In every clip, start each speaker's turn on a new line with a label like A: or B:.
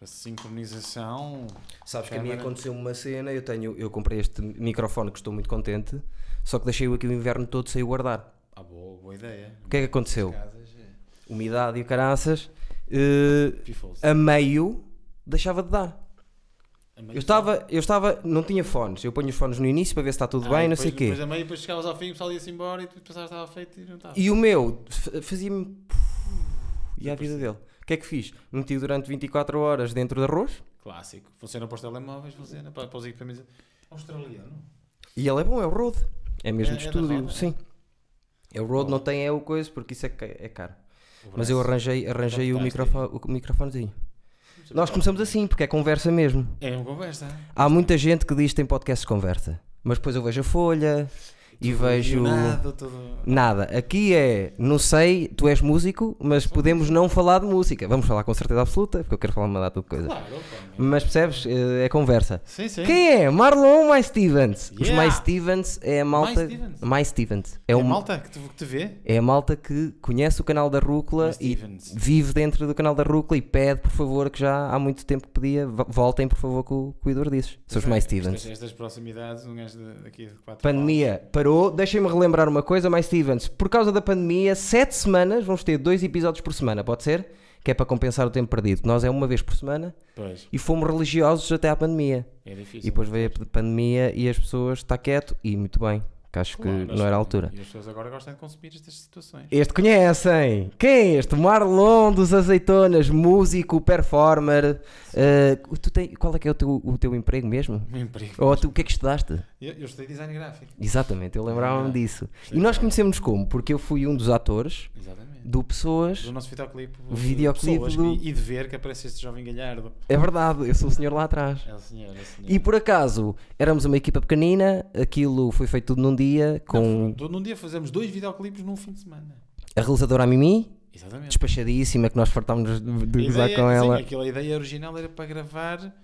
A: A sincronização.
B: Sabes que a mim
A: câmara.
B: aconteceu uma cena, eu tenho, eu comprei este microfone que estou muito contente, só que deixei-o aqui o inverno todo sem o guardar.
A: Ah, boa, boa ideia.
B: O que é que aconteceu?
C: Casas, é.
B: Umidade e o caraças, eh,
A: Pifou-se.
B: a meio deixava de dar.
A: A meio-
B: Eu estava, eu estava, não tinha fones, eu ponho os fones no início para ver se está tudo
A: Ah,
B: bem,
A: e
B: não sei o
A: depois-
B: quê.
A: Depois a meio, depois chegavas ao fim, o pessoal ia-se embora e tu pensavas que estava feito e não estava.
B: E o meu f- fazia-me. E a vida dele. O que é que fiz? Meti durante 24 horas dentro de arroz
A: Clássico. Funciona para os telemóveis, funciona para, para os equipamentos. Australiano.
B: e ele é bom, é o Rode. É mesmo
A: É- é
B: de
A: da
B: estúdio,
A: Rode, é?
B: sim. É o Rode, não tem é o coisa porque isso é, ca- é caro.
A: O
B: Mas eu
A: braço.
B: arranjei, arranjei o,
A: Fantástico.
B: microfone, o microfonezinho. Nós começamos assim, porque é conversa mesmo.
A: É uma conversa.
B: Há muita gente que diz que tem podcast de conversa, mas depois eu vejo a Folha e vejo.
A: Nada, tudo.
B: Nada, aqui é, não sei, tu és músico, mas podemos não falar de música. Vamos falar com certeza absoluta, porque eu quero falar uma data de coisa.
A: Claro, opa, meu.
B: Mas percebes? Eh, É conversa.
A: Sim, sim.
B: Quem é? Marlon ou My Stevens? Os
A: Yeah!
B: My Stevens é a malta.
A: My Stevens.
B: My Stevens.
A: É
B: É, um-
A: malta que te, que te vê?
B: é a malta que conhece o canal da Rúcula
A: My
B: e
A: Stevens.
B: vive dentro do canal da Rúcula e pede, por favor, que já há muito tempo que pedia, vo- voltem, por favor, com o cuidador disso. São os My Stevens.
A: Estas, estas proximidades, um gajo de- daqui de 4
B: Pandemia parou. Deixem-me relembrar uma coisa, mais Stevens. Por causa da pandemia, sete semanas vamos ter dois episódios por semana, pode ser? Que é para compensar o tempo perdido. Nós é uma vez por semana
A: Pois,
B: e fomos religiosos até à pandemia.
A: é difícil.
B: E depois veio a pandemia e as pessoas está quieto e muito bem, que acho que
A: Claro,
B: não era a altura.
A: E as pessoas agora gostam de consumir estas situações.
B: Este conhecem? Quem é este? Marlon dos Azeitonas, músico, performer. Eh, tu tem, qual é que é o teu, o teu emprego mesmo?
A: Um emprego.
B: Ou tu, o que é que estudaste?
A: Eu, eu estudei design gráfico.
B: Exatamente, eu lembrava-me
A: Verdade.
B: disso. E nós conhecemos como? Porque eu fui um dos atores
A: Exatamente.
B: do Pessoas.
A: Do nosso videoclipe. de
B: Videoclipe
A: pessoas
B: do-
A: E, e de ver que aparece este jovem galhardo.
B: É verdade, eu sou o senhor lá atrás.
A: É o senhor, é o senhor.
B: E por acaso, éramos uma equipa pequenina, aquilo foi feito tudo num dia, com
A: Todo num dia fazemos dois videoclipes num fim de semana.
B: a realizadora Mimi,
A: Exatamente.
B: despachadíssima, que nós fartámos de
A: A
B: de gozar
A: ideia-
B: com
A: É. sim,
B: ela.
A: aquela ideia original era para gravar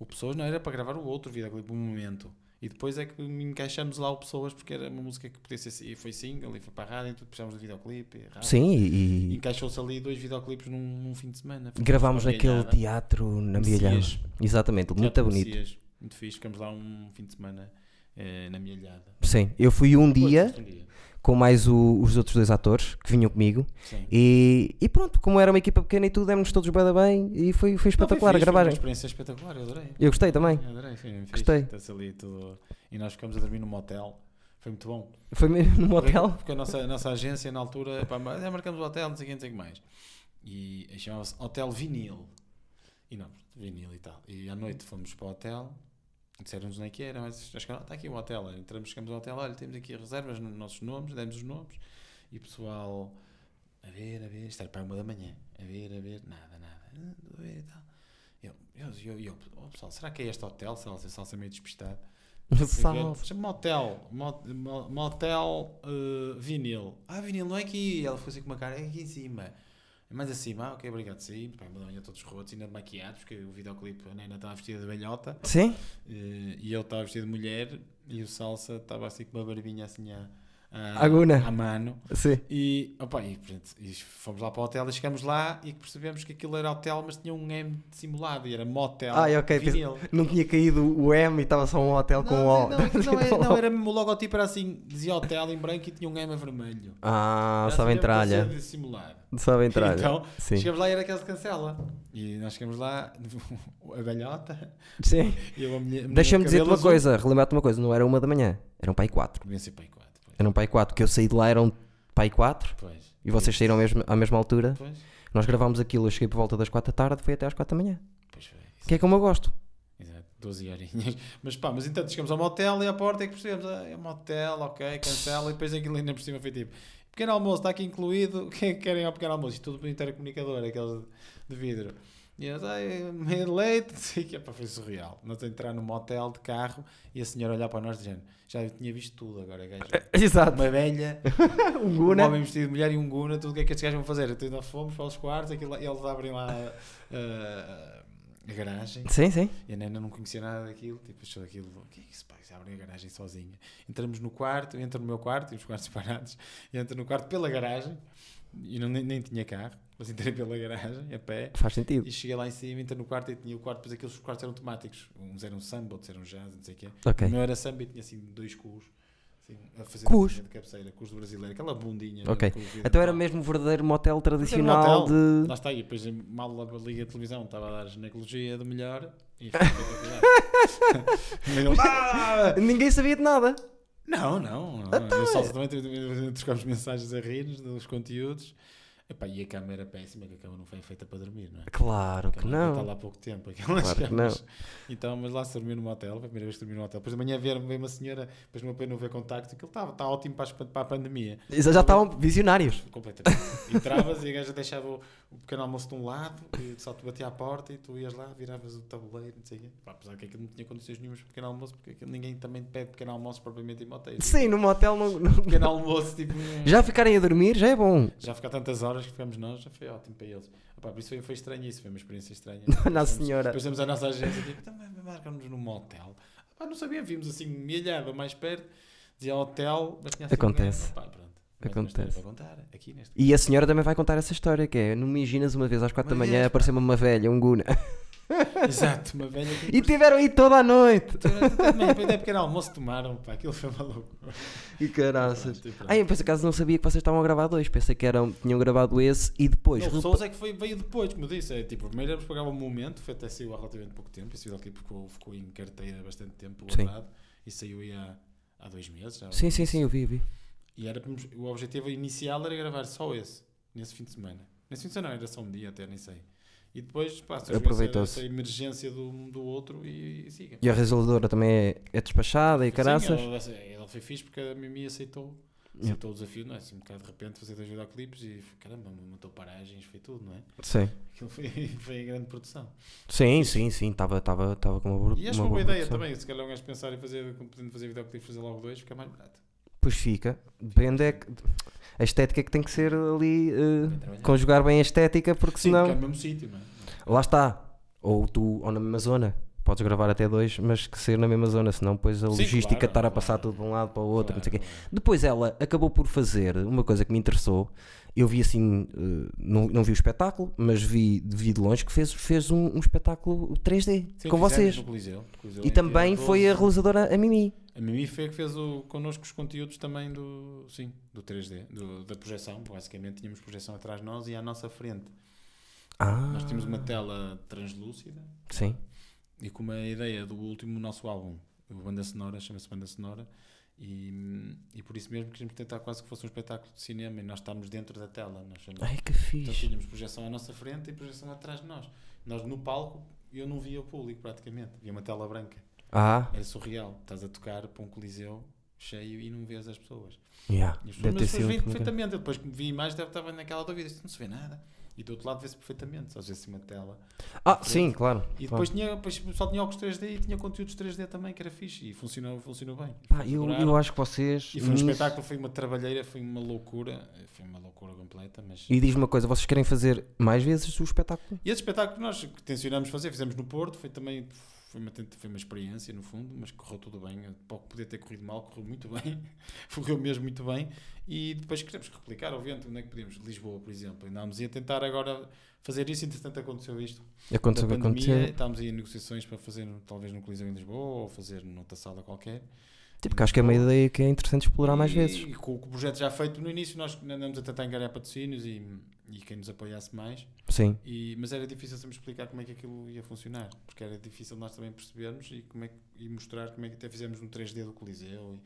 A: o Pessoas, não era para gravar o outro videoclipe, um momento. E depois é que encaixamos lá o Pessoas, porque era uma música que podia ser, e foi single, e foi para a rádio, e tudo, puxámos do videoclipe. e rádio.
B: Sim,
A: E
B: e, e
A: Encaixou-se ali dois videoclipes num, num fim de semana. Fomos
B: gravámos
A: para
B: naquele
A: Bienalha,
B: teatro na
A: Messias.
B: Bialhão. Exatamente, muito
A: Teatro
B: bonito.
A: Messias, Muito fixe, ficamos lá um fim de semana eh, na Mielhada.
B: Sim, eu fui um
A: Depois,
B: dia
A: foste um dia.
B: com mais o- os outros dois atores que vinham comigo
A: Sim.
B: E, e pronto, como era uma equipa pequena e tudo, demos todos bem, bem e foi, foi
A: Não, foi
B: espetacular
A: fixe,
B: a
A: foi uma
B: gravagem.
A: experiência espetacular, eu adorei.
B: Eu gostei também.
A: Eu Adorei, foi mesmo
B: Gostei.
A: fixe. Está-se ali tudo- E nós ficamos a dormir num motel. Foi muito bom.
B: Foi mesmo num um hotel.
A: Porque a nossa, a nossa agência, na altura, pá, mas, "Ah, marcamos o hotel, não sei o que, não sei o que mais. E e chamava-se Hotel Vinil. E não, vinil e tal. E à noite fomos para o hotel, disseram-nos onde é que era, mas nós chegaram, está aqui o hotel. Entramos, chegamos ao hotel, olha, temos aqui reservas nos nossos nomes, demos os nomes. E o pessoal, a ver, a ver, estar para uma da manhã, a ver, a ver, nada, nada, "Ah, estou a ver e tal. Eu, eu, eu, eu "Oh, pessoal, será que é este hotel? Salsa, salsa meio despistado.
B: Salve.
A: Chama motel, mot- mo- motel eh, vinil. Ah, vinil não é aqui. Ela ficou assim com uma cara, é aqui em cima. É mais acima, ah, ok, obrigado, sim. Pá, mandam ainda todos rotos, ainda maquiados, porque o videoclipe a Nena estava vestida de velhota
B: Sim?
A: eh, e eu estava vestido de mulher e o Salsa estava assim com uma barbinha assim à, à,
B: Aguna.
A: à mano.
B: Sim.
A: E, opa, e, pronto, e fomos lá para o hotel e chegamos lá e percebemos que aquilo era hotel, mas tinha um M simulado e era motel
B: Ai, Ah, é ok. penso-
A: É um vinil.
B: Não tinha caído o M e estava só um hotel com
A: Não,
B: o O.
A: não, aquilo não, era, não, era mesmo o logotipo, era assim, dizia hotel em branco e tinha um M a vermelho.
B: Ah,
A: Era
B: sabem
A: assim mesmo para ser
B: tralha.
A: dissimulado.
B: Sabem tralha.
A: Então,
B: Sim.
A: chegamos lá e era aquela que cancela. E nós chegamos lá, a galhota
B: Sim.
A: e eu a mulher. mulher
B: Deixa-me
A: de
B: dizer-te
A: cabelo
B: uma
A: azul.
B: coisa, relembrar-te uma coisa, não era uma da manhã, eram pai 4.
A: Comecei para aí quatro, pois.
B: Eram pai 4, que eu saí de lá, eram pai 4,
A: Pois.
B: e vocês saíram mesmo, à mesma altura.
A: Pois,
B: Nós gravámos aquilo, eu cheguei por volta das 4 da tarde, foi até às 4 da manhã.
A: pois foi. isso.
B: Que é como eu gosto.
A: Exato, 12 horinhas. Mas pá, mas então chegamos ao motel e à porta é que percebemos, ah, é motel, ok, cancela, e depois aquilo ainda por cima foi tipo, pequeno almoço, está aqui incluído, o que é que querem ao pequeno almoço? E tudo por intercomunicador, aqueles de vidro. E eu, ai, meio de leite, não sei o que, pá, foi surreal. Nós a entrar no motel de carro e a senhora olhar para nós dizendo, já eu tinha visto tudo agora, gajo.
B: Exato.
A: Uma velha,
B: Um
A: um
B: Ah, Guna.
A: homem vestido de mulher e um guna, tudo o que é que estes gajos vão fazer? Então nós fomos para os quartos, aquilo, eles abrem lá ah, a garagem.
B: Sim, sim.
A: E a Nena não conhecia nada daquilo, tipo, achou aquilo, o que é que se passa? Abre a garagem sozinha. Entramos no quarto, eu entro no meu quarto, e os quartos separados, eu entro no quarto pela garagem, E não, nem, nem tinha carro, mas entrei pela garagem, a pé.
B: Faz sentido.
A: E cheguei lá em cima, entrei no quarto e tinha o quarto, depois aqueles quartos eram temáticos. Uns eram samba, outros eram jazz, não sei o quê.
B: Ok.
A: O meu era samba e tinha assim dois cus. Assim, a fazer
B: Cus?
A: cozinha de cabeceira, cus do brasileiro, aquela bundinha.
B: Ok.
A: com o vidro
B: Então
A: e
B: era
A: tal.
B: mesmo um verdadeiro motel
A: Mas era um
B: tradicional
A: hotel.
B: de.
A: Lá está aí, depois mal liga a televisão, estava a dar ginecologia do melhor. E fiquei
B: Ninguém sabia de nada.
A: Não, não. não.
B: Ah, então
A: Eu
B: é.
A: só também tive- trocámos mensagens a rir dos conteúdos. Epá, e a cama era péssima, que a cama não foi feita para dormir, não é?
B: Claro que
A: Está
B: não.
A: tá lá há pouco tempo. Aquelas
B: Claro que
A: camas. Então, mas lá se dormiu num hotel, foi a primeira vez que dormi num hotel. Depois de manhã vieram- veio uma senhora, depois não, não veio contacto, aquilo estava está ótimo para, as- para a pandemia.
B: Já estavam visionários.
A: Completamente. Entravas e a gaja deixava o, o pequeno almoço de um lado, e só te batia à porta e tu ias lá, viravas o tabuleiro, não sei o quê. Pá, apesar que aquilo não tinha condições nenhumas para pequeno almoço, porque aquilo ninguém também pede pequeno almoço propriamente em motéis.
B: Sim, no motel não. não-
A: Pequeno almoço, tipo. não-
B: Já ficarem a dormir já é bom.
A: Já ficar tantas horas que ficamos nós, já foi ótimo para eles. Opá, por isso foi, foi estranho isso, foi uma experiência estranha.
B: Nossa
A: Fomos-
B: Senhora.
A: Depois temos a nossa agência, tipo, também marcamos num motel. Opá, não sabia, vimos assim, milhava mais perto, dizia hotel, mas tinha assim um
B: Acontece.
A: lugar. Opá, pronto. Mais uma história Para contar, aqui neste
B: E a senhora também vai contar essa história que é, não me imaginas uma vez às quatro da
A: Uma
B: manhã
A: vez, é, pá.
B: apareceu-me uma velha, um guna.
A: Exato, uma velha que
B: E tiveram aí toda a noite.
A: Também, até pequeno almoço tomaram, pá, aquilo foi maluco.
B: Que caraças.
A: Pronto, tipo, e pronto.
B: Ah, eu por acaso não sabia que vocês estavam a gravar dois. Pensei que eram, tinham gravado esse e depois.
A: Não, o
B: repa-
A: Sousa é que foi, veio depois, como eu disse. É, tipo, primeiro eles pagavam um momento, foi até saiu há relativamente pouco tempo. Esse videoclipe ficou, ficou em carteira há bastante tempo
B: Sim.
A: guardado e saiu aí há, há dois meses. Já,
B: Sim, sim, sim, eu vi, eu vi.
A: E era, o objetivo inicial era gravar só esse, nesse fim de semana. Nesse fim de semana não, era só um dia até, nem sei. E depois passa
B: Aproveitou-se.
A: essa emergência do, do outro e, e siga.
B: E a resolvedora também é, é despachada e caraças.
A: Sim, ela, ela foi fixe porque a Mimi aceitou, aceitou o desafio, não é? Assim, um bocado de repente fazer dois videoclipes e caramba, montou paragens, foi tudo, não é?
B: Sim.
A: Aquilo foi, foi a grande produção.
B: Sim, sim, sim, estava tava, tava com uma boa
A: E acho
B: uma
A: uma boa
B: boa
A: ideia
B: produção.
A: também, se calhar um gajo pensar em fazer, como podendo fazer videoclipes, fazer logo dois, fica mais barato.
B: Pois fica. Depende é que. A estética é que tem que ser ali. eh,
A: Bem trabalhado.
B: conjugar bem a estética, porque
A: Sim,
B: senão.
A: porque é no mesmo sítio, não é?
B: Lá está. Ou tu, ou na mesma zona. Podes gravar até dois, mas que ser na mesma zona, senão depois a
A: Sim,
B: logística
A: claro,
B: estar a
A: claro.
B: passar tudo de um lado para o outro, não sei o quê.
A: Claro, claro.
B: Depois ela acabou por fazer uma coisa que me interessou. Eu vi assim, eh, não, não vi o espetáculo, mas vi, vi de longe que fez, fez um, um espetáculo 3D
A: Sim, fizemos
B: com
A: um
B: vocês.
A: no Coliseu, no Coliseu
B: E
A: em
B: também
A: dia
B: foi a
A: 12.
B: realizadora a Mimi.
A: A Mimi foi a que fez o, connosco os conteúdos também do, sim, do 3D, do- da projeção. Basicamente tínhamos projeção atrás de nós e à nossa frente.
B: Ah,
A: Nós tínhamos uma tela translúcida
B: sim.
A: e com uma ideia do último nosso álbum, o Banda Sonora, chama-se Banda Sonora, e, e por isso mesmo queríamos tentar quase que fosse um espetáculo de cinema e nós estarmos dentro da tela. Nós somos-
B: Ai que
A: então
B: fixe.
A: tínhamos projeção à nossa frente e projeção atrás de nós. Nós no palco, eu não via o público praticamente, via uma tela branca.
B: Ah,
A: Era surreal, estás a tocar para um coliseu cheio e não vês as pessoas.
B: yeah.
A: E as pessoas,
B: deve ter
A: mas as
B: sido.
A: pessoas veem
B: muito bacana.
A: perfeitamente, eu depois que vi a imagem deve- estava naquela dúvida, isto não se vê nada. E do outro lado vê-se perfeitamente, só vê-se uma tela.
B: Ah, sim, claro.
A: E
B: claro.
A: depois, tinha, depois só tinha óculos 3D e tinha conteúdos 3D também, que era fixe, e funcionou, funcionou bem.
B: Pá, eu,
A: Adoraram.
B: eu acho que vocês.
A: E foi um
B: nisso-
A: espetáculo, foi uma trabalheira, foi uma loucura, foi uma loucura completa, mas...
B: E diz-me uma coisa, vocês querem fazer mais vezes o espetáculo?
A: E esse espetáculo que nós que tencionámos fazer, fizemos no Porto, foi também foi uma, tenta- foi uma experiência no fundo, mas correu tudo bem. Pouco podia ter corrido mal, correu muito bem, correu mesmo muito bem. E depois queremos replicar, obviamente, onde é que podíamos? Lisboa, por exemplo. Andámos a tentar agora fazer isso, entretanto aconteceu isto.
B: Aconteceu o que
A: Da pandemia,
B: aconteceu.
A: Estávamos aí em negociações para fazer talvez no Coliseu em Lisboa ou fazer noutra sala qualquer.
B: Tipo, que acho que é uma ideia que é interessante explorar mais
A: E-
B: vezes.
A: E com, com o projeto já feito no início, nós andamos a tentar enganar patrocínios e, e quem nos apoiasse mais.
B: Sim.
A: E- mas era difícil sempre explicar como é que aquilo ia funcionar, porque era difícil nós também percebermos e, como é que- e mostrar como é que até fizemos um 3D do Coliseu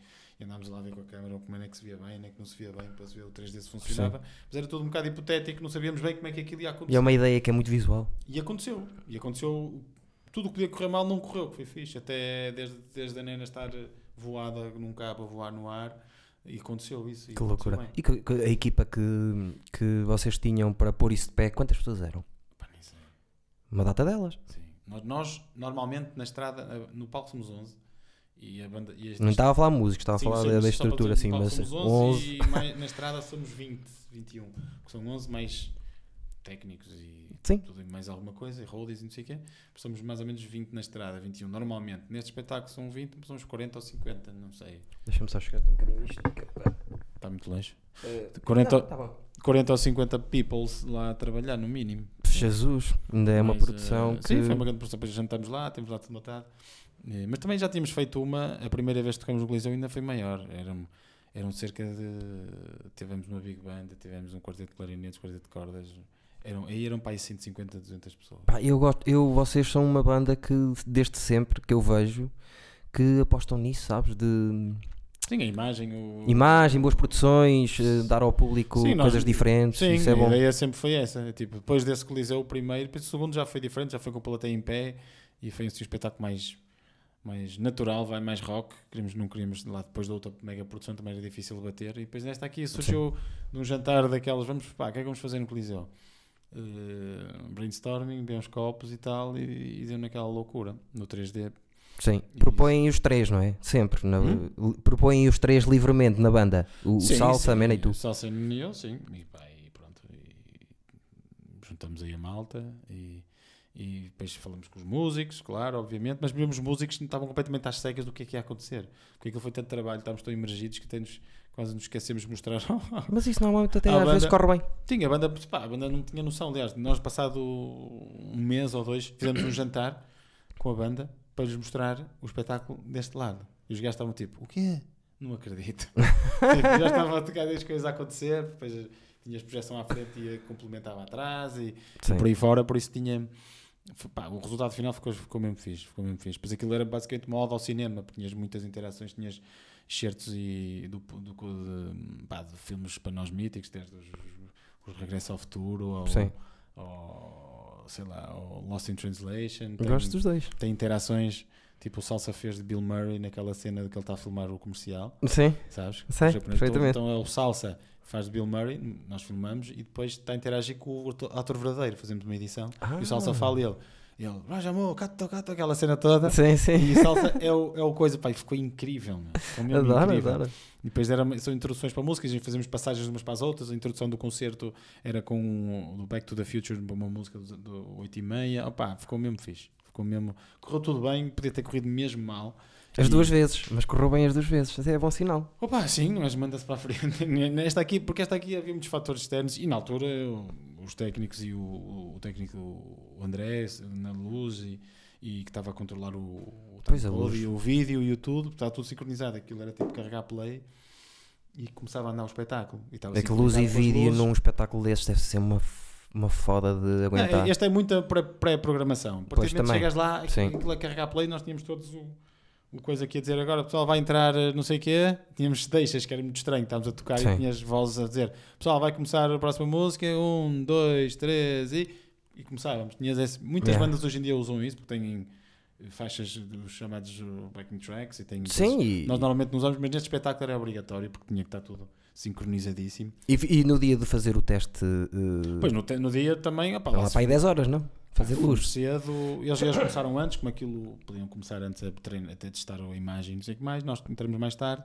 A: e, e andámos lá a ver com a câmera como é que se via bem, nem que não se via bem, para se ver o 3D se funcionava. Mas era tudo um bocado hipotético, não sabíamos bem como é que aquilo ia
B: E é
A: acontecer.
B: uma ideia que é muito visual.
A: E aconteceu, e aconteceu, tudo o que podia correr mal não correu, que foi fixe, até desde, desde a Nena estar voada num cabo a voar no ar, e aconteceu isso. e
B: Que
A: aconteceu
B: loucura.
A: bem.
B: E que- que a equipa que, que vocês tinham para pôr isso de pé, quantas pessoas eram?
A: Pá, nem sei.
B: Uma data delas.
A: Sim. Nós, nós, normalmente na estrada, eh, no palco somos 11 e a banda. E as-
B: Não estava a falar música, estava a
A: Sim,
B: falar
A: sim,
B: da,
A: mas
B: da
A: só para
B: estrutura,
A: dizer,
B: assim,
A: no palco
B: mas
A: somos
B: 11.
A: e mais- na estrada somos 20, 21, que um. são 11 mais técnicos e
B: Sim.
A: tudo e mais alguma coisa, e roadies e não sei o quê. Somos mais ou menos 20 na estrada, 21 normalmente. Neste espetáculo são 20, mas somos 40 ou 50, não sei.
B: Deixa-me só chegar um bocadinho isto.
A: Está está muito longe.
B: Eh,
A: 40,
B: não, tá bom.
A: 40 ou 50 people lá a trabalhar, no mínimo.
B: Jesus, ainda é uma
A: Mas,
B: produção
A: eh,
B: que.
A: Sim, foi uma grande produção. Depois jantamos lá, temos lá tudo notado. Eh, Mas também já tínhamos feito uma, a primeira vez que tocamos no Coliseu ainda foi maior. Eram, eram cerca de. Tivemos uma Big Band, tivemos um quarteto de clarinetes, quarteto de cordas. Eram, aí eram para aí 150, 200 pessoas.
B: Pá, eu gosto, eu, vocês são uma banda que desde sempre que eu vejo que apostam nisso, sabes? De
A: Sim, a imagem. O...
B: imagem, boas produções, eh, dar ao público
A: Sim, nós-
B: coisas diferentes,
A: Sim,
B: isso é
A: a
B: bom.
A: ideia sempre foi essa. É Tipo, depois desse Coliseu, o primeiro, depois o segundo já foi diferente, já foi com o plateia em pé e foi assim, um espetáculo mais, mais natural, vai mais rock. Queríamos, não queríamos lá depois da outra mega produção, também era difícil bater. E depois nesta aqui surgiu de um jantar daquelas, vamos, pá, o que é que vamos fazer no Coliseu? Eh, brainstorming, deu uns copos e tal, e, e deu naquela loucura no 3D.
B: Sim, propõem os três, não é? Sempre. na-
A: Hum?
B: li- Propõem os três livremente na banda. O, o
A: Sim,
B: Salsa,
A: sim,
B: Mena e tu.
A: O Salsa e eu, sim. E, pá, e pronto. E juntamos aí a malta e, e depois falamos com os músicos, claro, obviamente, mas mesmo os músicos estavam completamente às cegas do que é que ia acontecer. Porque aquilo foi tanto trabalho, estávamos tão emergidos que até nos- quase nos esquecemos de mostrar.
B: Mas isso normalmente até
A: À
B: às
A: banda-
B: vezes corre bem.
A: tinha, a banda, pá, a banda não tinha noção. Aliás, nós passado um mês ou dois fizemos um jantar com a banda para lhes mostrar o espetáculo deste lado. E os gajos estavam tipo, o quê? Não acredito. Tipo, já estava a tocar as coisas a acontecer, depois tinhas projeção à frente e a complementava atrás e, e
B: Sim.
A: por aí fora, por isso tinha. f- pá, o resultado final ficou, ficou mesmo fixe, ficou mesmo fixe. Pois aquilo era basicamente uma oda ao cinema, porque tinhas muitas interações, tinhas excertos e do, do, de, pá, de filmes para nós míticos, tens os, os Regresso ao Futuro, ou,
B: Sim.
A: ou, sei lá, ou Lost in Translation. tem-
B: Gosto dos dois.
A: tem interações, tipo o Salsa fez de Bill Murray naquela cena de que ele está a filmar o comercial
B: Sim,
A: sabes?
B: Sei,
A: Os japoneses.
B: perfeitamente.
A: Então, então é o Salsa que faz de Bill Murray, nós filmamos e depois está a interagir com o ator- ator verdadeiro, fazemos uma edição e o
B: Ah.
A: Salsa fala e ele, ele, Raja Mo, cato, cato, aquela cena toda.
B: sim, sim.
A: E o Salsa é o, é o coisa, pai, ficou incrível, meu. Ficou mesmo
B: Adoro,
A: É incrível.
B: adoro.
A: E depois era, são introduções para músicas, e fazemos passagens umas para as outras. A introdução do concerto era com o do Back to the Future, uma música do, do 8 e meia. Opa, ficou mesmo fixe. Ficou mesmo, correu tudo bem, podia ter corrido mesmo mal.
B: As
A: E-
B: duas vezes, mas correu bem as duas vezes. Até é bom sinal.
A: Opa, sim, mas manda-se para a frente. Nesta aqui, porque esta aqui havia muitos fatores externos e na altura o- os técnicos e o, o técnico o André na luz e, e que estava a controlar o, o
B: Pois, a
A: timecode
B: luz.
A: e o vídeo e o tudo, estava tudo sincronizado. Aquilo era tipo carregar play e começava a andar o espetáculo. E estava
B: É que luz e
A: sincronizado com as
B: vídeo
A: luzes.
B: num espetáculo destes deve ser uma, f- uma foda de
A: Não,
B: aguentar.
A: Esta é muita pré- pré-programação. A
B: Pois,
A: partir do momento que
B: também.
A: chegas lá, aquilo-
B: Sim.
A: aquilo a carregar play, nós tínhamos todos o, o coisa aqui a dizer agora, pessoal vai entrar eh, não sei o quê, tínhamos deixas, que era muito estranho, estávamos a tocar
B: Sim.
A: e tinhas vozes a dizer, pessoal vai começar a próxima música, um, dois, três e... E começávamos. Tinhas esse- muitas
B: Yeah.
A: bandas hoje em dia usam isso, porque têm eh, faixas dos chamados eh, backing tracks e têm...
B: Sim, e,
A: Nós normalmente não usamos, mas neste espetáculo era obrigatório, porque tinha que estar tudo sincronizadíssimo.
B: e- e no dia de fazer o teste. eh,
A: Pois no, te- no dia também, opá,
B: Lá
A: se
B: para aí 10 horas, não? Fazer
A: Fomos
B: luz.
A: cedo, eles, eles começaram antes, como aquilo podiam começar antes a treinar, até testar a imagem, não sei o que mais, nós entramos mais tarde,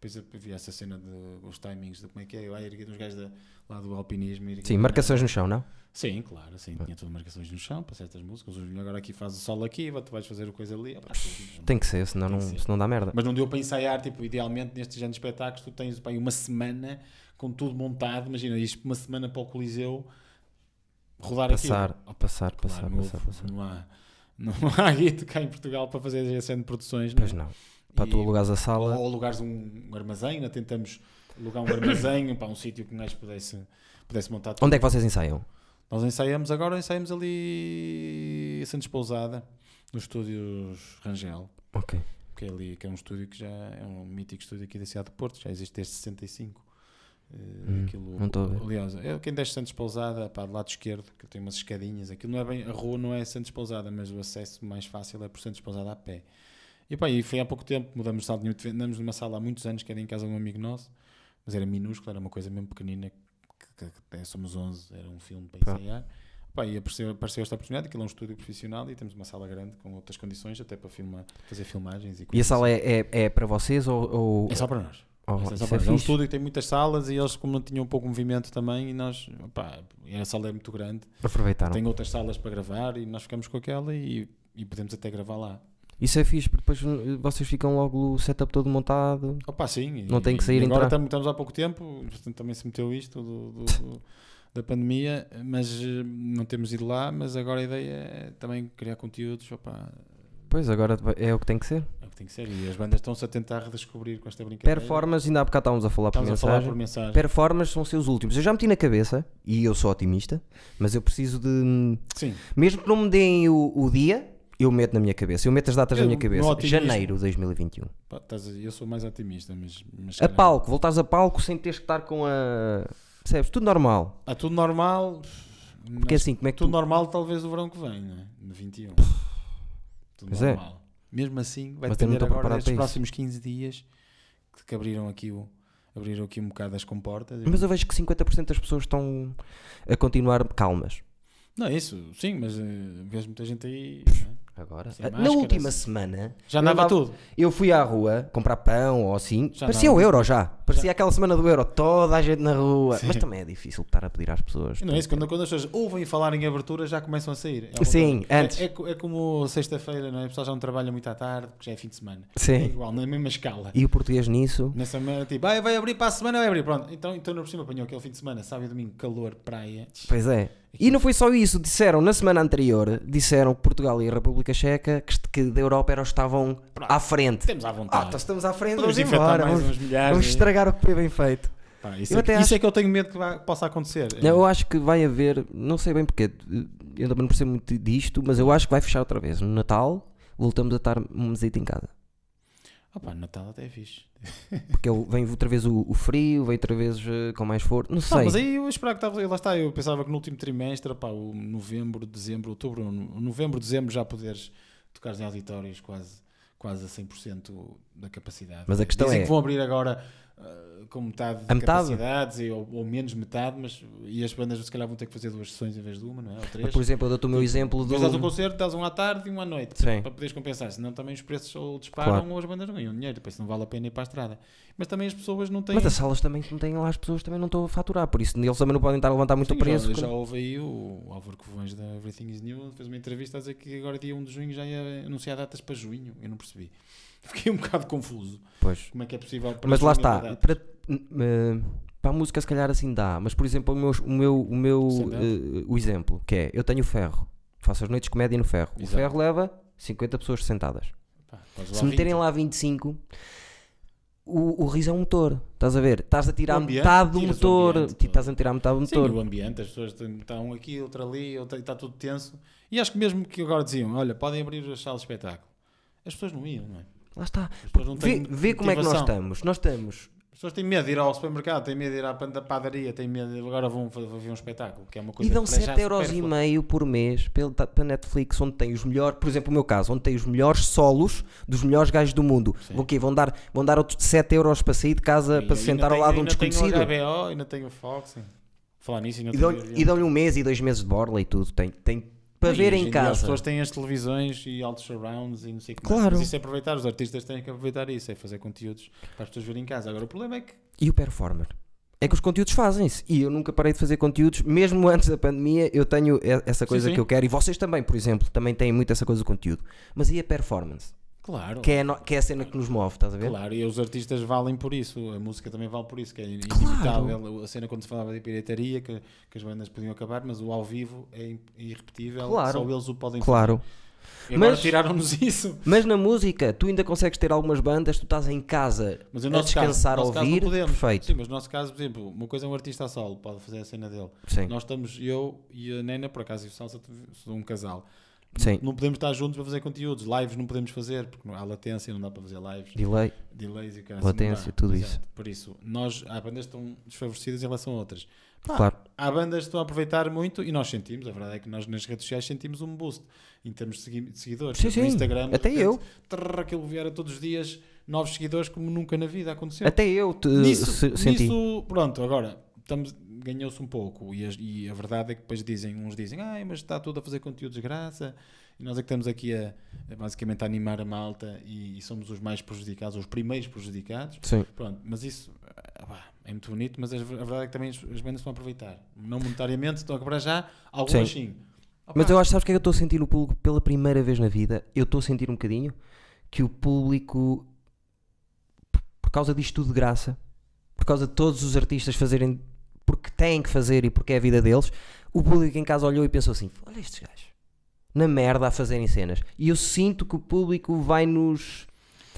A: depois havia essa cena de os timings de como é que é, eu aí erguei uns gajos da- lá do alpinismo. erguei
B: Sim,
A: um gajo-
B: marcações no chão, não?
A: Sim, claro, sim, tinha tudo marcações no chão para certas músicas, o Júnior agora aqui faz o solo aqui, tu vais fazer o coisa ali, opá, tudo.
B: Tem que ser, senão não,
A: que ser.
B: senão dá merda.
A: Mas não deu para ensaiar, tipo, idealmente nestes anos de espetáculos tu tens pá, aí uma semana com tudo montado, imagina isto uma semana para o Coliseu rodar aquilo.
B: Passar, passar,
A: Claro,
B: passar,
A: não,
B: passar,
A: houve-
B: passar.
A: não há não há guito cá em Portugal para fazer esse género de produções
B: Pois
A: né?
B: não. Para tu
A: E-
B: alugares a
A: ou,
B: sala.
A: ou alugares um armazém né? tentamos alugar um armazém para um sítio que um gajo pudesse, pudesse montar tudo.
B: Onde é que vocês ensaiam?
A: nós ensaiamos agora ensaiamos ali em Santos Pousada nos estúdios Rangel
B: Ok.
A: que é ali que é um estúdio que já é um mítico estúdio aqui da cidade de Porto já existe desde 65 Eh,
B: Hum,
A: aquilo,
B: não estou a ver.
A: aliás, é quem desce Santos Pousada pá, do lado esquerdo, que tem umas escadinhas aquilo não é bem, a rua não é Santos Pousada mas o acesso mais fácil é por Santos Pousada a pé e pá, e foi há pouco tempo mudamos de sala, de ninho, andamos numa sala há muitos anos que era em casa de um amigo nosso, mas era minúscula era uma coisa mesmo pequenina que, que, que é, somos 11, era um filme para
B: Pá.
A: ensaiar Pá, e apareceu, apareceu esta oportunidade, aquilo é um estúdio profissional e temos uma sala grande com outras condições, até para filmar, fazer filmagens e
B: E a
A: coisas assim.
B: sala é, é, é para vocês ou. ou...
A: é só para nós.
B: ou-
A: Esta é, só
B: isso
A: para
B: é
A: nós. É um
B: fixe?
A: estúdio que tem muitas salas e eles, como não tinham pouco movimento também, e nós, opá, e a sala é muito grande,
B: Aproveitaram.
A: tem outras salas para gravar e nós ficamos com aquela e, e podemos até gravar lá.
B: Isso é fixe, porque depois eh, vocês ficam logo o setup todo montado.
A: Opa, sim. e-
B: Não tem que sair
A: e Agora
B: entrar.
A: estamos, estamos há pouco tempo, portanto também se meteu isto do- do- do- da pandemia, mas eh, não temos ido lá, mas agora a ideia é também criar conteúdos, opa,
B: Pois, agora é o que tem que ser.
A: é o que tem que ser. E as bandas estão-se a tentar redescobrir com esta brincadeira.
B: Performance, ainda há bocado estávamos a falar por
A: Estamos a falar por
B: mensagem.
A: mensagem.
B: Performance vão ser os últimos. Eu já meti na cabeça, e eu sou otimista, mas eu preciso de. hum,
A: Sim,
B: Mesmo que não me deem o, o dia, eu meto na minha cabeça. Eu meto as datas
A: Eu-
B: na minha
A: no
B: cabeça.
A: otimismo.
B: Janeiro de 2021.
A: pá, estás a- eu sou mais otimista, mas. mas
B: A
A: caralho.
B: um. palco, voltares a palco sem teres que estar com a. Percebes? Tudo normal.
A: Ah, tudo normal.
B: Porque assim, como é que
A: Tudo
B: tu.
A: normal, talvez, do verão que vem, não é? No 21. Tudo
B: Pois é.
A: normal. Mesmo assim, vai
B: Mas eu
A: depender
B: não estou
A: agora
B: preparado
A: destes
B: para isso.
A: próximos 15 dias que, que abriram aqui o. Abriram aqui um bocado as comportas.
B: Mas eu vejo que 50% das pessoas estão a continuar calmas.
A: Não, é isso, sim, mas eh, vejo muita gente aí. não é?
B: Agora,
A: Sem
B: Ah, na
A: máscaras.
B: última semana,
A: Já
B: Eu
A: andava
B: andava-
A: tudo.
B: eu fui à rua comprar pão ou assim.
A: Já
B: parecia
A: andava.
B: o euro já. Parecia aquela semana do euro, toda a gente na rua. Mas também é difícil estar a pedir às pessoas.
A: E Não é isso, quando, quando as pessoas ouvem falar em abertura já começam a sair. É uma
B: Sim,
A: coisa-
B: antes.
A: É, é, co- é como sexta-feira, não é? O pessoal já não trabalha muito à tarde, porque já é fim de semana. É
B: Sim.
A: igual, na mesma escala.
B: E o português nisso.
A: Nessa merda, tipo, ah, vai abrir para a semana, vai abrir. Pronto, então, então no por cima apanhou aquele fim de semana, sábado e domingo, calor, praia.
B: Pois é. E não foi só isso, disseram na semana anterior, disseram que Portugal e a República Checa que, est- que da Europa eram, estavam à frente.
A: Temos à
B: Ah,
A: vontade.
B: então estamos à frente,
A: Podemos
B: vamos
A: infectar
B: embora.
A: mais
B: Vamos,
A: uns milhares,
B: vamos
A: é.
B: estragar o que foi bem feito.
A: Pá, isso
B: Eu
A: é,
B: até
A: que, isso
B: acho-
A: é que eu tenho medo que vá- possa acontecer.
B: Não, eu acho que vai haver, não sei bem porque, eu também não percebo muito disto, mas eu acho que vai fechar outra vez. No Natal, voltamos a estar um mesito em casa.
A: Ah pá, Natal até é fixe.
B: Porque eu- vem outra vez o, o frio, vem outra vez eh, com mais força, não sei.
A: Não, Ah, mas aí eu esperava que estava. Lá está, eu pensava que no último trimestre, pá, o novembro, dezembro, outubro, no- novembro, dezembro já poderes tocar em auditórios quase, quase a 100% da capacidade.
B: Mas a questão
A: Dizem
B: é-
A: que vão abrir agora ah, com metade de
B: A metade?
A: capacidades e- ou, ou menos metade, mas e as bandas se calhar vão ter que fazer duas sessões em vez de uma, não é? Ou três.
B: Por exemplo, eu dou-te o meu exemplo do...
A: Mas dás um concerto, dás um à tarde e um à noite
B: Sim.
A: para poderes compensar, senão também os preços ou disparam
B: Claro.
A: ou as bandas não ganham dinheiro, depois não vale a pena ir para a estrada. Mas também as pessoas não têm.
B: Mas as salas também que não têm lá, as pessoas também não estão a faturar, por isso eles também não podem estar a levantar muito
A: Sim,
B: o preço.
A: Já, já
B: porque-
A: houve aí o Álvaro Covões da Everything is New, fez uma entrevista a dizer que agora dia 1 de junho já ia anunciar datas para junho. Eu não percebi. Fiquei um bocado confuso.
B: Pois.
A: Como é que é possível? para
B: Mas lá
A: junho
B: está,
A: haver
B: para,
A: datas?
B: eh, para a música se calhar assim dá, mas por exemplo o meu, o meu, o meu
A: Stand-up.
B: eh, o exemplo, que é, eu tenho o ferro, faço as noites de comédia no ferro,
A: Exato.
B: o ferro leva 50 pessoas sentadas,
A: Pá, estás lá
B: se meterem
A: 20.
B: lá 25... O, o riso é um motor, estás a ver? Estás a tirar
A: O ambiente,
B: metade do
A: tiras o
B: motor,
A: ambiente
B: tipo,
A: todo.
B: estás a tirar metade do
A: Sim,
B: motor.
A: o ambiente, as pessoas têm- estão aqui, outra ali, outra, e está tudo tenso. E acho que mesmo que agora diziam, olha, podem abrir as salas de espetáculo. As pessoas não iam, não é?
B: Lá está.
A: As pessoas não
B: Vê,
A: têm
B: vê como é que nós
A: motivação.
B: estamos. Nós estamos.
A: As pessoas têm medo de ir ao supermercado, têm medo de ir à pan- da padaria, têm medo, de- agora vão, fa- ver um espetáculo, que é uma coisa
B: E dão
A: que para já
B: 7 euros e
A: supérflua.
B: meio por mês pelo- ta- para Netflix, onde tem os melhores, por exemplo, o meu caso, onde tem os melhores solos dos melhores gajos do mundo. Vão, quê? vão dar, vão dar outros 7 euros para sair de casa
A: E
B: para se
A: ainda
B: sentar ao
A: tenho-
B: lado de um
A: ainda
B: desconhecido.
A: Tenho o HBO, ainda tenho o Fox. hein. Falar nisso, ainda
B: E
A: tenho
B: dão-lhe
A: o
B: e
A: HBO.
B: dão-lhe um mês e dois meses de borla e tudo. Tem, tem para
A: E
B: ver
A: hoje
B: em
A: dia As
B: casa.
A: pessoas têm as televisões e altos surrounds e não sei o que
B: Claro.
A: mais. Mas isso é aproveitar, os artistas têm que aproveitar isso, é fazer conteúdos para as pessoas verem em casa. Agora o problema é que
B: E o performer? É que os conteúdos fazem-se. E eu nunca parei de fazer conteúdos, mesmo antes da pandemia, eu tenho e- essa coisa
A: sim.
B: que eu quero. E vocês também, por exemplo, também têm muito essa coisa do conteúdo. Mas e a performance?
A: Claro,
B: Que é, a no- que é a cena que nos move, estás a ver?
A: claro, e os artistas valem por isso, a música também vale por isso, que é inevitável. A cena quando se falava de pirataria, que, que as bandas podiam acabar, mas o ao vivo é im- irrepetível,
B: Claro.
A: só eles o podem
B: Claro.
A: fazer. E agora
B: Mas-
A: tiraram-nos isso.
B: Mas na música, tu ainda consegues ter algumas bandas, tu estás em casa
A: Mas no
B: a
A: nosso
B: descansar,
A: caso, no
B: a
A: nosso
B: ouvir,
A: caso não podemos.
B: perfeito.
A: Sim, mas no nosso caso, por exemplo, uma coisa é um artista a solo, pode fazer a cena dele.
B: Sim.
A: Nós estamos, eu e a Nena, por acaso, e o Salsa, sou um casal.
B: Sim.
A: Não podemos estar juntos para fazer conteúdos. Lives não podemos fazer, porque não- há latência, não dá para fazer lives.
B: Delay.
A: Delays e o caralho. assim
B: Latência, tudo isso.
A: Por isso, nós, há bandas que estão desfavorecidas em relação a outras. Pá,
B: Claro.
A: Há bandas que estão a aproveitar muito e nós sentimos, a verdade é que nós nas redes sociais sentimos um boost em termos de segui- de seguidores.
B: Sim,
A: no
B: sim.
A: Instagram, de
B: Até
A: repente,
B: eu.
A: Trrr, aquilo viera todos os dias novos seguidores como nunca na vida aconteceu.
B: Até eu te,
A: Nisso,
B: Eh, se- senti.
A: nisso, pronto, agora estamos- ganhou-se um pouco e, as- e a verdade é que depois dizem, uns dizem, ai, mas está tudo a fazer conteúdo de graça e nós é que estamos aqui a, a basicamente a animar a malta e, e somos os mais prejudicados, os primeiros prejudicados.
B: Sim.
A: Pronto, mas isso ah, pá, é muito bonito, mas a, ver- a verdade é que também as, as bandas estão a aproveitar. Não monetariamente, estão a cobrar já, algumas sim.
B: Mas eu acho, sabes o que é que eu estou a sentir no público pela primeira vez na vida? Eu estou a sentir um bocadinho que o público, por- por causa disto tudo de graça, por causa de todos os artistas fazerem porque têm que fazer e porque é a vida deles, o público em casa olhou e pensou assim: olha estes gajos, na merda a fazerem cenas. E eu sinto que o público vai nos.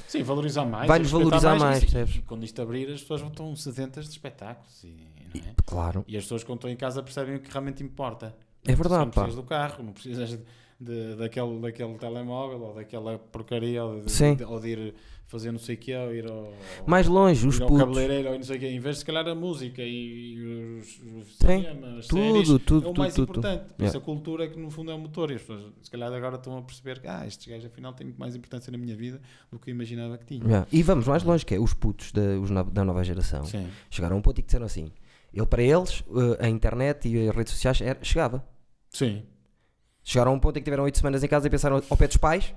A: Sim, valorizar mais.
B: Vai-nos
A: respeitar
B: valorizar mais,
A: e-
B: percebes?
A: e quando isto abrir, as pessoas vão estão sedentas de espetáculos. E, não é?
B: Claro,
A: e as pessoas quando estão em casa percebem o que realmente importa.
B: é verdade,
A: não
B: pá.
A: precisas do carro, não precisas de- de- daquele, daquele telemóvel ou daquela porcaria ou de,
B: Sim.
A: de- ou de ir fazer não sei o que ou ir ao,
B: Mais longe, os
A: ir ao
B: putos.
A: cabeleireiro ou não sei o que. Em vez de, se calhar, a música e, e os, os
B: Sim.
A: cinemas, as séries,
B: Tudo, tudo,
A: é o
B: tudo,
A: mais
B: tudo. tudo.
A: importante. Por isso a cultura é que no fundo é o motor. E as pessoas, se calhar, agora estão a perceber que ah, estes gajos afinal têm muito mais importância na minha vida do que eu imaginava que tinha.
B: Yeah. E vamos mais longe, que é os putos da, os no- da nova geração.
A: Sim.
B: Chegaram a um ponto em que disseram assim: ele para eles, eh, a internet e as redes sociais era- chegava.
A: Sim.
B: Chegaram a um ponto em que tiveram 8 semanas em casa e pensaram ao pé dos pais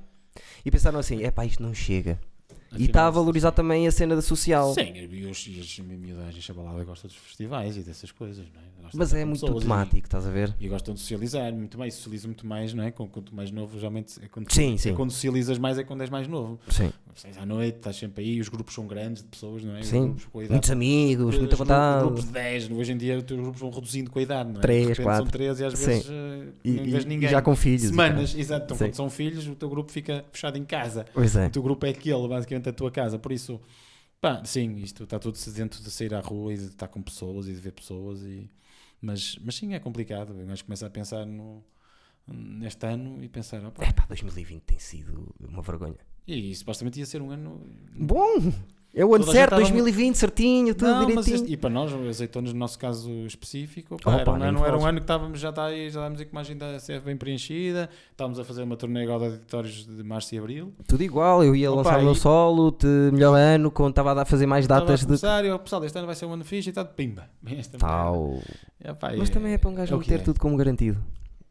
B: e pensaram assim: é pá, isto não chega. e
A: Afinal,
B: está a valorizar também a cena da social.
A: Sim, e os, e os miúdos chabalada gosta dos festivais e dessas coisas, não é? Gosta
B: Mas
A: de
B: é
A: estar com
B: muito
A: pessoas e-
B: automático, estás a ver?
A: E gostam de socializar muito mais, socializam muito mais, não é? Com- Quanto mais novo, geralmente é quando,
B: Sim,
A: é
B: sim.
A: quando socializas mais, é quando és mais novo.
B: Sim.
A: Sais à noite, estás sempre aí, os grupos são grandes de pessoas, não é? Os
B: Sim.
A: grupos com a idade.
B: Muitos amigos,
A: Os
B: muita
A: gru-
B: vontade.
A: Grupos de 10, hoje em dia os teus grupos vão reduzindo com a idade, não é?
B: Três,
A: de repente
B: quatro.
A: São 13 e às
B: Sim.
A: vezes eh,
B: E,
A: não vês
B: e-
A: ninguém.
B: e já com filhos. e
A: Semanas, exato. Então
B: Sim.
A: quando são filhos, o teu grupo fica fechado em casa.
B: caralho. Pois é.
A: O teu grupo é aquele, basicamente, a tua casa. Por isso, pá, sim, isto está tudo sedento de sair à rua e de estar com pessoas e de ver pessoas. E... Mas, mas sim, é complicado. Um gajo começa a pensar no, neste ano e pensar, opa,
B: É pá, 2020 tem sido uma vergonha.
A: e supostamente ia ser um ano.
B: Bom, é o ano
A: Toda a gente
B: certo,
A: tava muito-
B: 2020, certinho, tudo
A: Não, mas
B: direitinho.
A: este- e para nós, os azeitonas, no nosso caso específico, pá,
B: Oh,
A: era,
B: pá,
A: um
B: nem
A: ano,
B: me
A: era um
B: fales.
A: ano que estávamos, já, está aí, já estávamos aí com uma agenda bem preenchida, estávamos a fazer uma turnê igual de auditórios de março e abril.
B: Tudo igual, eu ia
A: Opa,
B: lançar o meu
A: e-
B: solo de melhor ano, quando estava a dar- fazer mais datas
A: Estava a
B: de
A: começar e eu, pessoal, este ano vai ser um ano fixe e está de pimba. Esta merda.
B: tal.
A: É, pá,
B: Mas também é para um gajo
A: o que
B: meter
A: é.
B: tudo como garantido.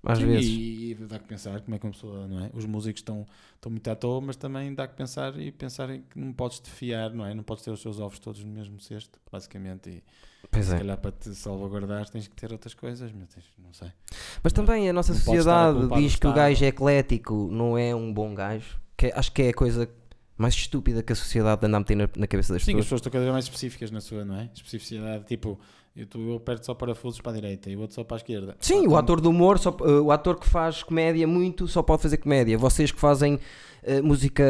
B: Às
A: Sim,
B: vezes.
A: E, e dá que pensar como é que uma pessoa, não é? Os músicos estão, estão muito à toa, mas também dá que pensar e pensar em que não podes te fiar, não é? Não podes ter os seus ovos todos no mesmo cesto, basicamente. E
B: Pois
A: se
B: é.
A: calhar para te salvaguardar tens que ter outras coisas, mas tens- não sei.
B: Mas também a nossa
A: Não pode estar a
B: sociedade
A: culpar o
B: diz que o
A: Estado.
B: gajo é eclético, não é um bom gajo. Que é- acho que é a coisa mais estúpida que a sociedade anda a meter na, na cabeça das
A: Sim, as
B: pessoas.
A: pessoas estão cada vez mais específicas na sua, não é? Especificidade, tipo, eu, tu, eu aperto só parafusos para a direita e o outro só para a esquerda.
B: Sim, o ator do humor, só, eh, o ator que faz comédia muito só pode fazer comédia. Vocês que fazem eh, música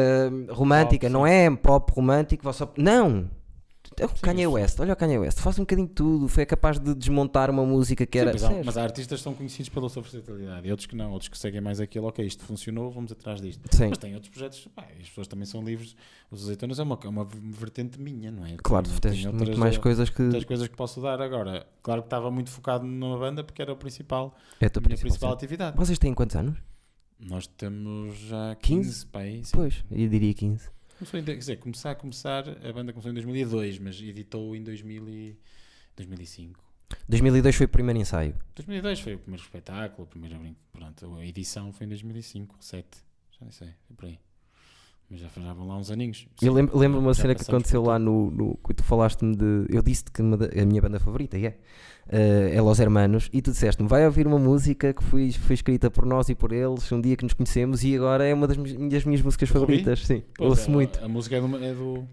B: romântica,
A: Pop,
B: não é pop romântico, você... não! É o Kanye
A: eu sei.
B: West, olha o Kanye West, faz um bocadinho de tudo, foi capaz de desmontar uma música que era.
A: Sim, mas, há,
B: Sério?
A: mas há artistas que são conhecidos pela sua versatilidade, e outros que não, outros que seguem mais aquilo, ok, isto funcionou, vamos atrás disto.
B: Sim.
A: Mas tem outros projetos, pá, as pessoas também são livres. Os azeitonas é uma, é uma vertente minha, não é?
B: Claro,
A: Tenho-
B: tens
A: tenho
B: muito
A: outras,
B: mais
A: eh,
B: coisas que.
A: outras coisas que posso dar agora. Claro que estava muito focado numa banda porque era o principal,
B: É a
A: a
B: tua
A: minha
B: principal.
A: principal
B: cena.
A: atividade.
B: Vocês têm quantos anos?
A: Nós temos já
B: 15?
A: 15, para aí. sim.
B: Pois, eu diria 15.
A: Começou em, quer dizer, começar a começar, a banda começou em 2002, mas editou em 2000 e- 2005.
B: 2002 foi o primeiro ensaio.
A: 2002 foi o primeiro espetáculo, a primeira brin- pronto, a edição foi em 2005, 7, já nem sei, foi por aí. Mas já, já vão lá uns aninhos.
B: Eu lem- lembro-me uma
A: Já
B: cena que
A: passámos
B: aconteceu
A: por
B: lá no. no- que tu falaste-me de. Eu disse-te que uma da- a minha banda favorita é. eh, é Los Hermanos. E tu disseste-me: vai ouvir uma música que foi, foi escrita por nós e por eles um dia que nos conhecemos e agora é uma das, mi- das minhas músicas
A: Ouvi?
B: favoritas. Sim,
A: Pois
B: ouço
A: é,
B: muito.
A: A, a música é do. É do,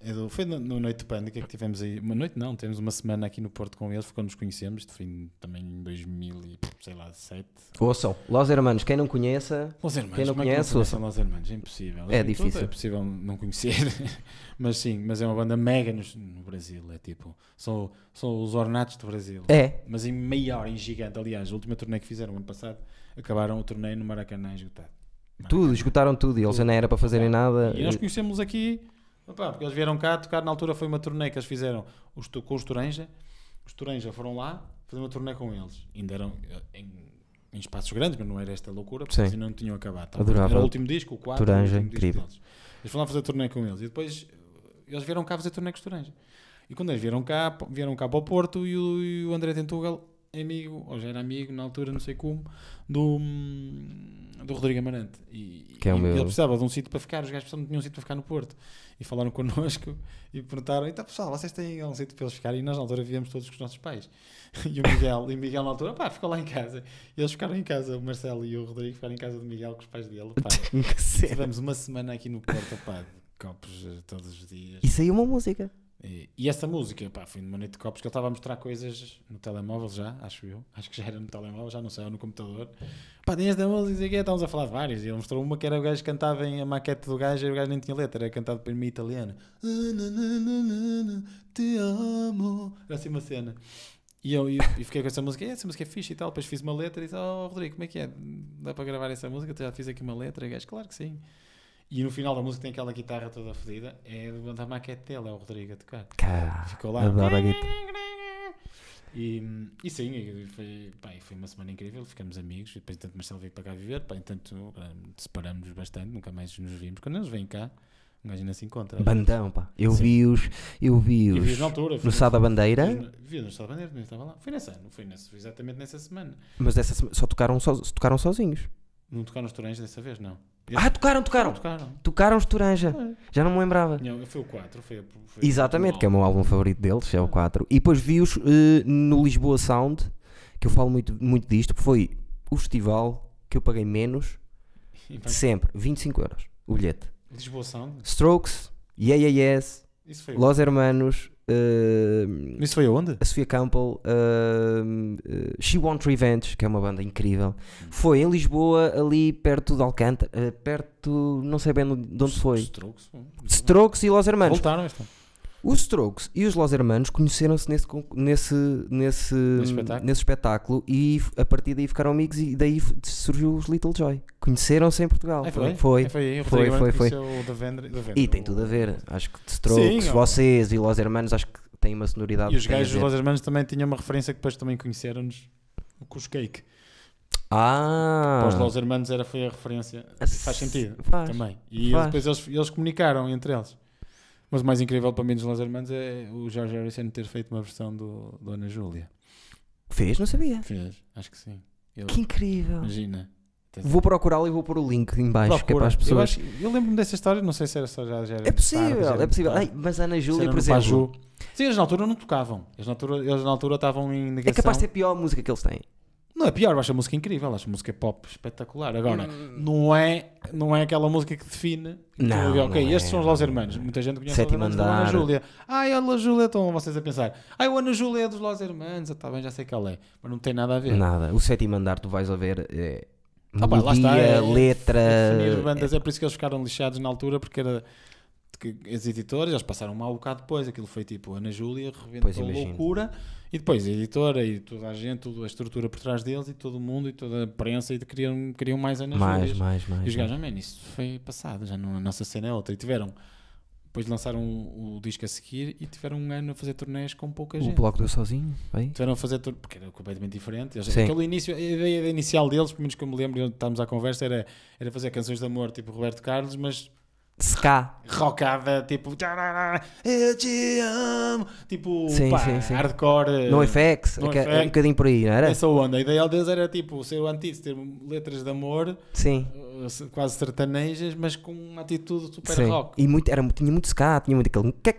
A: é do- foi na na Noite de Pânica que tivemos aí. Uma noite não, tivemos uma semana aqui no Porto com eles, foi quando nos conhecemos. Isto foi em- também em 2000, e, sei lá, 7.
B: Ouçam, Los Hermanos, quem não conheça.
A: Los Hermanos,
B: Quem não
A: como é que
B: conhece,
A: não conhecem Los Hermanos? É impossível.
B: É
A: Em tudo
B: difícil.
A: É possível não conhecer. mas sim, mas é uma banda mega no, no Brasil. É tipo, são, são os ornatos do Brasil.
B: É.
A: Mas em maior, em gigante. Aliás, a última turnê que fizeram ano passado, acabaram o torneio no Maracanã esgotado.
B: Tudo,
A: Maracanã.
B: esgotaram tudo. e Eles já não era para fazerem nada.
A: É. E nós conhecemos aqui, opá, porque eles vieram cá tocar, na altura foi uma turnê que eles fizeram os, tu- com os Toranja. Os Toranja foram lá fazer uma turnê com eles. Ainda eram eh, em, em espaços grandes, mas não era esta loucura, porque
B: Sim.
A: eles ainda não tinham acabado.
B: Adorava.
A: Era o último disco, o 4.
B: Toranja,
A: o último disco
B: incrível.
A: deles. Eles foram lá fazer turnê com eles. E depois eh, eles vieram cá fazer turnê com os Toranja. E quando eles vieram cá, p- vieram cá para o Porto e o, e o André Tentugal, é amigo, ou já era amigo na altura, não sei como, do, do Rodrigo Amarante. E,
B: Que é o
A: e
B: meu-
A: ele precisava de um sítio para ficar, os gajos precisavam- não tinham um sítio para ficar no Porto. E falaram connosco e perguntaram: então pessoal, vocês têm um sítio para eles ficarem? E nós na altura viemos todos com os nossos pais. E o Miguel, e o Miguel na altura, pá, ficou lá em casa. E eles ficaram em casa, o Marcelo e o Rodrigo ficaram em casa do Miguel com os pais dele. Pá, tivemos uma semana aqui no Porto, pá, de copos eh, todos os dias.
B: Isso aí é uma música.
A: E, e essa música, pá, foi numa noite de copos que ele estava a mostrar coisas no telemóvel já, acho eu. Acho que já era no telemóvel, já não sei, ou no computador. Pá, tinha esta música e estávamos a falar de várias. E ele mostrou uma que era o gajo que cantava em a maquete do gajo e o gajo nem tinha letra, era cantado por mim italiano. Te amo. Era assim uma cena. E eu, e e fiquei com essa música, "Eh, essa música é fixe e tal. Depois fiz uma letra e disse, oh Rodrigo, como é que é? Dá para gravar essa música? Tu já fiz aqui uma letra? E o gajo, claro que sim. E no final da música tem aquela guitarra toda fodida, é da maquete dele, é o Rodrigo a tocar.
B: Cá,
A: Ficou lá. É.
B: Adoro a guita.
A: E, e sim, e foi, pá, e foi uma semana incrível, ficamos amigos. E depois, entanto, Marcelo veio para cá viver. Pá, entanto, hum, separamos-nos bastante, nunca mais nos vimos. Quando eles vêm cá, um gajo ainda se encontra.
B: Bandão, pá. Eu
A: Sim.
B: vi-os. Eu
A: E vi
B: vi-os.
A: na altura.
B: No Sá da Bandeira.
A: Vi no Estado Bandeira, também estava lá. Foi nesse ano, foi, nesse, foi exatamente nessa semana.
B: Mas dessa sema- só tocaram, so- tocaram sozinhos.
A: Não tocaram os Torões dessa vez, não.
B: Ah, tocaram, tocaram.
A: Tocaram.
B: Tocaram os Toranja. Já não me lembrava.
A: Não, foi o 4, foi, foi
B: Exatamente, que é o meu álbum favorito deles, é o 4. E depois vi-os eh, no Lisboa Sound, que eu falo muito, muito disto, que foi o festival que eu paguei menos
A: E, pá,
B: de sempre. 25 euros o bilhete.
A: Lisboa Sound.
B: Strokes, Yeah Yeah Yes,
A: Isso foi,
B: Los Hermanos, eh,
A: isso foi aonde?
B: a Sofia Campbell, eh, eh, She Want Revenge, que é uma banda incrível. Foi em Lisboa, ali perto de Alcântara, eh, perto, não sei bem de onde foi.
A: Strokes. hum, muito bem.
B: Strokes e Los Hermanos.
A: Voltaram esta.
B: Os Strokes e os Los Hermanos conheceram-se nesse, con- nesse, nesse,
A: espetáculo?
B: nesse espetáculo e f- a partir daí ficaram amigos e daí f- surgiu os Little Joy. Conheceram-se em Portugal.
A: Ah,
B: foi.
A: É, foi, aí, o
B: Foi,
A: Rodrigo
B: foi,
A: Branco conheceu o da Vendra- da Vendra,
B: E tem
A: o-
B: tudo a ver. Acho que Strokes,
A: Sim, ó.
B: vocês e Los Hermanos acho que têm uma sonoridade.
A: E os
B: que tem a
A: gajos
B: ver.
A: dos Hermanos também tinham uma referência que depois também conheceram-nos com os Cake.
B: Ah!
A: Para os Los Hermanos era, foi a referência. Faz sentido.
B: Faz.
A: Também. E
B: Faz.
A: depois eles, eles comunicaram entre eles. Mas o mais incrível para mim dos Los Hermanos é o Jorge Harrison ter feito uma versão do do Ana Júlia.
B: Fez? Não sabia.
A: Fez, acho que sim. Ele-
B: Que incrível.
A: imagina.
B: Vou procurá-lo e vou pôr o link em baixo, Ah. que é para as
A: é. Procura. Eu,
B: pessoas.
A: acho- eu lembro-me dessa história, não sei se era só já, já era tarde,
B: É
A: já
B: possível,
A: era
B: é possível.
A: tarde.
B: Ai, mas a Ana
A: Se
B: Júlia,
A: era
B: por
A: no
B: exemplo,
A: Paju. Sim, eles na altura não tocavam. Eles na altura, eles na altura estavam em negação.
B: é capaz de ser pior a música que eles têm.
A: Não é pior, eu acho a música incrível, acho a música pop espetacular. Agora, não, é, não é aquela música que define. que
B: Não,
A: tu- ok,
B: não
A: estes
B: é,
A: são os
B: não
A: Los
B: é.
A: Hermanos. Muita gente conhece
B: Sétimo
A: os Los Hermanos
B: andar.
A: da Ana Júlia. Ai, a Ana Júlia, estão vocês a pensar. Ai, o Ana Júlia é dos Los Hermanos. Está bem, já sei qual é. Mas não tem nada a ver.
B: Nada. O sétimo andar tu vais a ver é,
A: Ah pá, lá está,
B: melodia,
A: é-
B: letra.
A: Definir bandas, é. por isso que eles ficaram lixados na altura, porque era que as editoras, eles passaram mal um bocado depois, aquilo foi tipo Ana Júlia,
B: Pois,
A: reventou
B: imagino.
A: loucura, e depois a editora e toda a gente, toda a estrutura por trás deles e todo mundo e toda a imprensa e queriam, queriam mais Ana
B: mais,
A: Júlias.
B: mais, mais.
A: E os
B: mais.
A: gajos, "Ah, man, isso foi passado, já não, a nossa cena é outra. E tiveram, depois lançaram o, o disco a seguir e tiveram um ano a fazer turnés com pouca
B: O
A: gente.
B: bloco deu sozinho, aí.
A: Tiveram a fazer tudo, porque era completamente diferente. Eles,
B: Sim.
A: aquele início, a ideia inicial deles, pelo menos que eu me lembro, onde estávamos à conversa, era, era fazer canções de amor tipo Roberto Carlos, mas
B: Ska.
A: rockada tipo. "Tarará, Eu te amo! Tipo,
B: Sim,
A: pá,
B: sim, sim.
A: hardcore. eh,
B: No FX,
A: No
B: é que- é
A: FX.
B: um bocadinho por aí, não era?
A: Essa onda. A ideia deles era tipo ser o antítese, ter letras de amor
B: Sim.
A: eh, se- quase sertanejas, mas com uma atitude super
B: Sim.
A: rock.
B: E muito, era, tinha muito ska, tinha muito aquele.
A: Quec,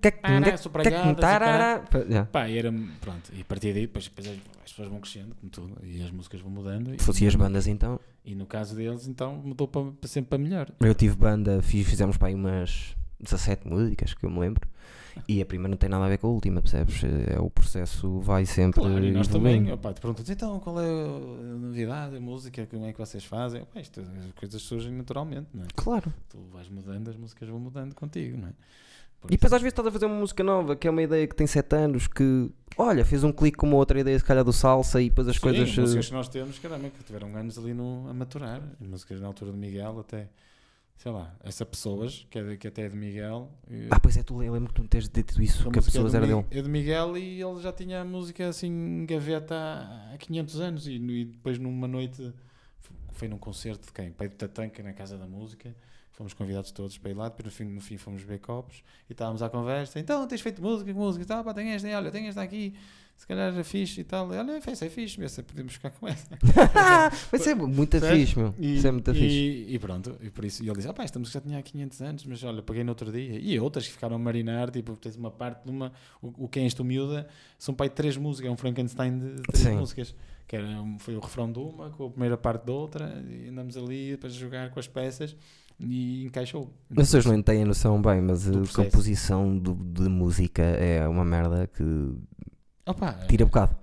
A: quec, pará, sopralhadas e
B: tarará. Já.
A: Pá, e era. Pronto, e a partir daí, depois, depois as- as pessoas vão crescendo, como tudo, e as músicas vão mudando. e-
B: Se fossem as bandas então.
A: E no caso deles, então, mudou para, para sempre para melhor.
B: Eu tive banda, fiz- fizemos para aí umas 17 músicas que eu me lembro. E a primeira não tem nada a ver com a última, percebes? É, o processo vai sempre.
A: Claro, e nós
B: evoluindo.
A: também. Opá, te perguntas, então, qual é a novidade, a música, como é que vocês fazem? Opá, isto, as coisas surgem naturalmente, não é?
B: Claro.
A: Tu vais mudando, as músicas vão mudando contigo, não é? Por
B: E
A: isso-
B: depois às vezes estás a fazer uma música nova, que é uma ideia que tem 7 anos, que olha, fez um clique com uma outra ideia, se calhar do salsa, e depois as
A: Sim,
B: coisas. eh,
A: músicas que nós temos, caramba, que tiveram anos ali no, a maturar. E Músicas na altura de Miguel até, sei lá, essa Pessoas, que, é de- que até é de Miguel. e-
B: Ah, pois é, tu, eu lembro que tu me teres dito
A: a
B: isso, que a
A: música
B: pessoas
A: é
B: era
A: do
B: dele.
A: Mi- É de Miguel e ele já tinha a música assim gaveta há- há 500 anos. E, no- e depois numa noite, f- foi num concerto de quem? Pedro Tatanca na Casa da Música. Fomos convidados todos para ir lá, depois no fim, no fim fomos ver copos e estávamos à conversa. Então, tens feito música, que música e tal, pá, tem esta, olha, tem esta aqui, se calhar é fixe e tal. E, olha, fez, é fixe, vê se podemos ficar com essa.
B: Mas isso é muito
A: Percebes?
B: fixe, meu.
A: E,
B: Isso é muito
A: e-
B: fixe.
A: e pronto, e por isso, e ele diz: Ah, pá, esta música já tinha há 500 anos, mas olha, paguei no outro dia. E outras que ficaram a marinar, tipo, tens uma parte de uma. O, o Quem és tu miúda são pai de três músicas, é um Frankenstein de três
B: Sim.
A: músicas. Que era, um- foi o refrão de uma, com a primeira parte da outra, e andamos ali para jogar com as peças e encaixou.
B: As pessoas não têm noção bem, mas a
A: processo.
B: composição do- de música é uma merda que
A: Opa,
B: tira bocado.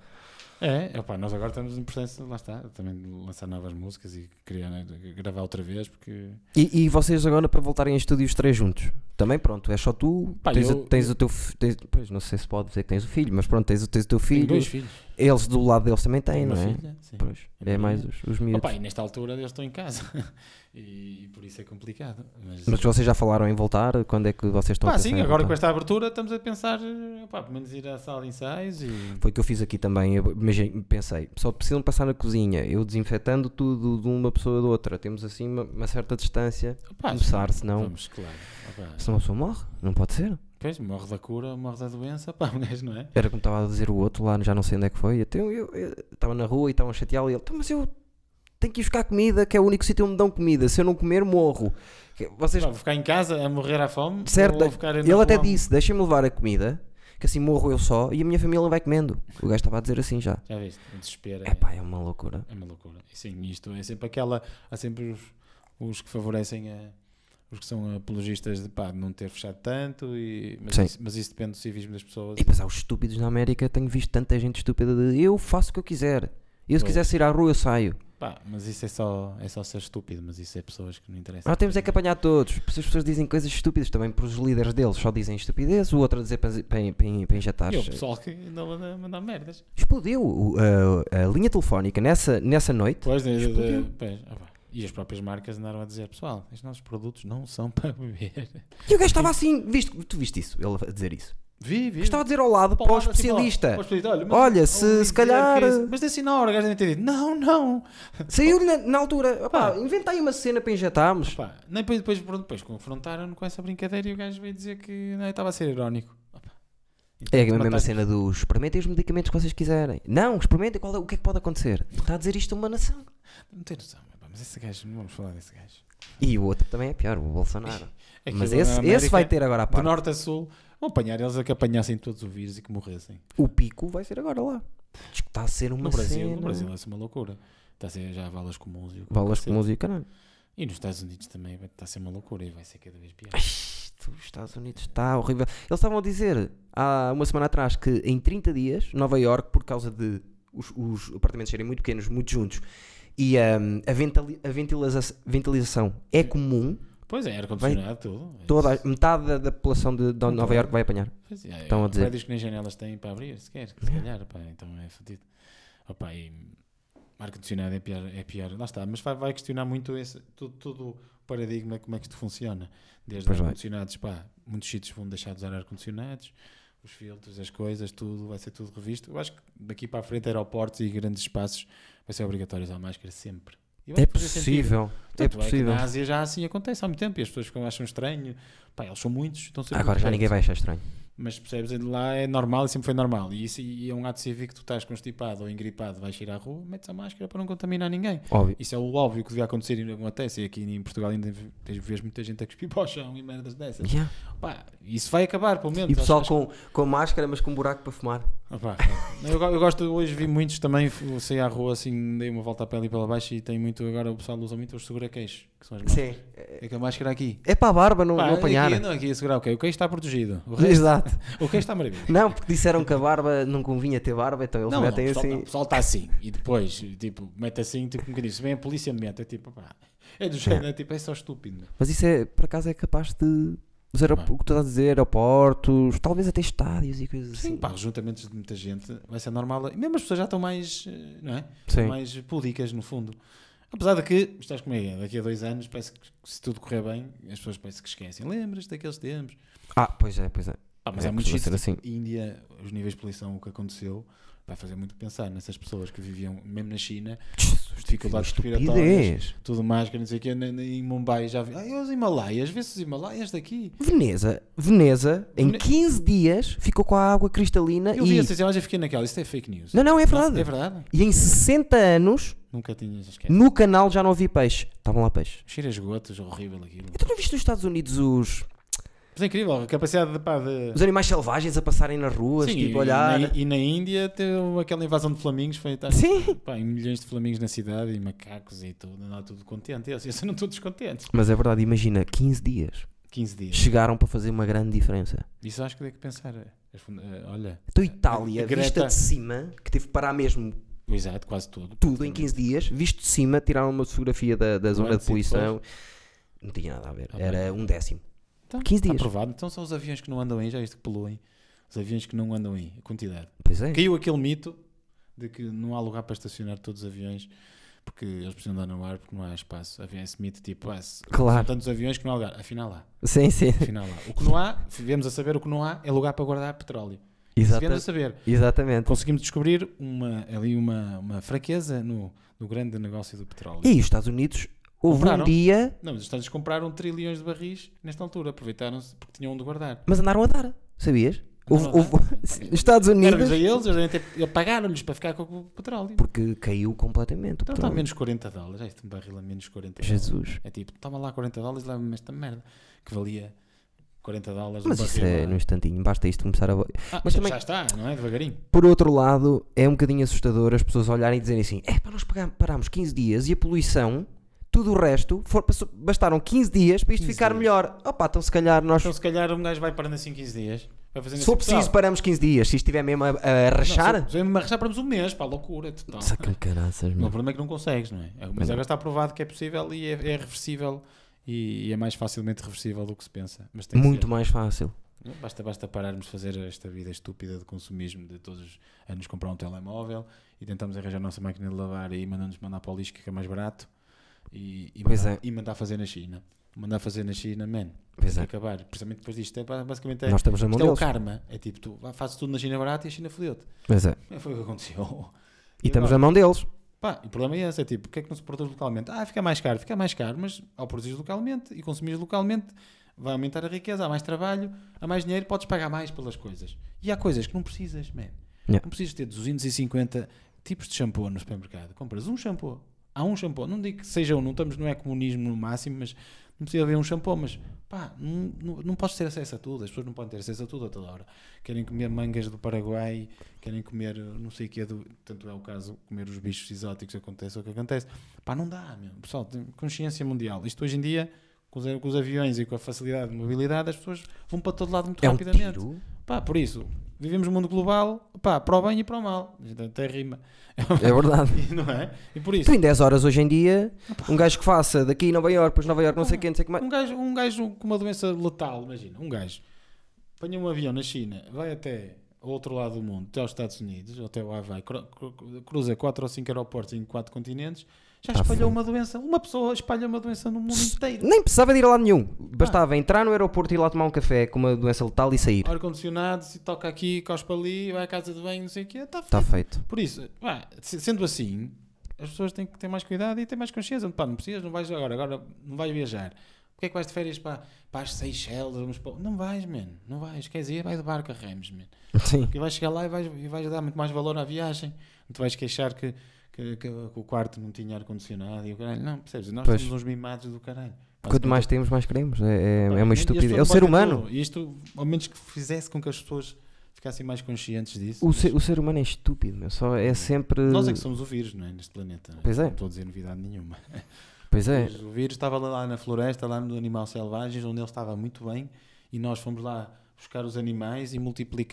A: É, opá, nós agora estamos em processo, lá está, também de lançar novas músicas e criar, gravar outra vez, porque
B: E, e vocês agora para voltarem a estúdio os três juntos? Também pronto, é só tu,
A: Pá,
B: tens,
A: eu-
B: o, tens o teu fi- tens- pois não sei se pode dizer que tens o filho, mas pronto, tens, o- tens o teu
A: tenho
B: filho,
A: dois filhos.
B: eles do lado deles também têm,
A: uma
B: não é?
A: filha, sim.
B: Pois,
A: É
B: é mais
A: minha.
B: os, os miúdos.
A: Opa, e nesta altura eles estão em casa e, por isso é complicado. Mas,
B: Mas vocês já falaram em voltar? Quando é que vocês estão
A: Pá,
B: a pensar
A: Ah, sim,
B: em
A: agora com
B: voltar?
A: esta abertura estamos a pensar, eh, opá, pelo menos ir à sala de ensaios e.
B: Foi o que eu fiz aqui também. eu- imagine- pensei, só precisam passar na cozinha, eu desinfetando tudo de uma pessoa da outra. Temos assim uma, uma certa distância.
A: Opá,
B: começar, senão-
A: Ah, Vamos, claro. Opá,
B: Senão a pessoa morre, não pode ser.
A: Pois, morre da cura, morre da doença, pá, um gajo, não é?
B: Era como estava a dizer o outro lá, já não sei onde é que foi. Até eu- eu eu estava na rua e estavam a chateá-lo e ele, "Então, mas eu tenho que ir buscar comida, que é o único sítio onde me dão comida. Se eu não comer, morro. Que- Vocês,
A: Pá, vou ficar em casa a morrer à fome.
B: certo?
A: ou ficar na
B: Ele até
A: rua?
B: disse: deixem-me levar a comida, que assim morro eu só e a minha família vai comendo. O gajo estava a dizer assim já.
A: Já viste? O desespero é,
B: É pá, é uma loucura.
A: é uma loucura. E sim, isto é sempre aquela. Há sempre os, os que favorecem a. Os que são apologistas de pá, de não ter fechado tanto, e, mas,
B: Sim.
A: isso, mas isso depende do civismo das pessoas.
B: E pensar, os estúpidos na América, tenho visto tanta gente estúpida de eu faço o que eu quiser. Eu,
A: Pois.
B: se quiser sair à rua, eu saio.
A: Pá, mas isso é só, é só ser estúpido, mas isso é pessoas que não interessam.
B: Nós temos é que apanhar todos. Porque As pessoas dizem coisas estúpidas também, porque os líderes deles só dizem estupidez, o outro a dizer para, para, para, para injetar.
A: E o pessoal que andou a mandar merdas.
B: Explodiu o- a, a linha telefónica nessa, nessa noite.
A: Pois, de- de-
B: Explodiu.
A: de- pois, ah pá. e as próprias marcas andaram a dizer, pessoal, estes nossos produtos não são para beber.
B: E o gajo estava assim, viste, tu viste isso, ele a dizer isso.
A: Vi, vi.
B: Estava a dizer ao lado para o
A: Palavras, tipo, ó,
B: especialista.
A: para o especialista, olha, mas-
B: Olha,
A: ouvi
B: se, se
A: dizer
B: calhar. eh,
A: que isso- Mas assim na hora, o gajo deve ter dito, não, não.
B: Saiu-lhe na, na altura. Opá,
A: Pá. inventei
B: inventei uma cena para injetarmos.
A: Pá, nem depois, depois, pronto, depois confrontaram-no com essa brincadeira e o gajo veio dizer que não, eu estava a ser irónico. Ah pá. Então,
B: É
A: te
B: a mesma
A: mataste.
B: cena do experimentem os medicamentos que vocês quiserem. Não, experimentem qual é- o que é que pode acontecer. Está a dizer isto a uma nação.
A: tá- Não tem noção, pá, mas esse gajo, não vamos falar desse gajo. É
B: E o outro também é pior, o Bolsonaro.
A: Aquilo
B: Mas
A: na
B: esse, esse vai
A: América-
B: ter agora a
A: Do
B: parte.
A: norte a sul, vão apanhar eles a que apanhassem todos o vírus e que morressem.
B: O pico vai ser agora lá. Diz que Está a ser uma
A: no Brasil,
B: cena.
A: no Brasil é uma loucura. Está a ser já valas comuns e o que
B: Balas
A: aconteceu.
B: com música, é? caralho.
A: E nos Estados Unidos também vai- está a ser uma loucura e vai ser cada vez pior.
B: Isto, os Estados Unidos está horrível. Eles estavam a dizer há uma semana atrás que em 30 dias, Nova York, por causa de os, os apartamentos serem muito pequenos, muito juntos, e hum, a, ventali- a ventiliza- ventilação é comum,
A: Pois é, ar-condicionado, tudo. É
B: toda,
A: isso.
B: a- metade da, da população de, de Nova York vai apanhar.
A: Pois é,
B: estão a
A: há
B: dizer.
A: prédios que nem janelas têm para abrir, sequer, se calhar, pá, então é fodido. Opa, e ar-condicionado é pior, é pior, lá está, mas vai, vai questionar muito esse, todo, todo o paradigma, como é que isto funciona. Desde
B: Pois vai.
A: ar-condicionados, pá, muitos sítios vão deixar de usar ar-condicionados, os filtros, as coisas, tudo, vai ser tudo revisto. Eu acho que daqui para a frente, aeroportos e grandes espaços, vai ser obrigatório usar máscara sempre. E vai
B: É
A: fazer sentido.
B: possível. É
A: Tanto que
B: possível.
A: Na Ásia já assim acontece há muito tempo e as pessoas ficam- acham estranho. Pá, eles são muitos, estão sempre
B: Agora
A: muito
B: já
A: perto.
B: ninguém vai achar estranho.
A: Mas percebes, lá é normal e sempre foi normal. E isso e é um ato cívico que tu estás constipado ou engripado, vais ir à rua, metes a máscara para não contaminar ninguém.
B: Óbvio.
A: Isso é o óbvio que devia acontecer e não acontece. E aqui em Portugal ainda tens- vês muita gente a cuspir para o chão e merdas dessas.
B: Yeah.
A: Pá, isso vai acabar, pelo menos.
B: E o pessoal
A: Acho-
B: com, com máscara, mas com um buraco para fumar.
A: Ah pá, eu, go- eu gosto, hoje vi muitos também, fui- saí à rua assim, dei uma volta a pé ali pela baixo e tem muito, agora o pessoal usa muito os segura-queixos, que são as máscaras.
B: Sim.
A: É que a máscara aqui.
B: É para a barba não,
A: Pá,
B: não apanhar.
A: Aqui, não, aqui a segurar o queixo. O queixo está protegido. O, resto-
B: Exato.
A: o queixo está maravilhoso.
B: Não, porque disseram que a barba não convinha ter barba, então eles
A: Não, não, o
B: metem
A: pessoal, não,
B: assim.
A: o pessoal está assim e depois, tipo, mete assim, tipo, como que diz, se vem a polícia, mete, é tipo, pá, é do género, é tipo, é só estúpido.
B: Mas isso é, por acaso, é capaz de. Os aerop...
A: Bem.
B: O que tu estás a dizer, aeroportos, talvez até estádios e coisas
A: Sim,
B: assim.
A: pá, os juntamentos de muita gente vai ser normal, e mesmo as pessoas já estão mais, eh, não é?
B: Sim.
A: Mais púdicas, no fundo. Apesar de que, estás comigo, é, daqui a dois anos, parece que se tudo correr bem, as pessoas parece que esquecem. Lembras daqueles tempos?
B: Ah, pois é, pois é.
A: Ah, mas
B: É,
A: há muitos
B: costuma
A: sítios,
B: ser assim.
A: tipo, Índia, os níveis de poluição, o que aconteceu, vai fazer muito pensar nessas pessoas que viviam, mesmo na China,
B: Jesus,
A: dificuldades respiratórias,
B: Estupidez.
A: tudo mais, que não sei o quê, na- na- em Mumbai já vi. Ah, e os Himalaias, vê-se os Himalaias daqui.
B: Veneza, Veneza, em
A: Vene-
B: 15 dias ficou com a água cristalina
A: Eu
B: Ah, e.
A: vi essas imagens e fiquei naquela, isto é fake news.
B: Não, não, é verdade.
A: É verdade?
B: E em 60 anos,
A: Nunca tinha esquecido.
B: no canal já não havia peixe. Estavam lá peixe.
A: Cheira a esgotos, horrível aquilo.
B: E tu não viste nos Estados Unidos os,
A: Mas é incrível, a capacidade de. Pá, de...
B: os animais selvagens a passarem nas ruas,
A: Sim,
B: tipo,
A: e,
B: olhar.
A: Na, e na Índia teve aquela invasão de flamingos, foi tá,
B: Sim.
A: pá, e milhões de flamingos na cidade e macacos e tudo, andava tudo contente. Eu, eu não estou descontente.
B: Mas é verdade, imagina, 15 dias
A: 15 dias.
B: chegaram para fazer uma grande diferença.
A: Isso acho que tem que pensar. é, as funda- é, Olha,
B: Então, Itália,
A: Greta.
B: vista de cima, que teve que parar mesmo
A: exato, quase tudo.
B: tudo em 15 dias, visto de cima, tiraram uma fotografia da, da zona
A: antes
B: de
A: e depois?
B: poluição. Não tinha nada a ver,
A: Ah,
B: era um décimo.
A: Então,
B: 15
A: está
B: dias.
A: aprovado. Então são os aviões que não andam aí, já isto que poluem. Os aviões que não andam aí, a quantidade.
B: Pois é.
A: Caiu aquele mito de que não há lugar para estacionar todos os aviões porque eles precisam andar no ar porque não há espaço. Havia esse mito tipo, ah, se- são
B: Claro.
A: tantos aviões que não há lugar. Afinal há.
B: Sim, sim.
A: Afinal há. O que não há, viemos a saber, o que não há é lugar para guardar petróleo. Isso
B: Exata-
A: Viemos a saber.
B: Exatamente.
A: Conseguimos descobrir uma, ali uma, uma fraqueza no, no grande negócio do petróleo.
B: E os Estados Unidos, houve um
A: Compraram?
B: dia,
A: Não, mas os Estados Unidos compraram trilhões de barris nesta altura. Aproveitaram-se porque tinham onde guardar.
B: mas andaram a dar, sabias? Houve,
A: a
B: houve- Estados
A: Era-lhes a
B: Unidos,
A: eles, eles devem ter- eles pagaram-lhes para ficar com o petróleo.
B: porque caiu completamente.
A: Então
B: o
A: está a
B: petróleo.
A: menos 40 dólares. Ah, Este um barril a menos 40 dólares.
B: Jesus.
A: É tipo, toma lá 40 dólares e leva-me esta merda. Que valia 40 dólares. um
B: Mas isso
A: barril
B: é
A: lá.
B: num instantinho, basta isto começar a.
A: Ah,
B: mas
A: já,
B: também-
A: já está, não é? Devagarinho.
B: Por outro lado, é um bocadinho assustador as pessoas olharem e dizerem assim: é para nós pagar- parámos 15 dias e a poluição, tudo o resto, for- passou- bastaram 15 dias para isto
A: 15
B: ficar
A: dias.
B: melhor. Opa, então se calhar nós.
A: Então se calhar um gajo vai parando assim 15 dias. Vai fazendo
B: se for
A: assim,
B: preciso,
A: pessoal.
B: paramos 15 dias. Se isto estiver mesmo a, a rachar.
A: Não, se- se me arrastar, paramos um mês, pá, loucura total.
B: Saca-me caraças,
A: O meu
B: meu.
A: problema é que não consegues, não é? É- Mas agora está provado que é possível e é, é reversível e, e é mais facilmente reversível do que se pensa. Mas tem que
B: Muito mais fácil.
A: ser. Basta, basta pararmos de fazer esta vida estúpida de consumismo de todos os anos comprar um telemóvel e tentamos arranjar a nossa máquina de lavar e mandamos mandar para o lixo que é mais barato e, e,
B: Pois
A: mandar,
B: é.
A: e mandar fazer na China. Mandar fazer na China, man,
B: Pois
A: tem
B: é.
A: que acabar. Precisamente depois disto. É, ba- basicamente é,
B: Nós estamos na mão
A: isto é o
B: deles.
A: karma. É tipo, tu vá- fazes tudo na China barato e a China fodeu-te.
B: Pois é.
A: Foi o que aconteceu.
B: E estamos
A: agora?
B: na mão deles.
A: Pá, e o problema é esse, é tipo, porque é que não se produz localmente? Ah, fica mais caro, fica mais caro, mas ao produzir localmente e consumir localmente, vai aumentar a riqueza, há mais trabalho, há mais dinheiro, podes pagar mais pelas coisas. E há coisas que não precisas, man.
B: Yeah.
A: Não precisas ter 250 tipos de shampoo no supermercado. Compras um shampoo, há um shampoo, não digo que seja um, não estamos, não é comunismo no máximo, mas não precisa haver um shampoo, mas pá, não, não, não podes ter acesso a tudo, as pessoas não podem ter acesso a tudo a toda hora. Querem comer mangas do Paraguai, querem comer uh, não sei o que é do. Tanto é o caso, comer os bichos exóticos, acontece o que acontece. Pá, não dá, meu. Pessoal, tem consciência mundial. Isto hoje em dia, com os, com os aviões e com a facilidade de mobilidade, as pessoas vão para todo lado muito
B: É um
A: rapidamente.
B: tiro.
A: Pá, por isso, vivemos num mundo global, pá, para o bem e para o mal. Até rima.
B: É verdade.
A: não é? E por isso.
B: Tu Então, em 10 horas hoje em dia, um gajo que faça daqui a Nova Iorque, depois Nova Iorque, não sei quem, não sei o que mais.
A: Um gajo, um gajo com uma doença letal, imagina, um gajo apanha um avião na China, vai até ao outro lado do mundo, até aos Estados Unidos, ou até o Havaí, cru- cru- cruza 4 ou 5 aeroportos em 4 continentes, já
B: Tá
A: espalhou
B: feito.
A: uma doença, uma pessoa espalha uma doença no mundo inteiro.
B: Nem precisava de ir a lado nenhum. Bastava
A: Ah.
B: entrar no aeroporto e ir lá tomar um café com uma doença letal e sair.
A: Ar-condicionado, se toca aqui, cospa ali, vai à casa de banho, não sei o quê, tá está
B: Está
A: feito.
B: feito.
A: Por isso, pá, se- sendo assim, as pessoas têm que ter mais cuidado e ter mais consciência. Pá, não precisas, não vais agora, agora não vais viajar. Porquê é que vais de férias para, para as Seychelles? Vamos para... Não vais, man, não vais. Queres ir? Vai de barco a Remes, man.
B: Sim.
A: Porque vais chegar lá e vais, e vais dar muito mais valor à viagem. Não te vais queixar que, que, que o quarto não tinha ar-condicionado e o caralho. Não, percebes? Nós
B: Pois.
A: somos uns mimados do caralho.
B: Quanto mais temos, mais queremos. É, é, é uma
A: Tá. E as pessoas
B: estupidez.
A: não
B: É o ser
A: podem
B: humano.
A: tudo. E isto, ao menos que fizesse com que as pessoas ficassem mais conscientes disso.
B: O ser, o ser humano é estúpido. meu. Só é sempre.
A: Nós é que somos o vírus, não é? Neste planeta. não
B: Pois é.
A: Não estou a dizer novidade nenhuma.
B: Pois é.
A: O vírus estava lá na floresta, lá no animal selvagens, onde ele estava muito bem, e nós fomos lá buscar os animais e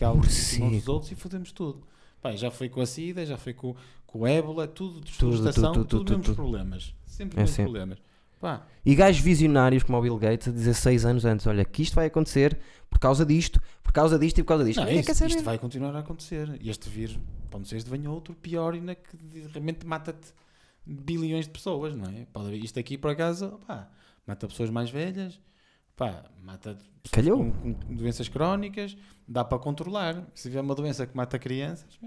A: multiplicá-los
B: Morcego.
A: uns dos outros e fodemos tudo. Pá, já foi com a SIDA, já foi com, com o ébola, tudo,
B: tudo,
A: desflorestação,
B: tudo,
A: tudo,
B: tudo,
A: mesmos
B: tudo.
A: problemas. Sempre
B: É
A: mesmos
B: sempre.
A: problemas. Pá,
B: E gajos visionários como o Bill Gates a dizer 6 anos antes: olha, que isto vai acontecer por causa disto, por causa disto e por causa disto.
A: não,
B: Ninguém
A: isto,
B: quer saber.
A: isto vai continuar a acontecer. E este vírus, pode ser este venha outro pior e na que realmente mata-te bilhões de pessoas, não é? Pode haver- isto aqui, por acaso, pá, mata pessoas mais velhas, pá, mata
B: Calhou.
A: com, com doenças crónicas, dá para controlar. Se tiver uma doença que mata crianças,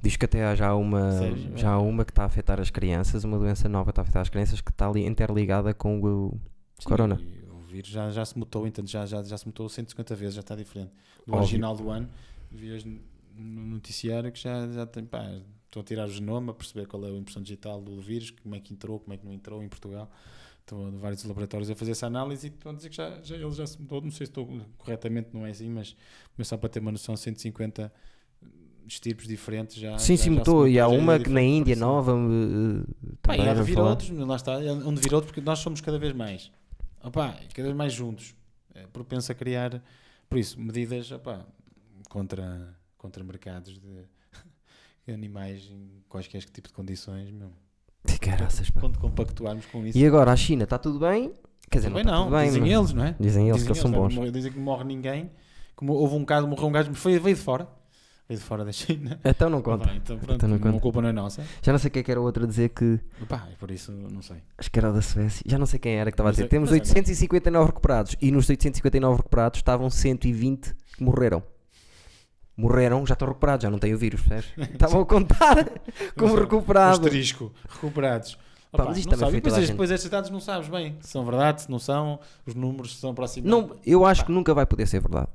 B: Diz que até há já uma,
A: Sério? é.
B: já há uma que está a afetar as crianças, uma doença nova que está a afetar as crianças que está ali interligada com o corona.
A: E o vírus já, já se mutou, então já, já, já se mutou 150 vezes, já está diferente. No
B: Óbvio.
A: original do ano, vi hoje no noticiário que já, já tem. Pá, estão a tirar o genoma, a perceber qual é a impressão digital do vírus, como é que entrou, como é que não entrou em Portugal. Estão vários laboratórios a fazer essa análise e estão a dizer que já, já, ele já se mudou. Não sei se estou corretamente, não é assim, mas, mas só para ter uma noção, 150 estirpes diferentes Ah, já. já,
B: sim, sim,
A: já se
B: mudou. E há
A: já é
B: uma que na
A: diferente,
B: Índia
A: parece.
B: nova. eh,
A: Pá,
B: também
A: e há de
B: ouvi
A: vir
B: falar.
A: outros, lá está, é onde vir outros, porque nós somos cada vez mais, opá, cada vez mais juntos, é, propenso a criar, por isso, medidas opá, contra, contra mercados de animais em quaisquer tipo de condições, meu.
B: Caraças, pá.
A: quando compactuarmos com isso.
B: E agora a China está tudo bem? Quer dizer,
A: Também
B: não,
A: não,
B: está tudo bem,
A: dizem
B: mas-
A: eles, não é?
B: dizem eles que eles são
A: não é?
B: bons.
A: Mor- Dizem que não morre ninguém, como houve um caso, morreu um gajo, mas foi, veio de fora, veio de fora da China.
B: Então não conta.
A: Opá, então pronto,
B: Então não
A: não
B: conta.
A: a culpa não é nossa.
B: Já não sei quem é que era o outro a dizer que.
A: Opá, e por isso, não sei.
B: Acho que era da Suécia. Já não sei quem era que estava a
A: Mas
B: dizer.
A: é-
B: Temos
A: mas é-
B: 859 recuperados. E nos 859 recuperados estavam 120 que morreram. Morreram, já estão recuperados, já não têm o vírus, percebes? Estavam a contar como recuperado.
A: Asterisco, recuperados.
B: Pá,
A: Opa,
B: mas isto
A: não
B: também
A: sabe.
B: foi
A: E depois,
B: toda a
A: estes-
B: gente.
A: depois estes dados não sabes bem se são verdade, se não são, os números se são aproximados.
B: Não, eu acho que nunca vai poder ser verdade.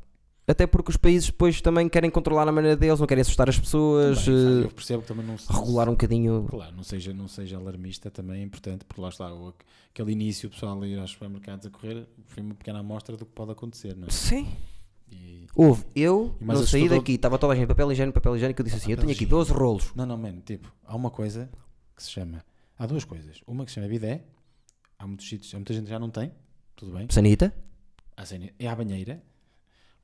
B: Até porque os países depois também querem controlar a maneira deles, não querem assustar as pessoas,
A: Bem, sabe,
B: eh,
A: eu percebo que também não se
B: regular um bocadinho.
A: Claro, não seja, não seja alarmista também é importante, porque lá está o- aquele início, o pessoal a ir aos supermercados a correr, foi uma pequena amostra do que pode acontecer, não é?
B: Sim.
A: E-
B: Houve, eu
A: E mais
B: não saí
A: assustador-
B: daqui, estava toda a gente papel higiênico, papel higiênico, eu disse assim: eu tenho aqui 12 rolos.
A: Não, não, mano, tipo, há uma coisa que se chama. Há duas coisas. Uma que se chama bidé, há muitos sítios, há muita gente que já não tem, tudo bem.
B: Sanita?
A: Há cena, é a banheira.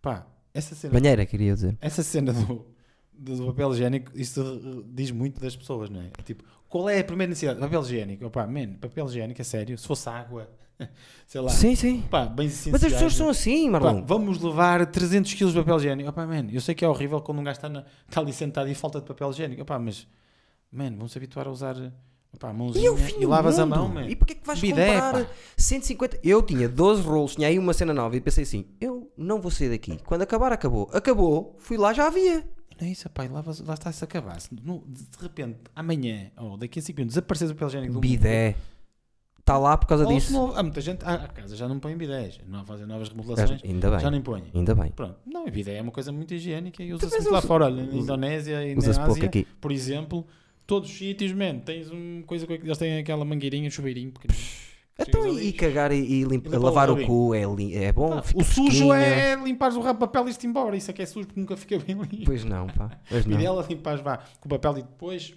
A: Pá, essa cena
B: Banheira, queria dizer.
A: Essa cena do, do, do papel higiênico, isso uh, diz muito das pessoas, não é? Tipo, qual é a primeira necessidade? Papel higiênico. Opa, man, papel higiênico, é sério. Se fosse água, sei lá.
B: Sim, sim.
A: Pá, bens essenciais.
B: Mas as pessoas são assim,
A: Pá,
B: Marlon.
A: vamos levar 300 kg de papel higiênico. Opa, man, eu sei que é horrível quando um gajo está, na- está ali sentado e falta de papel higiênico. Opa, mas, man, vamos habituar a usar opa, a mãozinha
B: E eu vim
A: e lavas a mão, man.
B: E porquê é que vais
A: Bidé,
B: comprar
A: pá.
B: 150? Eu tinha 12 rolos, tinha aí uma cena nova e pensei assim, eu não vou sair daqui. Quando acabar, acabou. Acabou, fui lá, já havia.
A: Não é isso, opa, e lavas, lá está, se acabasse. No- De de repente, amanhã, ou daqui a 5 minutos, desaparecesse o papel higiênico do mundo.
B: Bidé. Está é. Tá lá por causa
A: Ou se
B: disso.
A: não- há muita gente, há, há casas já não põem bidés, não fazem novas
B: Gajo,
A: remodelações,
B: Ainda bem,
A: já nem põem.
B: ainda bem.
A: Pronto, não, a bidé é uma coisa muito higiênica e
B: Mas
A: usa-se muito lá
B: usa-
A: fora, olha, na
B: usa-
A: Indonésia e na
B: Usa-se pouco
A: Ásia,
B: aqui.
A: por exemplo, todos os sítios, man, tens uma coisa com eles têm aquela mangueirinha, um chuveirinho pequenino.
B: Então,
A: Chegas ali,
B: e cagar e, e limpa-
A: E limpar o
B: lavar o
A: rabinho.
B: cu é, li- é bom?
A: pá,
B: fica
A: Ah, o sujo
B: fresquinho.
A: é, é limpares o rabo de papel e ir embora, isso é que é sujo porque nunca fica bem limpo.
B: Pois não, pá. Pois não.
A: Bidela limpares, é vá, com o papel e depois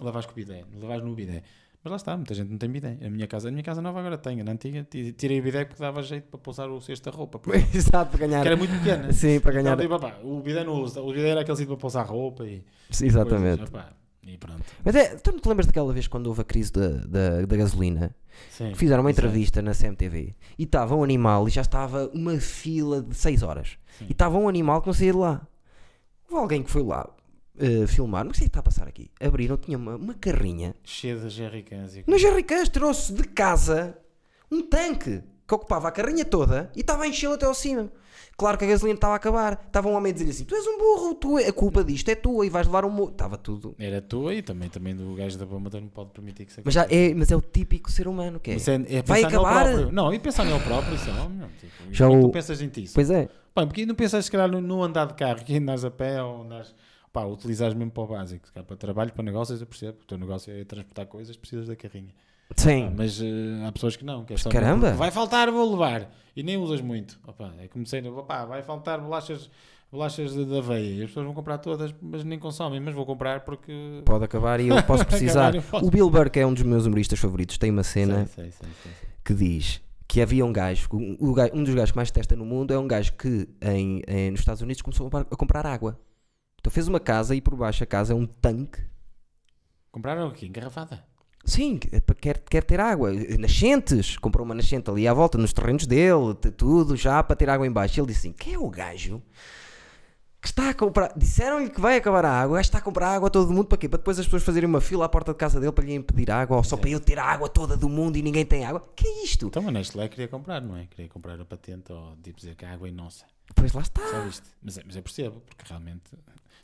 A: lavas com o bidé, lavas no bidé. Mas lá está, muita gente não tem bidé. A minha casa, a minha casa nova agora tem, na antiga ti- tirei o bidé porque dava jeito para pousar o cesto da roupa. porque
B: Exato, para ganhar.
A: que era muito pequena.
B: Sim, para ganhar.
A: Então, tipo, opá, o bidé não usa, o bidé era aquele sítio para pousar roupa e coisas,
B: Exatamente.
A: opá, e pronto.
B: Mas é, tu não te lembras daquela vez quando houve a crise da, da, da gasolina?
A: Sim.
B: Fizeram uma
A: Exato.
B: entrevista na CMTV e estava um animal e já estava uma fila de 6 horas.
A: Sim.
B: E estava um animal que não saía de lá. Houve alguém que foi lá eh, filmar, não sei o que está a passar aqui. Abriram, tinha uma, uma carrinha.
A: Cheio de jerrycans e
B: Nas jarricãs trouxe de casa um tanque que ocupava a carrinha toda e estava a enchê-lo até ao cima. Claro que a gasolina estava a acabar. Estava um homem a dizer assim: Tu és um burro, tu, a culpa disto é tua e vais levar um. mo-" Estava tudo.
A: Era tua e também, também do gajo da bomba então não pode permitir que se
B: Mas,
A: acabe.
B: já é, mas é o típico ser humano que é.
A: Isso é, é
B: Vai
A: pensar nele
B: acabar?
A: próprio. Não, e pensar nele próprio, isso é óbvio. Tipo, já
B: Já o-
A: tu pensas em ti. isso?
B: Pois é.
A: Bem, porque não pensas, se calhar, no, no andar de carro, que andares a pé ou andares. Pá, utilizares mesmo para o básico, se calhar, para trabalho, para negócios, eu percebo. O teu negócio é transportar coisas, precisas da carrinha.
B: Sim.
A: Ah, mas eh, há pessoas que não. Que é só
B: caramba!
A: porque Vai faltar, vou levar. E nem usas muito. Opa, é como dizer, opá, vai faltar bolachas, bolachas de, de aveia. E as pessoas vão comprar todas, mas nem consomem. Mas vou comprar porque...
B: Pode acabar e eu posso precisar.
A: Acabar eu posso.
B: O Bill Burke é um dos meus humoristas favoritos. Tem uma cena
A: Sei, sei, sei, sei, sei.
B: que diz que havia um gajo, um, o gajo- um dos gajos que mais testa no mundo é um gajo que em, em- nos Estados Unidos começou a comprar, a comprar água. Então fez uma casa e por baixo a casa é um tanque.
A: Compraram o quê? Engarrafada?
B: Sim, é para- quer, quer ter água. Nascentes, comprou uma nascente ali à volta, nos terrenos dele, t- tudo já para ter água em baixo. Ele disse assim: quem é o gajo que está a comprar? Disseram-lhe que vai acabar a água, o gajo está a comprar água a todo mundo para quê? Para depois as pessoas fazerem uma fila à porta de casa dele para lhe impedir água, ou só para eu ter a água toda do mundo e ninguém tem água. Que é isto?
A: Então a Nestlé queria comprar, não é? Queria comprar a patente ou tipo dizer que a água é nossa.
B: Pois lá está.
A: Só isto. Mas, é- mas eu percebo, porque realmente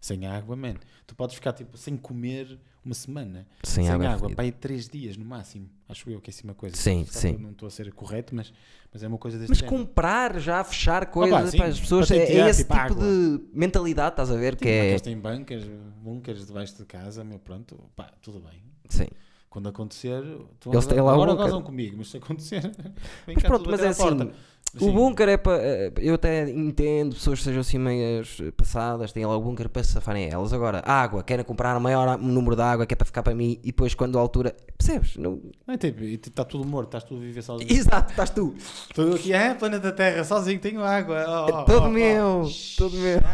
A: sem água, man, tu podes ficar tipo sem comer uma semana,
B: Sem, água. é fodido.
A: para aí três dias no máximo. Acho eu que é assim uma coisa.
B: Sim,
A: Se calhar
B: sim.
A: eu Não estou a ser correto, mas, mas é uma coisa deste
B: Mas
A: género.
B: comprar já, fechar coisas
A: Ah, pá, sim,
B: para as pessoas,
A: para
B: é,
A: ter que
B: é
A: tirar,
B: esse
A: tipo,
B: tipo
A: água. Tipo
B: de mentalidade, estás a ver? Que
A: Sim, mas
B: é.
A: eles têm bancas, bunkers debaixo de casa, meu, pronto, pá, tudo bem.
B: Sim.
A: Quando acontecer, tu
B: Eles têm lá o
A: agora
B: bunker.
A: gozam comigo, mas se acontecer, vem
B: Mas
A: cá
B: pronto,
A: tudo
B: mas
A: bater
B: é
A: à porta.
B: assim. O
A: Sim,
B: bunker é para. Eu até entendo pessoas que sejam assim meias eh, passadas, têm lá o bunker para se safarem a elas. Agora, água, querem comprar o maior a- número de água que é para ficar para mim e depois quando a altura. Percebes? Não...
A: não é tipo, e está tudo morto, estás tu a viver sozinho.
B: Exato, estás tu.
A: Estou aqui, é, planeta Terra, sozinho, tenho água. Oh, oh,
B: É Todo
A: oh,
B: meu,
A: oh.
B: todo meu.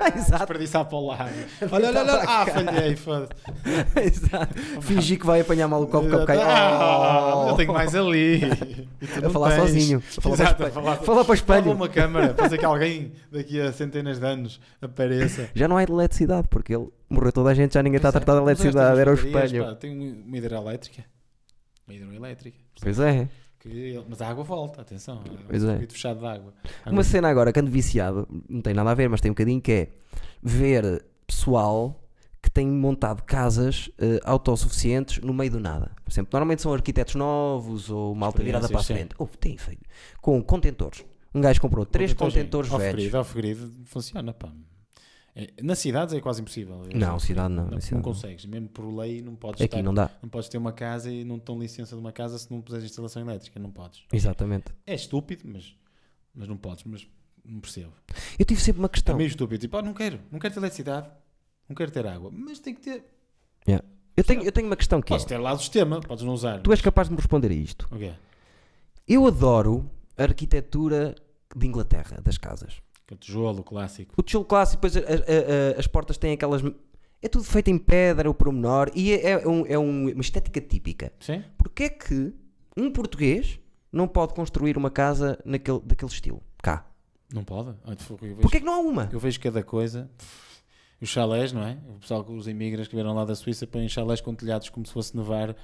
A: Ah,
B: Exato.
A: Desperdiçar para o lado. Olha, olha, olha.
B: Para cá.
A: Ah, falhei, foda-se.
B: Exato. Fingir que vai apanhar mal o copo, copo cai.
A: Ah,
B: Oh.
A: Eu tenho mais ali. E tu
B: A
A: não
B: falar
A: tens.
B: sozinho. A falar para
A: Exato,
B: o
A: a falar,
B: espelho. Falar para o
A: Fala
B: espelho.
A: uma câmara, fazer que alguém daqui a centenas de anos apareça.
B: Já não há eletricidade, porque ele morreu toda a gente, já ninguém está a
A: é,
B: tratar de
A: Mas olha,
B: eletricidade,
A: estas
B: era o
A: baterias,
B: espelho.
A: pá, Tem um uma hidrelétrica. Uma hidroelétrica.
B: Pois é.
A: Que- Mas a água volta, atenção.
B: Pois é.
A: Um circuito fechado de água. Água-
B: Uma cena agora, quando viciado, não tem nada a ver, mas tem um bocadinho, que é ver pessoal que tem montado casas eh, autossuficientes no meio do nada. Por exemplo, normalmente são arquitetos novos ou malta virada para a
A: Experiências,
B: frente. Ou tem feito. Com contentores. Um gajo comprou três
A: Contentores,
B: contentores
A: gente,
B: velhos.
A: Off-grid, off-grid funciona, pá. É, nas cidades é quase impossível. Eu
B: Não,
A: acho que
B: cidade não,
A: Não,
B: na cidade não.
A: consegues, mesmo por lei não podes
B: Aqui
A: estar-
B: não dá.
A: não podes ter uma casa e não te dão licença de uma casa se não puseres instalação elétrica, não podes.
B: Exatamente.
A: É estúpido, mas, mas não podes, mas não percebo.
B: Eu tive sempre uma
A: É
B: questão.
A: meio estúpido, tipo, "Ah, não quero, não quero ter eletricidade, não quero ter água, mas tem que ter.
B: Yeah. Eu, tenho, eu tenho uma questão que é.
A: Podes ter lá o sistema, podes não usar.
B: Tu és capaz de me responder a isto.
A: O quê?
B: Eu adoro a arquitetura de Inglaterra, das casas.
A: Que é o tijolo clássico.
B: O tijolo clássico, depois a- a- a- as portas têm aquelas. É tudo feito em pedra, o pormenor, e é, é um- é um- uma estética típica.
A: Sim?
B: Porquê é que um português não pode construir uma casa naquele, daquele estilo? Cá.
A: Não pode? Ah, tu- eu vejo-
B: Porquê é que não há uma?
A: Eu vejo cada coisa. Os chalés, não é? O pessoal, os imigrantes que vieram lá da Suíça põem chalés com telhados como se fosse nevar,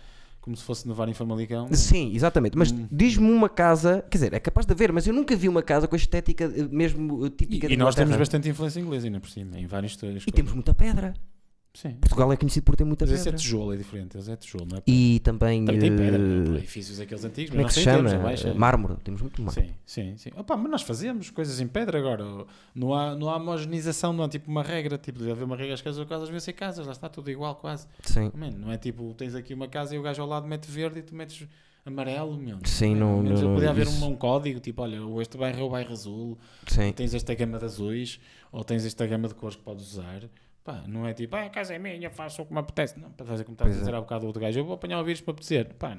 A: como se fosse nevar em Famalicão.
B: Sim, exatamente. Mas
A: Hum.
B: diz-me uma casa. Quer dizer, é capaz de haver, mas eu nunca vi uma casa com a estética eh, mesmo eh, típica
A: E,
B: de
A: e nós temos
B: Inglaterra.
A: bastante influência inglesa ainda por cima, em vários coisas.
B: E temos muita pedra.
A: Sim.
B: Portugal é conhecido por ter muita
A: Mas esse é
B: pedra.
A: tijolo, é diferente. Esse é tijolo, não é?
B: E também.
A: Também tem pedra,
B: eh,
A: não é? edifícios aqueles antigos,
B: Como é que
A: mas
B: se
A: não
B: chama?
A: tem termos, é baixa.
B: Mármore. Temos muito mármore.
A: Sim, sim, sim. Opa, mas nós fazemos coisas em pedra agora. Não há, não há homogeneização, não há tipo uma regra. Tipo, deve haver uma regra, as casas, casas vêm ser casas, lá está tudo igual quase.
B: Sim.
A: Man, não é tipo, tens aqui uma casa e o gajo ao lado mete verde e tu metes amarelo, meu.
B: Sim, não-
A: Ao menos
B: não- não-
A: podia haver
B: isso-
A: um, um código, tipo, olha, ou este bairro é o bairro azul,
B: Sim.
A: tens esta gama de azuis, ou tens esta gama de cores que podes usar. Pá, não é tipo, ah, a casa é minha, faço o que me apetece. Não, para fazer como estás a
B: Pois é.
A: dizer há bocado o outro gajo, eu vou apanhar o vírus para apetecer. Pá,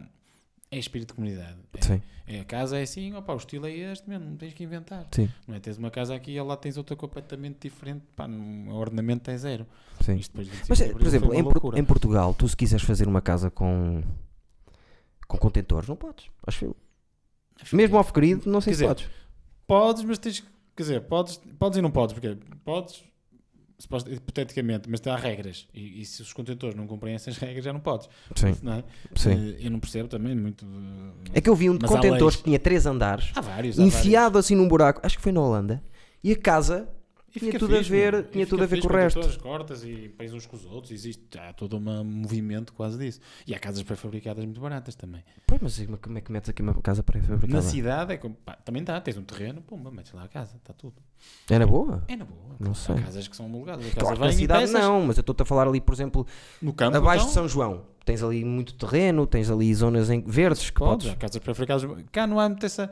A: é espírito de comunidade. É,
B: Sim.
A: é, a casa é assim, opa, o estilo é este mesmo, não tens que inventar.
B: Sim.
A: Não é? Tens uma casa aqui e lá tens outra completamente diferente, pá, não- o ornamento é zero.
B: Sim.
A: Isto depois de 25
B: Mas,
A: de
B: eh, por
A: Abril foi
B: exemplo,
A: uma
B: em, Por-
A: loucura.
B: em Portugal, tu se quiseres fazer uma casa com com contentores, não podes. Acho eu. Mesmo ao querido, não sei
A: é. Quer
B: se
A: dizer,
B: podes.
A: Podes, mas tens que. Quer dizer, podes, podes e não podes, porque podes, suposta- hipoteticamente, mas há regras. E, e se os contentores não cumprem essas regras, já não podes.
B: Sim.
A: Não é?
B: Sim.
A: Eh, Eu não percebo também muito. eh,
B: É que eu vi um de
A: Mas há
B: contentores
A: leis.
B: que tinha três andares,
A: Há vários. há
B: enfiado assim num buraco, acho que foi na Holanda, e a casa
A: vários. E
B: tinha
A: fica
B: tudo a
A: fixe,
B: ver-
A: mano. E
B: tinha
A: fica
B: tudo a ver
A: fixe,
B: com o resto.
A: contentores, cortas e pões uns com os outros. Existe há todo um movimento quase disso. E há casas pré-fabricadas muito baratas também.
B: Pois, mas e como é que metes aqui uma casa para
A: Na
B: fabricar?
A: cidade é como, pá, também dá. Tens um terreno, pumba, metes lá a casa, está tudo.
B: Era boa?
A: É na boa.
B: Não sei.
A: Há casas que são homologadas. A casa
B: Claro, que
A: vem
B: na
A: em
B: cidade
A: peças,
B: não, mas eu estou-te a falar ali, por exemplo,
A: No campo,
B: abaixo
A: então,
B: de São João. Tens ali muito terreno, tens ali zonas em verdes que
A: Podes,
B: podes.
A: há casas pré-fabricadas. Cá não há muito essa.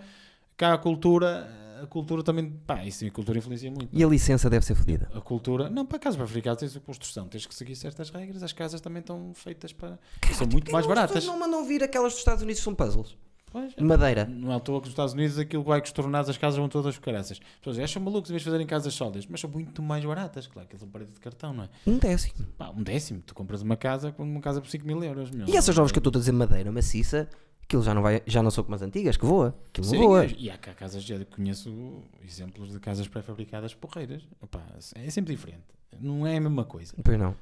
A: Cá a cultura, a cultura também. Pá, isso a cultura influencia muito.
B: E a licença deve ser fodida.
A: A cultura. Não, para casas pré-fabricadas tens a construção, tens que seguir certas regras. As casas também estão feitas para. são muito mais baratas.
B: não mandam vir aquelas dos Estados Unidos são puzzles.
A: Pois,
B: De madeira.
A: não é à toa que nos Estados Unidos aquilo vai costurnados, as casas vão todas caraças. As pessoas acham malucos em vez de fazerem casas sólidas, mas são muito mais baratas, claro, que são paredes de cartão, não é?
B: Um décimo.
A: Pá, um décimo, tu compras uma casa, uma casa por 5 mil euros, meu.
B: E essas novas que eu estou a dizer, madeira maciça, aquilo já não, vai, já não são como as antigas, que voa. Aquilo não
A: Sim,
B: voa.
A: e há cá casas, já conheço exemplos de casas pré-fabricadas porreiras. Opa, é sempre diferente. Não é a mesma coisa.
B: Pois não.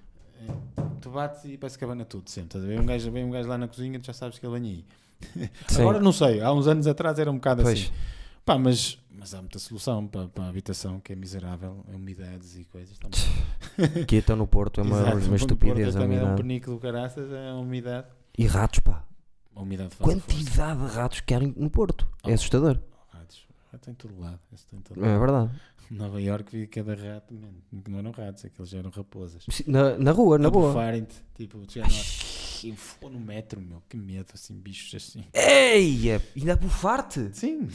A: Tu bates e parece que abana tudo sempre. Estás a ver? Um gajo, vem um gajo lá na cozinha, tu já sabes que ele vem aí.
B: Sim.
A: Agora não sei, há uns anos atrás era um bocado
B: Pois.
A: assim. Pá, mas, Mas há muita solução para, para a habitação que é miserável, umidades e coisas. Também.
B: Que então no Porto é uma,
A: Exato,
B: uma
A: o
B: estupidez.
A: Porto
B: a
A: também É um
B: umidade.
A: penico do caraças, é a umidade.
B: E ratos, pá.
A: A umidade faz a força.
B: Quantidade de ratos que há no Porto. É
A: Ah.
B: assustador.
A: Ratos. Rato em todo lado. Isso tem em todo lado.
B: É verdade.
A: Nova York vi cada rato, mano, que não eram ratos, aqueles eram raposas.
B: Na, na rua, na
A: A
B: boa.
A: bufarem-te, tipo, te chegaram lá, "Enfou no metro, meu, que medo, assim, bichos assim.
B: Eia! Ainda a bufar-te?
A: Sim,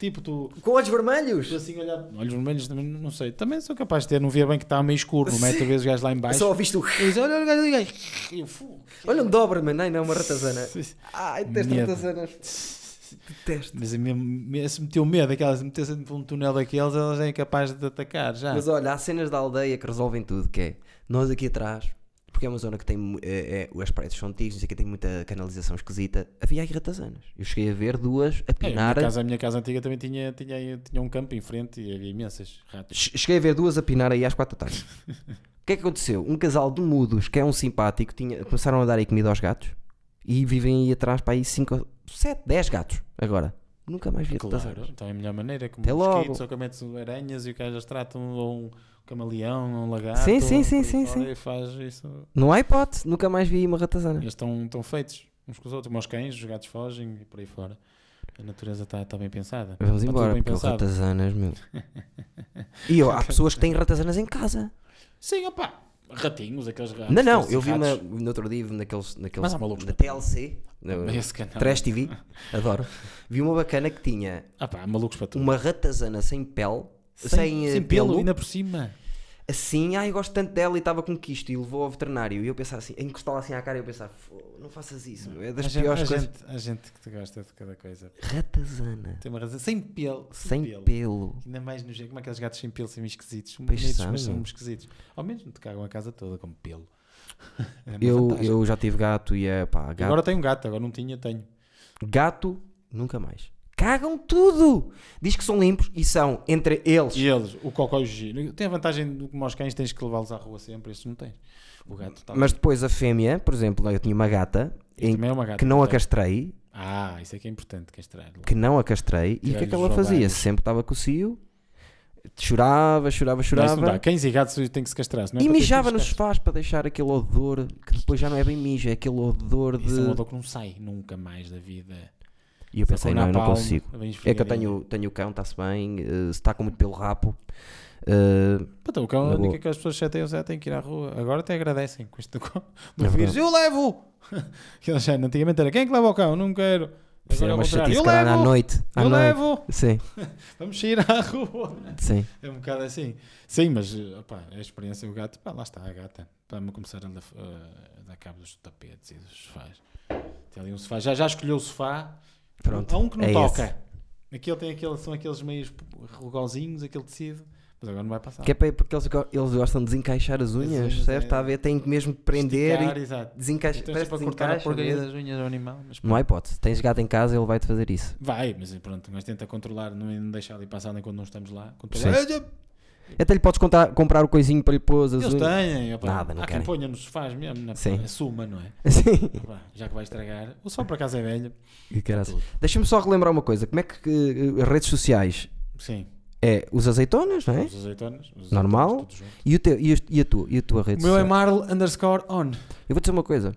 A: tipo, tu,
B: Com olhos vermelhos?
A: tu assim olhar, olhos vermelhos, também não sei, também sou capaz de ter, não via bem que está meio escuro, no metro, vês o gajo lá em baixo.
B: ouviste o.
A: E diz, um- olha, olha, o gajo ali, gajo, "Enfou".
B: Olha um Doberman. Ai não, uma ratazana.
A: Sim.
B: Ai, detesto
A: Medo.
B: ratazanas. Detesto.
A: Mas é mesmo- me- se meteu medo, aquelas, se metessem por um túnel daqueles, elas é incapaz de te atacar já.
B: Mas olha, há cenas da aldeia que resolvem tudo, que é nós aqui atrás, porque é uma zona que tem mu- é, é, as paredes são antigas, não sei o que tem muita canalização esquisita, havia aí ratazanas. Eu cheguei a ver duas a
A: É, a, minha
B: pinar.
A: casa, a minha casa antiga também tinha, tinha, tinha um campo em frente e havia imensas ratos.
B: Che- Cheguei a ver duas a pinar aí às quatro da tarde. o que é que aconteceu? Um casal de mudos, que é um simpático, tinha, começaram a dar aí comida aos gatos e vivem aí atrás para aí 5, 7, 10 gatos agora. Nunca mais vi
A: Claro,
B: ratazanas.
A: então é a melhor maneira, como
B: Tá Até logo.
A: mosquitos, ou como é que são aranhas e o que elas tratam, ou um camaleão, ou um lagarto.
B: Sim, sim,
A: ou
B: sim,
A: por aí
B: sim,
A: fora,
B: sim.
A: E faz isso.
B: Não há hipótese, nunca mais vi uma ratazana.
A: Eles estão, estão feitos uns com os outros, como os cães, os gatos fogem e por aí fora. A natureza está está bem pensada.
B: Vamos
A: Está tudo
B: embora,
A: bem
B: porque eu
A: pensado.
B: ratazanas, meu. E eu, há pessoas que têm ratazanas em casa.
A: Sim, opá, ratinhos, aqueles ratos.
B: não, não,
A: aqueles
B: eu vi uma,
A: ratos.
B: no outro dia, vi naqueles, naqueles
A: Mas há malucos
B: na
A: para
B: TLC, no,
A: Esse canal.
B: Trash TV, adoro. Vi uma bacana que tinha
A: Ah pá, há malucos para tudo.
B: uma ratazana sem pele, sem, eh,
A: sem pelo,
B: pelo,
A: ainda por cima.
B: assim, ai, eu gosto tanto dela e estava com quisto e levou ao veterinário. E eu pensava assim, encostá-la assim à cara e eu pensava, "Fô, não faças isso, meu, é das
A: Há gente-
B: piores
A: há
B: coisas.
A: gente, há gente que te gosta de cada coisa.
B: Ratazana,
A: Tem uma razão. Sem pelo.
B: sem
A: pelo.
B: pelo.
A: Ainda mais no jeito, como aqueles gatos sem pelo são esquisitos. São
B: Pois
A: bonitos,
B: são.
A: mas são esquisitos. Ao menos não te cagam a casa toda com pelo. É uma
B: Eu,
A: vantagem.
B: eu já tive gato e é pá, gato.
A: Agora tenho um gato, agora não tinha, tenho.
B: Gato, nunca mais. Cagam tudo! Diz que são limpos e são entre eles.
A: E eles, o cocó e o giro. Tem a vantagem do que aos cães tens que levá-los à rua sempre, estes não tens. O gato está.
B: Mas depois a fêmea, por exemplo, eu tinha uma gata
A: Isto
B: em-
A: também é uma gata.
B: que não a
A: portanto.
B: castrei,
A: Ah, isso é que é importante castrar.
B: que não a castrei, e o que é
A: Tirar-lhe
B: que ela
A: os
B: fazia?
A: ovários.
B: Sempre estava com o cio, chorava, chorava,
A: Não, isso não
B: chorava
A: dá. Cães e gatos têm que se castrar. senão é
B: e
A: para ter
B: mijava
A: filhos
B: nos sofás para deixar aquele odor que depois já não é bem mijo, é aquele odor
A: castrados. Isso é um
B: de.
A: odor que não sai nunca mais da vida.
B: E eu pensei, não, eu não consigo. É que eu
A: tenho
B: tenho, tenho o cão, está-se bem, eh, se está com muito pelo rapo. eh,
A: Puta, o cão,
B: Na
A: a única
B: boa.
A: que as pessoas chateiam é já têm que ir à rua. Agora até agradecem com este do cão. Do
B: É
A: vírus, eu levo! Que eles já antigamente era quem é que leva o cão? Não quero. Agora
B: isso era
A: é
B: uma
A: o contrário.
B: chatice
A: Eu
B: que era à
A: levo!
B: noite. À
A: Eu
B: noite.
A: levo!
B: Sim,
A: Vamos sair à rua!
B: sim.
A: É um bocado assim. Sim, mas eh, opá, a experiência do gato, pá, lá está a gata. Para-me começar a, dar- a dar cabo dos tapetes e dos sofás. Tem ali um sofá. Já, já escolheu o sofá.
B: Pronto,
A: Há um que não
B: é
A: toca.
B: esse.
A: Aquele tem aquele, são aqueles meios rugosinhos, aquele tecido. Mas agora não vai passar.
B: Que é para- porque eles, go- eles gostam de desencaixar as unhas,
A: unhas,
B: certo?
A: é.
B: Está a ver? Têm que mesmo prender
A: Esticar,
B: e
A: exato.
B: desencaixar.
A: Então,
B: Parece
A: para
B: que
A: cortar a
B: desencaixa.
A: porcaria
B: mesmo.
A: das unhas ao animal. Mas
B: Não é? há hipótese. Tens gato em casa, ele vai-te fazer isso.
A: Vai, mas é pronto, mas tenta controlar, não, não deixar ali passar nem quando não estamos lá.
B: Sim.
A: Controlar. Eles
B: Até lhe podes contar- comprar o coisinho para lhe pôr as unhas.
A: têm, opa,
B: Nada, não
A: há
B: querem.
A: quem ponha nos sofás mesmo, na
B: Sim.
A: assuma, não é?
B: Sim.
A: Opa, já que vai estragar, o só por acaso é velho. Tá
B: Que graça.
A: tudo.
B: Deixa-me só relembrar uma coisa. Como é que eh, as redes sociais
A: Sim,
B: é os azeitonas, não é?
A: os azeitonas, os azeitonas,
B: Normal.
A: tudo junto.
B: E, o teu, e, este- e a tua, e a tua
A: O
B: rede
A: meu é
B: social?
A: Marl underscore on.
B: Eu vou dizer uma coisa.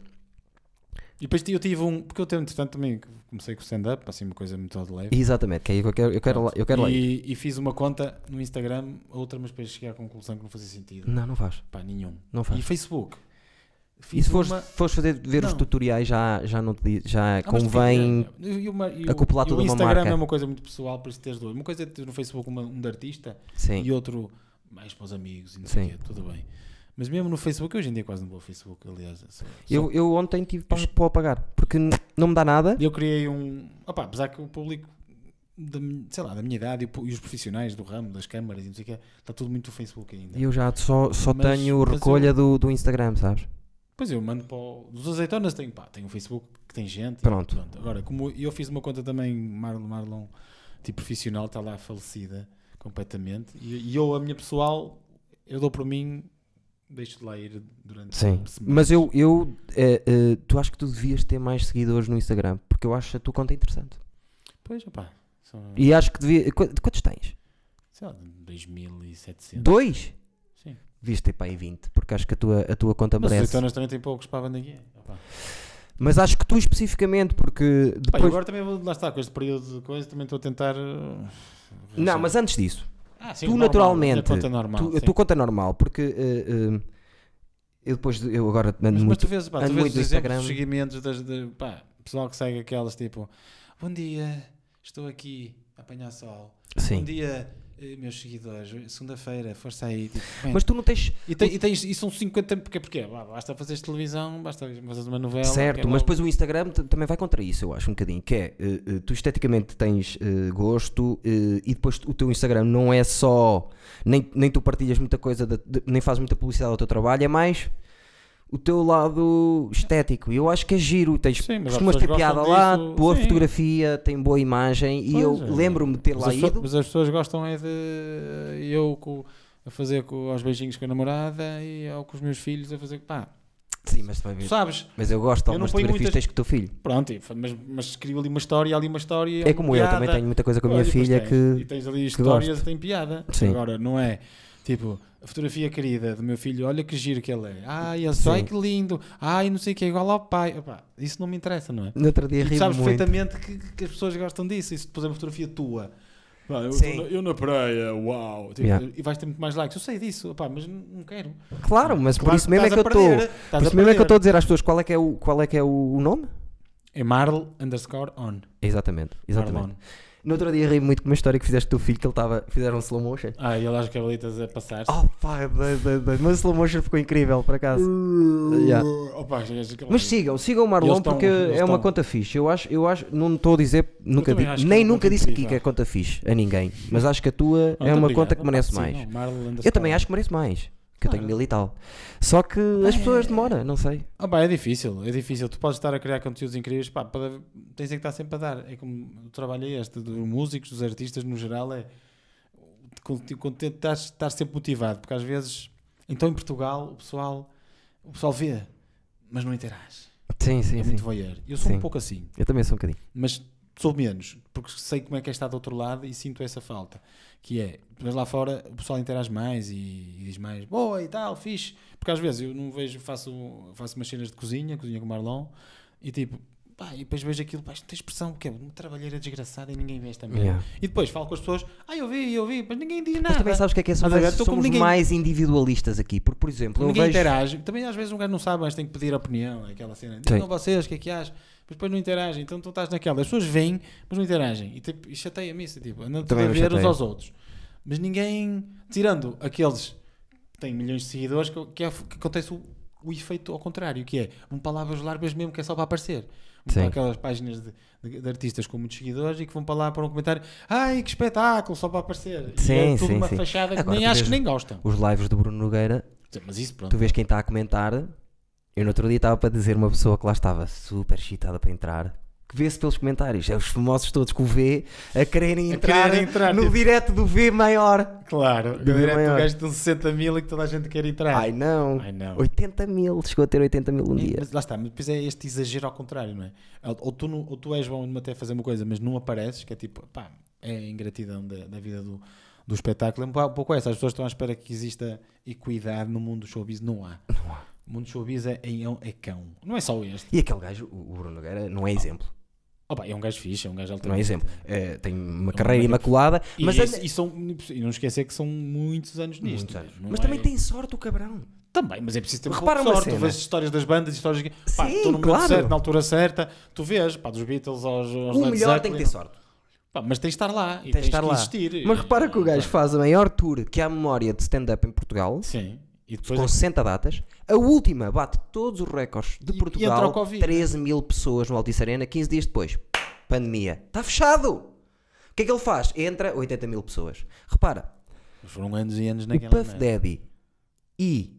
A: E depois eu tive um, porque eu tenho, entretanto, também comecei com o stand-up, assim, uma coisa muito ao de leve.
B: Exatamente, que é aí que eu quero, eu quero, lá- eu quero lá ir.
A: e, e fiz uma conta no Instagram, outra, mas depois cheguei à conclusão que não fazia sentido.
B: Não, não faz.
A: Pá, nenhum.
B: Hum. Não faz.
A: E Facebook.
B: E
A: Fiz
B: se fores, é
A: uma-
B: fores fazer, ver os
A: Não.
B: tutoriais, já, já, não te, diz- já
A: Ah, mas
B: convém.
A: tem que- e uma- e o-
B: acoplar
A: e
B: tudo a
A: O
B: uma
A: Instagram
B: marca.
A: é uma coisa muito pessoal, por isso tens dois. Uma coisa é ter no Facebook uma- um de artista
B: Sim.
A: e outro mais para os amigos e não sei
B: Sim.
A: o quê, tudo bem. Mas mesmo no Facebook, hoje em dia quase não vou ao Facebook, aliás. é só-
B: Eu, eu ontem tive para, para apagar, porque n- não me dá nada.
A: Eu criei um. Opá, apesar que o público, da, mi- sei lá, da minha idade e, o pu- e os profissionais do ramo, das câmaras e não sei o que, está tudo muito no Facebook ainda.
B: E eu já só, só
A: Mas-
B: tenho
A: mas
B: recolha do, do Instagram, sabes?
A: Pois eu mando para o, Dos azeitonas tenho, pá, tenho um Facebook que tem gente.
B: Pronto.
A: Pronto, agora, como eu fiz uma conta também, Marlon, Marlon tipo profissional, está lá falecida completamente. E, e eu, a minha pessoal, eu dou por mim, deixo de lá ir durante
B: Sim.
A: semanas.
B: Mas eu, eu eh, eh, tu acho que tu devias ter mais seguidores no Instagram, porque eu acho a tua conta interessante.
A: Pois, opá, São,
B: E acho que devia. qu- de Quantos tens?
A: sei lá, 2700.
B: Dois?
A: Sim.
B: Devias ter para aí 20, porque acho que a tua, a tua conta
A: Mas os
B: merece.
A: azeitonas também têm poucos para a banda guia. Opa.
B: Mas acho que tu especificamente, porque
A: Pá, e
B: depois.
A: agora também, vou- lá está, com este período de coisa, também estou a tentar. uh,
B: Não, mas antes disso,
A: Ah, sim,
B: tu
A: o normal,
B: naturalmente-
A: a conta normal,
B: tu- a
A: sim.
B: tua conta é normal, porque eh, eh, eu depois eu agora ando
A: mas, mas
B: muito.
A: tu vês, pá,
B: ando
A: tu
B: muito
A: vês
B: no
A: os exemplos
B: Instagram.
A: dos seguimentos das, de, pá, pessoal que segue aquelas tipo Bom dia, estou aqui a apanhar sol. Bom
B: Sim.
A: dia, eh, meus seguidores, segunda-feira, força aí. Tipo, bem,
B: Mas tu não tens.
A: e, tem- e tens, e são 50, porque, porque pá, basta fazeres televisão, basta fazeres uma novela. que é
B: Certo, mas
A: logo-
B: depois o Instagram t- também vai contra isso, eu acho, um bocadinho. Que é, eh, eh, tu esteticamente tens eh, gosto eh, e depois o teu Instagram não é só. Nem, nem tu partilhas muita coisa, da- de- nem fazes muita publicidade ao teu trabalho, é mais o teu lado estético. E eu acho que é giro. Tens,
A: Sim, mas as
B: costumas ter
A: pessoas
B: piada
A: gostam
B: lá,
A: disso,
B: boa
A: sim.
B: fotografia, tem boa imagem. E
A: Pois,
B: eu
A: é.
B: lembro-me de ter
A: Mas
B: lá
A: as, pessoas,
B: ido.
A: mas as pessoas gostam é de eu co- a fazer co- aos beijinhos com a namorada e ou com os meus filhos a fazer. Pá,
B: Sim, mas, tu vai
A: tu
B: ver-
A: sabes?
B: mas eu gosto de
A: Eu não
B: algumas
A: ponho
B: fotografias
A: muitas-
B: que tens com o teu filho.
A: Pronto, e fa- mas, mas escrevo ali uma história, ali uma história.
B: É
A: uma
B: como eu, também
A: piada.
B: tenho muita coisa com a minha
A: Olha, pois
B: filha
A: tens.
B: que.
A: E tens ali histórias
B: gosto.
A: e tem piada.
B: Sim.
A: Agora, não é tipo a fotografia querida do meu filho, olha que giro que ele é. Ai, ele só,
B: Sim.
A: ai que lindo. Ai, não sei o que, é igual ao pai. Epá, isso não me interessa, não é?
B: No outro dia
A: E tu
B: ri
A: sabes
B: muito.
A: perfeitamente que, que as pessoas gostam disso. E se depois é uma fotografia tua. Pá, eu,
B: Sim.
A: tô na- eu na praia, uau! Tipo,
B: Yeah.
A: E vais ter muito mais likes. Eu sei disso, opá, mas n- não quero.
B: Claro, mas por
A: Claro
B: isso mesmo é que eu
A: estás a
B: estou.
A: perder, estás
B: Por
A: a
B: isso mesmo é que eu
A: perder.
B: estou a dizer às pessoas qual é que é o, qual é, que é o, o nome?
A: É Marl underscore on.
B: Exatamente, exatamente.
A: Marlon.
B: No outro dia ri muito com uma história que fizeste do teu filho que ele estava. Fizeram um slow motion.
A: Ah, e ele às cabelitas a passar.
B: Oh pá, dei, dei, dei. mas o slow motion ficou incrível por
A: Uhum.
B: acaso. Oh. Yeah.
A: Opa, é já- já-
B: Mas sigam, sigam o
A: Eles
B: Marlon
A: estão-
B: porque
A: eles
B: é uma
A: estão.
B: conta fixe. Eu acho, eu acho, não estou a dizer, nunca
A: também
B: di-
A: acho que é
B: nem
A: uma
B: nunca
A: conta
B: disse que
A: incrível.
B: que é conta fixe a ninguém, mas acho que a tua
A: Muito
B: é uma
A: obrigado.
B: conta que
A: Opa,
B: merece
A: Ah, sim,
B: mais.
A: não, tá Marl underscore
B: Eu também
A: on.
B: acho que mereço mais, que eu tenho
A: Claro.
B: mil e tal. Só que as pessoas demoram, não sei.
A: Ah, pá, é difícil, é difícil. Tu podes estar a criar conteúdos incríveis, pá, para- tens é que estar sempre a dar. É como o trabalho é este, dos músicos, dos artistas no geral, é contente estar, estar sempre motivado, porque às vezes, então em Portugal, o pessoal, o pessoal vê, mas não interage.
B: Sim, sim,
A: é
B: sim.
A: muito voyeur. Eu sou
B: Sim.
A: um pouco assim,
B: Eu também sou um bocadinho.
A: mas sou menos, porque sei como é que é estar do outro lado e sinto essa falta. Que é, mas lá fora o pessoal interage mais e, e diz mais boa e tal, fixe. Porque às vezes eu não vejo, faço, faço umas cenas de cozinha, cozinha com o Marlon, e tipo, pá, e depois vejo aquilo, pá, isto tem expressão, porque é uma trabalheira desgraçada e ninguém vê esta merda.
B: Yeah.
A: E depois falo com as pessoas, ah, eu vi, eu vi, mas ninguém diz nada.
B: Mas também sabes o que é que é?
A: Estás a ver?
B: Somos,
A: Estou como
B: somos
A: ninguém.
B: mais individualistas aqui, porque, por exemplo, eu
A: Ninguém
B: vejo.
A: interage. Também às vezes um gajo não sabe, mas tem que pedir a opinião, aquela cena. Digam
B: Sim.
A: vocês, o que é que achas? Mas depois não interagem. Então tu estás naquela. As pessoas vêm, mas não interagem. E, tipo, e chateia-me isso. Tipo, andam tudo
B: Também
A: a
B: me
A: ver uns
B: chateia.
A: aos outros. Mas ninguém... Tirando aqueles que têm milhões de seguidores, que, que, é- que acontece o, o efeito ao contrário, que é um palavras largas mesmo, que é só para aparecer. Um
B: Sim.
A: para aquelas páginas de, de- de artistas com muitos seguidores e que vão para lá para um comentário ai, que espetáculo, só para aparecer.
B: Sim,
A: e é tudo
B: sim,
A: uma
B: sim.
A: fachada que
B: Agora
A: nem
B: tu
A: acho
B: vês-
A: que nem gostam.
B: Os lives do Bruno Nogueira,
A: Mas isso, pronto.
B: tu vês quem está a comentar. Eu no outro dia estava para dizer uma pessoa que lá estava super excitada para entrar, que vê-se pelos comentários, é os famosos todos com o V a quererem
A: A
B: entrar,
A: quererem entrar,
B: no
A: tipo.
B: direto do V maior.
A: Claro,
B: Bem
A: direto
B: maior.
A: do gajo de um 60 mil e que toda a gente quer entrar.
B: Ai não,
A: É. Ai, não.
B: 80 mil, chegou a ter 80 mil um
A: É,
B: dia.
A: Mas lá está, mas depois é este exagero ao contrário, não é? Ou, ou tu, não- ou tu és bom em até fazer uma coisa, mas não apareces, que é tipo, pá, é a ingratidão da, da vida do, do espetáculo. É um pa- um pouco essa, as pessoas estão à espera que exista equidade no mundo do showbiz, não há. O mundo do showbiz é, é, é cão, não é só este.
B: E aquele gajo, o o Bruno Nogueira, não é exemplo.
A: Opa, é um gajo fixe, é um gajo
B: Não é
A: alternativo.
B: exemplo. É, tem uma carreira imaculada,
A: E,
B: mas, é
A: esse- e são, e não esquecer que são muitos anos nisto.
B: Muitos anos.
A: não
B: mas
A: é-
B: também tem sorte o cabrão.
A: Também, mas é preciso ter um pouco
B: Repara
A: de
B: uma
A: sorte. Tu
B: cena.
A: vês histórias das bandas, histórias. que- Pá,
B: Sim,
A: estou no momento
B: claro.
A: certo, na altura certa. Tu vês, pá, dos Beatles aos. aos
B: O
A: Led
B: Um melhor tem
A: Zeppelin.
B: que ter sorte.
A: Pá, mas tens de estar lá. E
B: Tens de
A: tens,
B: estar
A: que
B: lá.
A: existir.
B: Mas
A: E-
B: repara que o gajo faz a maior tour que há memória de stand-up em Portugal,
A: Sim. E depois.
B: com 60 datas. A última bate todos os recordes de
A: E- e entra
B: Portugal.
A: o Covid. né?
B: 13 mil pessoas no Altice Arena, 15 dias depois. Pandemia. Está fechado! O que é que ele faz? Entra 80 mil pessoas. Repara,
A: Foram anos e anos
B: o
A: naquela.
B: Puff
A: merda.
B: Daddy e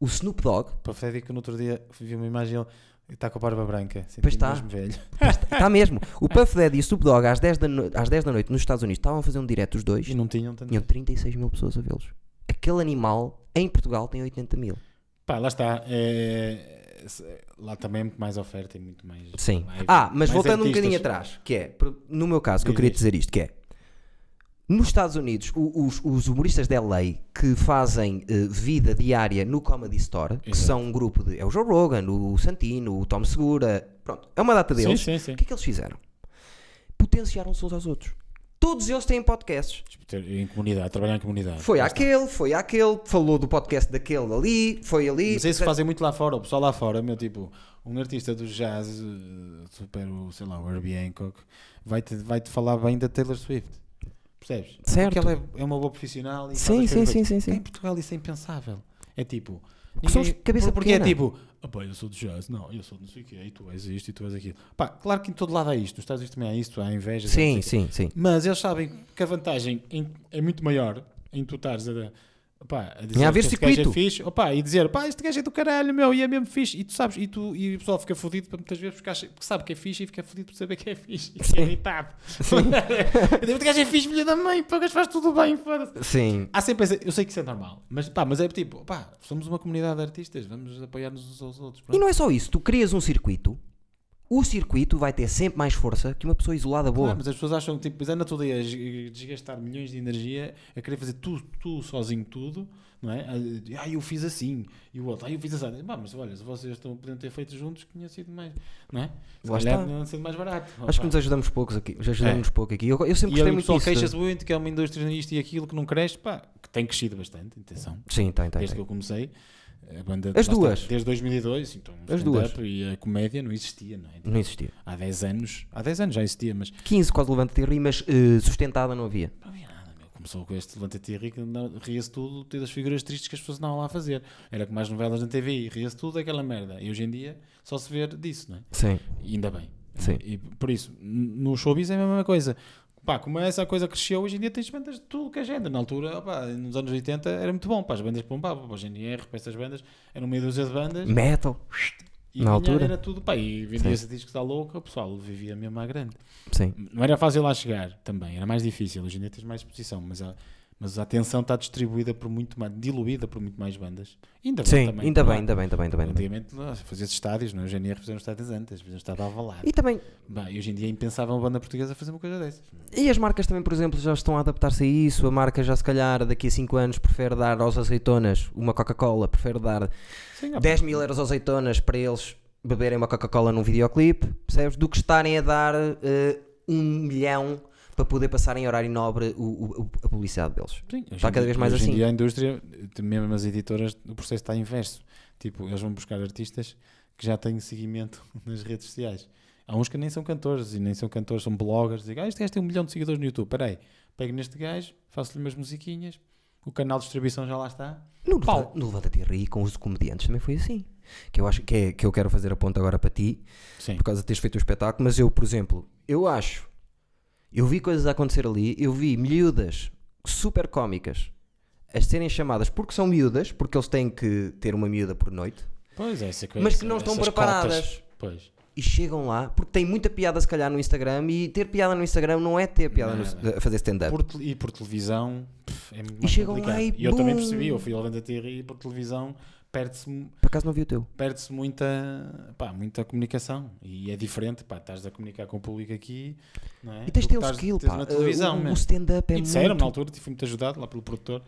B: o Snoop Dogg
A: Puff Daddy, que no outro dia vi uma imagem ele está com a barba branca. Senti
B: Pois está.
A: mesmo velho.
B: Está tá mesmo. O Puff Daddy e o Snoop Dogg às 10 da, no- às 10 da noite nos Estados Unidos estavam a fazer um direto os dois.
A: E não tinham tanto.
B: Tinham 36 mil pessoas a vê-los. Aquele animal em Portugal tem 80 mil.
A: Pá, lá está. É... se- lá também é muito mais oferta e muito mais.
B: Sim.
A: live,
B: ah, mas
A: mais
B: voltando um
A: artistas.
B: bocadinho atrás, que é, por- no meu caso, que eu
A: Diz
B: queria
A: isto.
B: dizer isto, que é, nos Estados Unidos, o- os, os humoristas de LA que fazem eh, vida diária no Comedy Store, que
A: Exato.
B: são um grupo de, é o Joe Rogan, o Santino, o Tom Segura, pronto, é uma data
A: Sim,
B: deles.
A: sim, sim.
B: O que é que eles fizeram? Potenciaram-se uns aos outros. Todos eles têm podcasts.
A: Tipo, ter- Em comunidade, trabalhar em comunidade.
B: Foi
A: Lá está.
B: aquele, foi aquele, falou do podcast daquele ali, foi ali.
A: Mas é isso fazem muito lá fora, o pessoal lá fora, meu tipo, um artista do jazz, eh, super, o, sei lá, o Herbie Hancock, vai-te vai -te falar bem da Taylor Swift. Percebes?
B: Certo.
A: Porque ela é, é uma boa profissional e
B: Sim,
A: faz as
B: sim,
A: coisas
B: sim,
A: bem.
B: sim, sim.
A: Cá Em Portugal isso é impensável. É tipo.
B: somos cabeça
A: porque
B: pequena.
A: é tipo, ah, pá, eu sou de jazz, não, eu sou de não sei o quê, e tu és isto e tu és aquilo. Pá, claro que em todo lado há isto, nos Estados Unidos também há isto, há inveja. há
B: Sim,
A: não sei o quê.
B: sim, sim.
A: Mas eles sabem que a vantagem em- é muito maior em tu estares a, opá, a dizer
B: Em haver
A: que este gajo é
B: circuito.
A: fixe opá, e dizer pá, este gajo é do caralho meu e é mesmo fixe e tu sabes e, tu, e o pessoal fica fodido para muitas vezes porque, acha- porque sabe que é fixe e fica fodido por saber que é fixe e fica irritado. este gajo é fixe, filha da mãe, pô, o gajo faz tudo bem, foda-se.
B: Sim.
A: Há sempre essa, eu sei que isso é normal, mas pá, mas é tipo, pá, somos uma comunidade de artistas, vamos apoiar-nos uns aos outros.
B: E
A: pronto.
B: não é só isso, tu crias um circuito, o circuito vai ter sempre mais força que uma pessoa isolada boa.
A: Claro, mas as pessoas acham que tipo, mas anda todo aí a des- desgastar milhões de energia, a querer fazer tu, tu sozinho tudo, não é? A- Ah, eu fiz assim, e o outro, ah, eu fiz assim. Bah, mas olha, se vocês estão, podiam ter feito juntos, que tinha sido mais, não é? Se
B: Lá
A: calhar
B: está.
A: tinha sido mais barato.
B: Acho que
A: Opa.
B: nos ajudamos poucos aqui. Nos ajudamos pouco aqui. Eu, eu sempre
A: É. e
B: gostei
A: aí o
B: muito
A: pessoal
B: disso. né?
A: queixa-se muito que é uma indústria isto e aquilo que não cresce, pá, que tem crescido bastante, atenção.
B: Sim, tem, tem.
A: Desde que
B: tem.
A: eu comecei, a banda
B: As
A: lá está,
B: duas.
A: desde 2002, então, o
B: As
A: stand-up
B: duas.
A: E a comédia não existia, não é?
B: Não existia.
A: Há 10 anos, há 10 anos já existia, mas
B: 15 quase levanta-te e ri, mas eh, sustentada não havia.
A: Não havia nada, meu. Começou com este Levanta-te e ri, que não- ria-se tudo, tendo as figuras tristes que as pessoas andavam lá a fazer. Era como as novelas na TV, ria-se tudo aquela merda. E hoje em dia só se vê disso, não é?
B: Sim.
A: E ainda bem.
B: Sim.
A: E por isso, n- no showbiz é a mesma coisa. Pá, como é essa coisa cresceu, hoje em dia tens bandas de tudo que a gente. Na altura, pá, nos anos 80 era muito bom, pá, as bandas pompavam, pá, o GNR, para essas bandas, eram meia dúzia de bandas.
B: Metal.
A: E
B: Na
A: ganhar
B: altura?
A: Era tudo, pá, e vendia-se discos à louca, o pessoal vivia mesmo à grande
B: Sim.
A: não era fácil lá chegar também, era mais difícil. Hoje em dia tens mais exposição, mas a, mas a atenção está distribuída por muito mais, diluída por muito mais bandas. Ainda bem,
B: Sim.
A: também, é?
B: Ainda
A: pá.
B: bem, ainda bem, ainda bem, ainda bem, ainda bem.
A: Antigamente nossa, fazia-se estádios, não é? O GNR fazia uns estádios antes, fazia um estádio a avalar.
B: E também,
A: E hoje em dia é impensável uma banda portuguesa fazer uma coisa dessas.
B: e as marcas também, por exemplo, já estão a adaptar-se a isso. A marca já, se calhar, daqui a 5 anos, prefere dar aos azeitonas uma Coca-Cola, prefere dar
A: Sim, há-
B: 10 mil euros aos azeitonas para eles beberem uma Coca-Cola num videoclipe, percebes? Do que estarem a dar eh, um milhão para poder passar em horário nobre o, o- o- a publicidade deles.
A: Sim, hoje
B: Está
A: em
B: cada
A: dia-
B: vez mais
A: hoje
B: assim.
A: Em dia a indústria, mesmo as editoras, o processo está inverso. Tipo, eles vão buscar artistas que já têm seguimento nas redes sociais. Há uns que nem são cantores e nem são cantores, são bloggers. Dizem, ah, este gajo tem um milhão de seguidores no YouTube. Peraí, pego neste gajo, faço-lhe umas musiquinhas, o canal de distribuição já lá está.
B: No,
A: Pau.
B: Levanta- no Levanta-te e Ri com os comediantes também foi assim. Que eu acho que, é, que eu quero fazer a ponta agora para ti,
A: Sim.
B: por causa de teres feito o espetáculo, mas eu, por exemplo, eu acho, eu vi coisas a acontecer ali, eu vi miúdas super cómicas a serem chamadas porque são miúdas, porque eles têm que ter uma miúda por noite,
A: Pois é, essa coisa.
B: mas que não estão
A: essas
B: preparadas.
A: cotas. Pois.
B: e chegam lá porque tem muita piada se calhar no Instagram e ter piada no Instagram não é ter piada no-
A: Nada.
B: a fazer stand-up.
A: Por te- e por televisão pff, é muito
B: É. E
A: mais
B: chegam lá
A: complicado.
B: e
A: eu também
B: bum!
A: percebi, eu fui ao Levanta Terra e por televisão perde-se
B: Por acaso não vi o teu?
A: perde-se muita, pá, muita comunicação e é diferente, pá, estás a comunicar com o público aqui, não é?
B: E tens
A: Do que
B: de ter o
A: estás-
B: skill,
A: tens
B: pá.
A: na
B: Uh,
A: televisão,
B: o- o
A: mesmo.
B: stand-up é
A: e disseram na
B: muito...
A: altura, fui muito ajudado lá pelo produtor,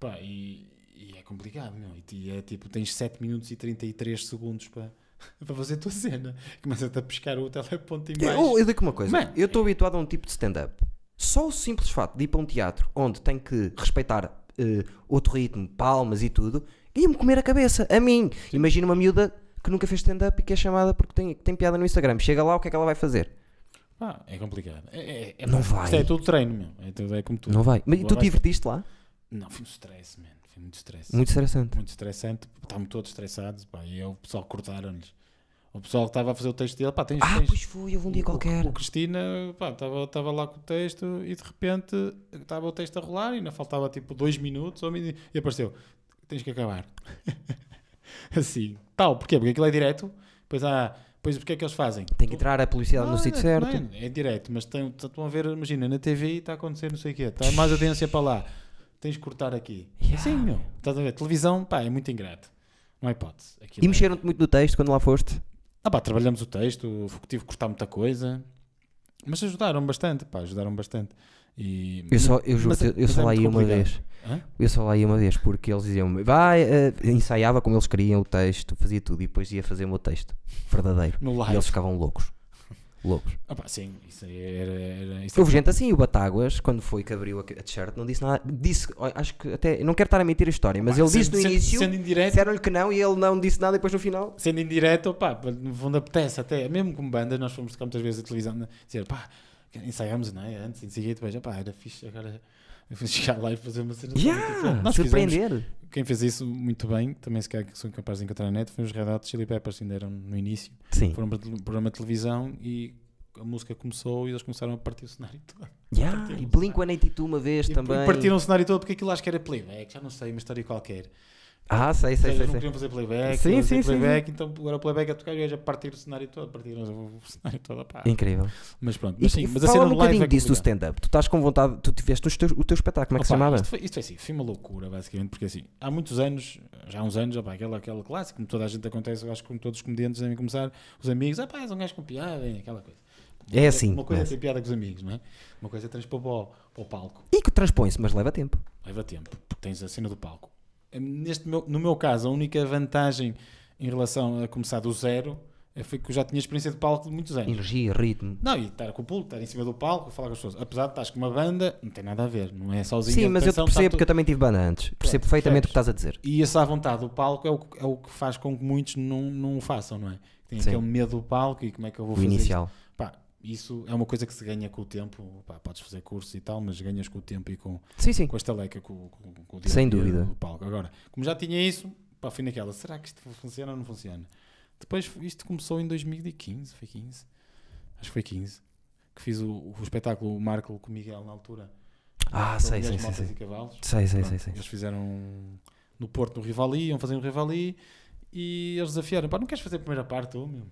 A: pá, e, e é complicado, meu, e, ti- é tipo, tens 7 minutos e 33 segundos para, para fazer a tua cena, começa-te a pescar o teleponto em baixo.
B: É, oh, Eu, eu digo uma coisa,
A: Mano,
B: eu estou habituado a um tipo de stand-up. Só o simples fato de ir para um teatro onde tenho que respeitar eh, outro ritmo, palmas e tudo, ia-me comer a cabeça, a mim. Imagina uma miúda que nunca fez stand-up e que é chamada porque tem, tem piada no Instagram. Chega lá, o que é que ela vai fazer?
A: Pá, é complicado. É, é- é-
B: Não
A: pá,
B: vai.
A: Isto é tudo treino, meu. É, tudo, é como tudo.
B: Não vai. Mas
A: Lá
B: tu te
A: vai-
B: divertiste lá?
A: Não, foi um stress, mano. Foi muito stress.
B: Muito interessante.
A: muito estressante, estavam todos estressados, pá, e eu, o pessoal cortaram-lhes. O pessoal que estava a fazer o texto dele, pá, tens,
B: Ah,
A: tens-
B: pois fui, houve um dia
A: o-
B: qualquer.
A: O, Cristina, pá, estava estava lá com o texto e de repente estava o texto a rolar e ainda faltava tipo dois minutos ou mini- e apareceu, tens que acabar. assim, tal, porquê? Porque aquilo é direto, pois há, pois porque é que eles fazem?
B: Tem que entrar a publicidade
A: Não,
B: Tá no sítio
A: é-
B: certo.
A: não é- é direto, mas tem- t- estão a ver, imagina, na TV está a acontecer não sei o quê, está mais audiência para lá, tens de cortar aqui.
B: Yeah.
A: Sim, meu, estás a ver? Televisão, pá, é muito ingrato. Não há hipótese. Aquilo
B: E
A: é-
B: mexeram-te muito no texto quando lá foste?
A: Ah pá, trabalhamos o texto, f- tive que cortar muita coisa, mas ajudaram bastante, pá, ajudaram bastante. E...
B: Eu só, eu juro,
A: Mas é-
B: eu, eu
A: mas
B: só
A: é
B: lá
A: muito
B: ia uma
A: complicado.
B: vez.
A: Hã?
B: Eu só lá ia uma vez porque eles diziam-me, vai, eh, ensaiava como eles queriam o texto, fazia tudo e depois ia fazer o meu texto verdadeiro.
A: No
B: E
A: live.
B: eles ficavam loucos. Loucos.
A: Ah pá, sim, isso aí era... era isso é
B: Houve gente assim, o Batáguas, quando foi que abriu a a t-shirt, não disse nada. Disse, ó, acho que até, não quero estar a mentir a história, mas
A: Pá,
B: ele disse
A: sendo-
B: no
A: sendo-
B: início,
A: Sendo indireto,
B: disseram-lhe que não e ele não disse nada e depois no final.
A: sendo indireto, pá, pá, no fundo apetece até, mesmo como banda, nós fomos tocar muitas vezes a televisão, né, dizer, pá, ensaiámos, não é? Antes, em seguida, depois, pá, era fixe, agora eu fui chegar lá e fazer uma cena. totalmente diferente.
B: Yeah,
A: Nós fizemos-
B: surpreender.
A: Quem fez isso muito bem, também se calhar que são capazes de encontrar na net, foi os Red Hot Chili Peppers, ainda eram no início.
B: Sim.
A: Foram para um programa de televisão e a música começou e eles começaram a partir o cenário todo.
B: Yeah,
A: partiram-se,
B: e Blink-182 uma vez
A: E-
B: também.
A: E partiram o cenário todo porque aquilo acho que era playback, já não sei, uma história qualquer.
B: Ah, sei, sei,
A: Eles
B: sei.
A: não
B: sei.
A: queriam fazer playback,
B: Sim,
A: não fazer
B: sim, sim,
A: playback então agora o playback a tocar e o gajo a partir o cenário todo, partiram o cenário todo, pá.
B: Incrível.
A: Mas pronto,
B: E
A: mas sim, mas a
B: fala
A: cena
B: um
A: do live
B: bocadinho
A: é
B: disso do
A: complicada.
B: stand-up. Tu estás com vontade, tu tiveste os teus- o teu espetáculo, como é que se
A: Opa,
B: chamava?
A: Isto, foi, isto é assim, foi uma loucura, basicamente, porque assim, há muitos anos, já há uns anos, opa, aquela, aquela clássica, como toda a gente acontece, eu acho que como todos os comediantes devem começar, os amigos, ah pá, és um gajo com piada, hein, aquela coisa.
B: É assim,
A: Uma coisa é
B: mas-
A: ter piada com os amigos, não é? Uma coisa é transpor para o, para o palco.
B: E que transpõe-se, mas leva tempo.
A: Leva tempo, porque tens a cena do palco. Neste meu- no meu caso, a única vantagem em relação a começar do zero eh, foi que eu já tinha experiência de palco de muitos anos.
B: Energia, ritmo.
A: Não, e estar com o público, estar em cima do palco, falar com as pessoas. Apesar de estás com uma banda, não tem nada a ver, não é sozinho.
B: Sim, mas eu te
A: atenção, está
B: percebo
A: tudo-
B: que eu também tive banda antes. Percebo perfeitamente o que estás a dizer.
A: E essa à vontade do palco é o, que- é o que faz com que muitos não, não o façam, não é? Tem
B: Sim.
A: aquele medo do palco e como é que eu vou
B: O
A: fazer
B: inicial.
A: isto? Pá, isso é uma coisa que se ganha com o tempo. Pá, podes fazer cursos e tal, mas ganhas com o tempo e com,
B: Sim, sim.
A: com a estaleca, com, com, com o
B: Sem
A: dia-a-dia
B: dúvida.
A: do palco. Agora, como já tinha isso, pá, fui naquela. Será que isto funciona ou não funciona? Depois, isto começou em 2015, foi 15? Acho que foi 15. Que fiz o, o espetáculo o Marco com o Miguel na altura.
B: Ah,
A: Sobre
B: sei, sei,
A: mulheres,
B: sei,
A: motas
B: sei.
A: e cavalos.
B: Sei, sei, sei,
A: Pronto,
B: sei.
A: Eles fizeram um, no Porto, no Rivali, iam fazer um Rivali e eles desafiaram: pá, não queres fazer a primeira parte, tu, meu?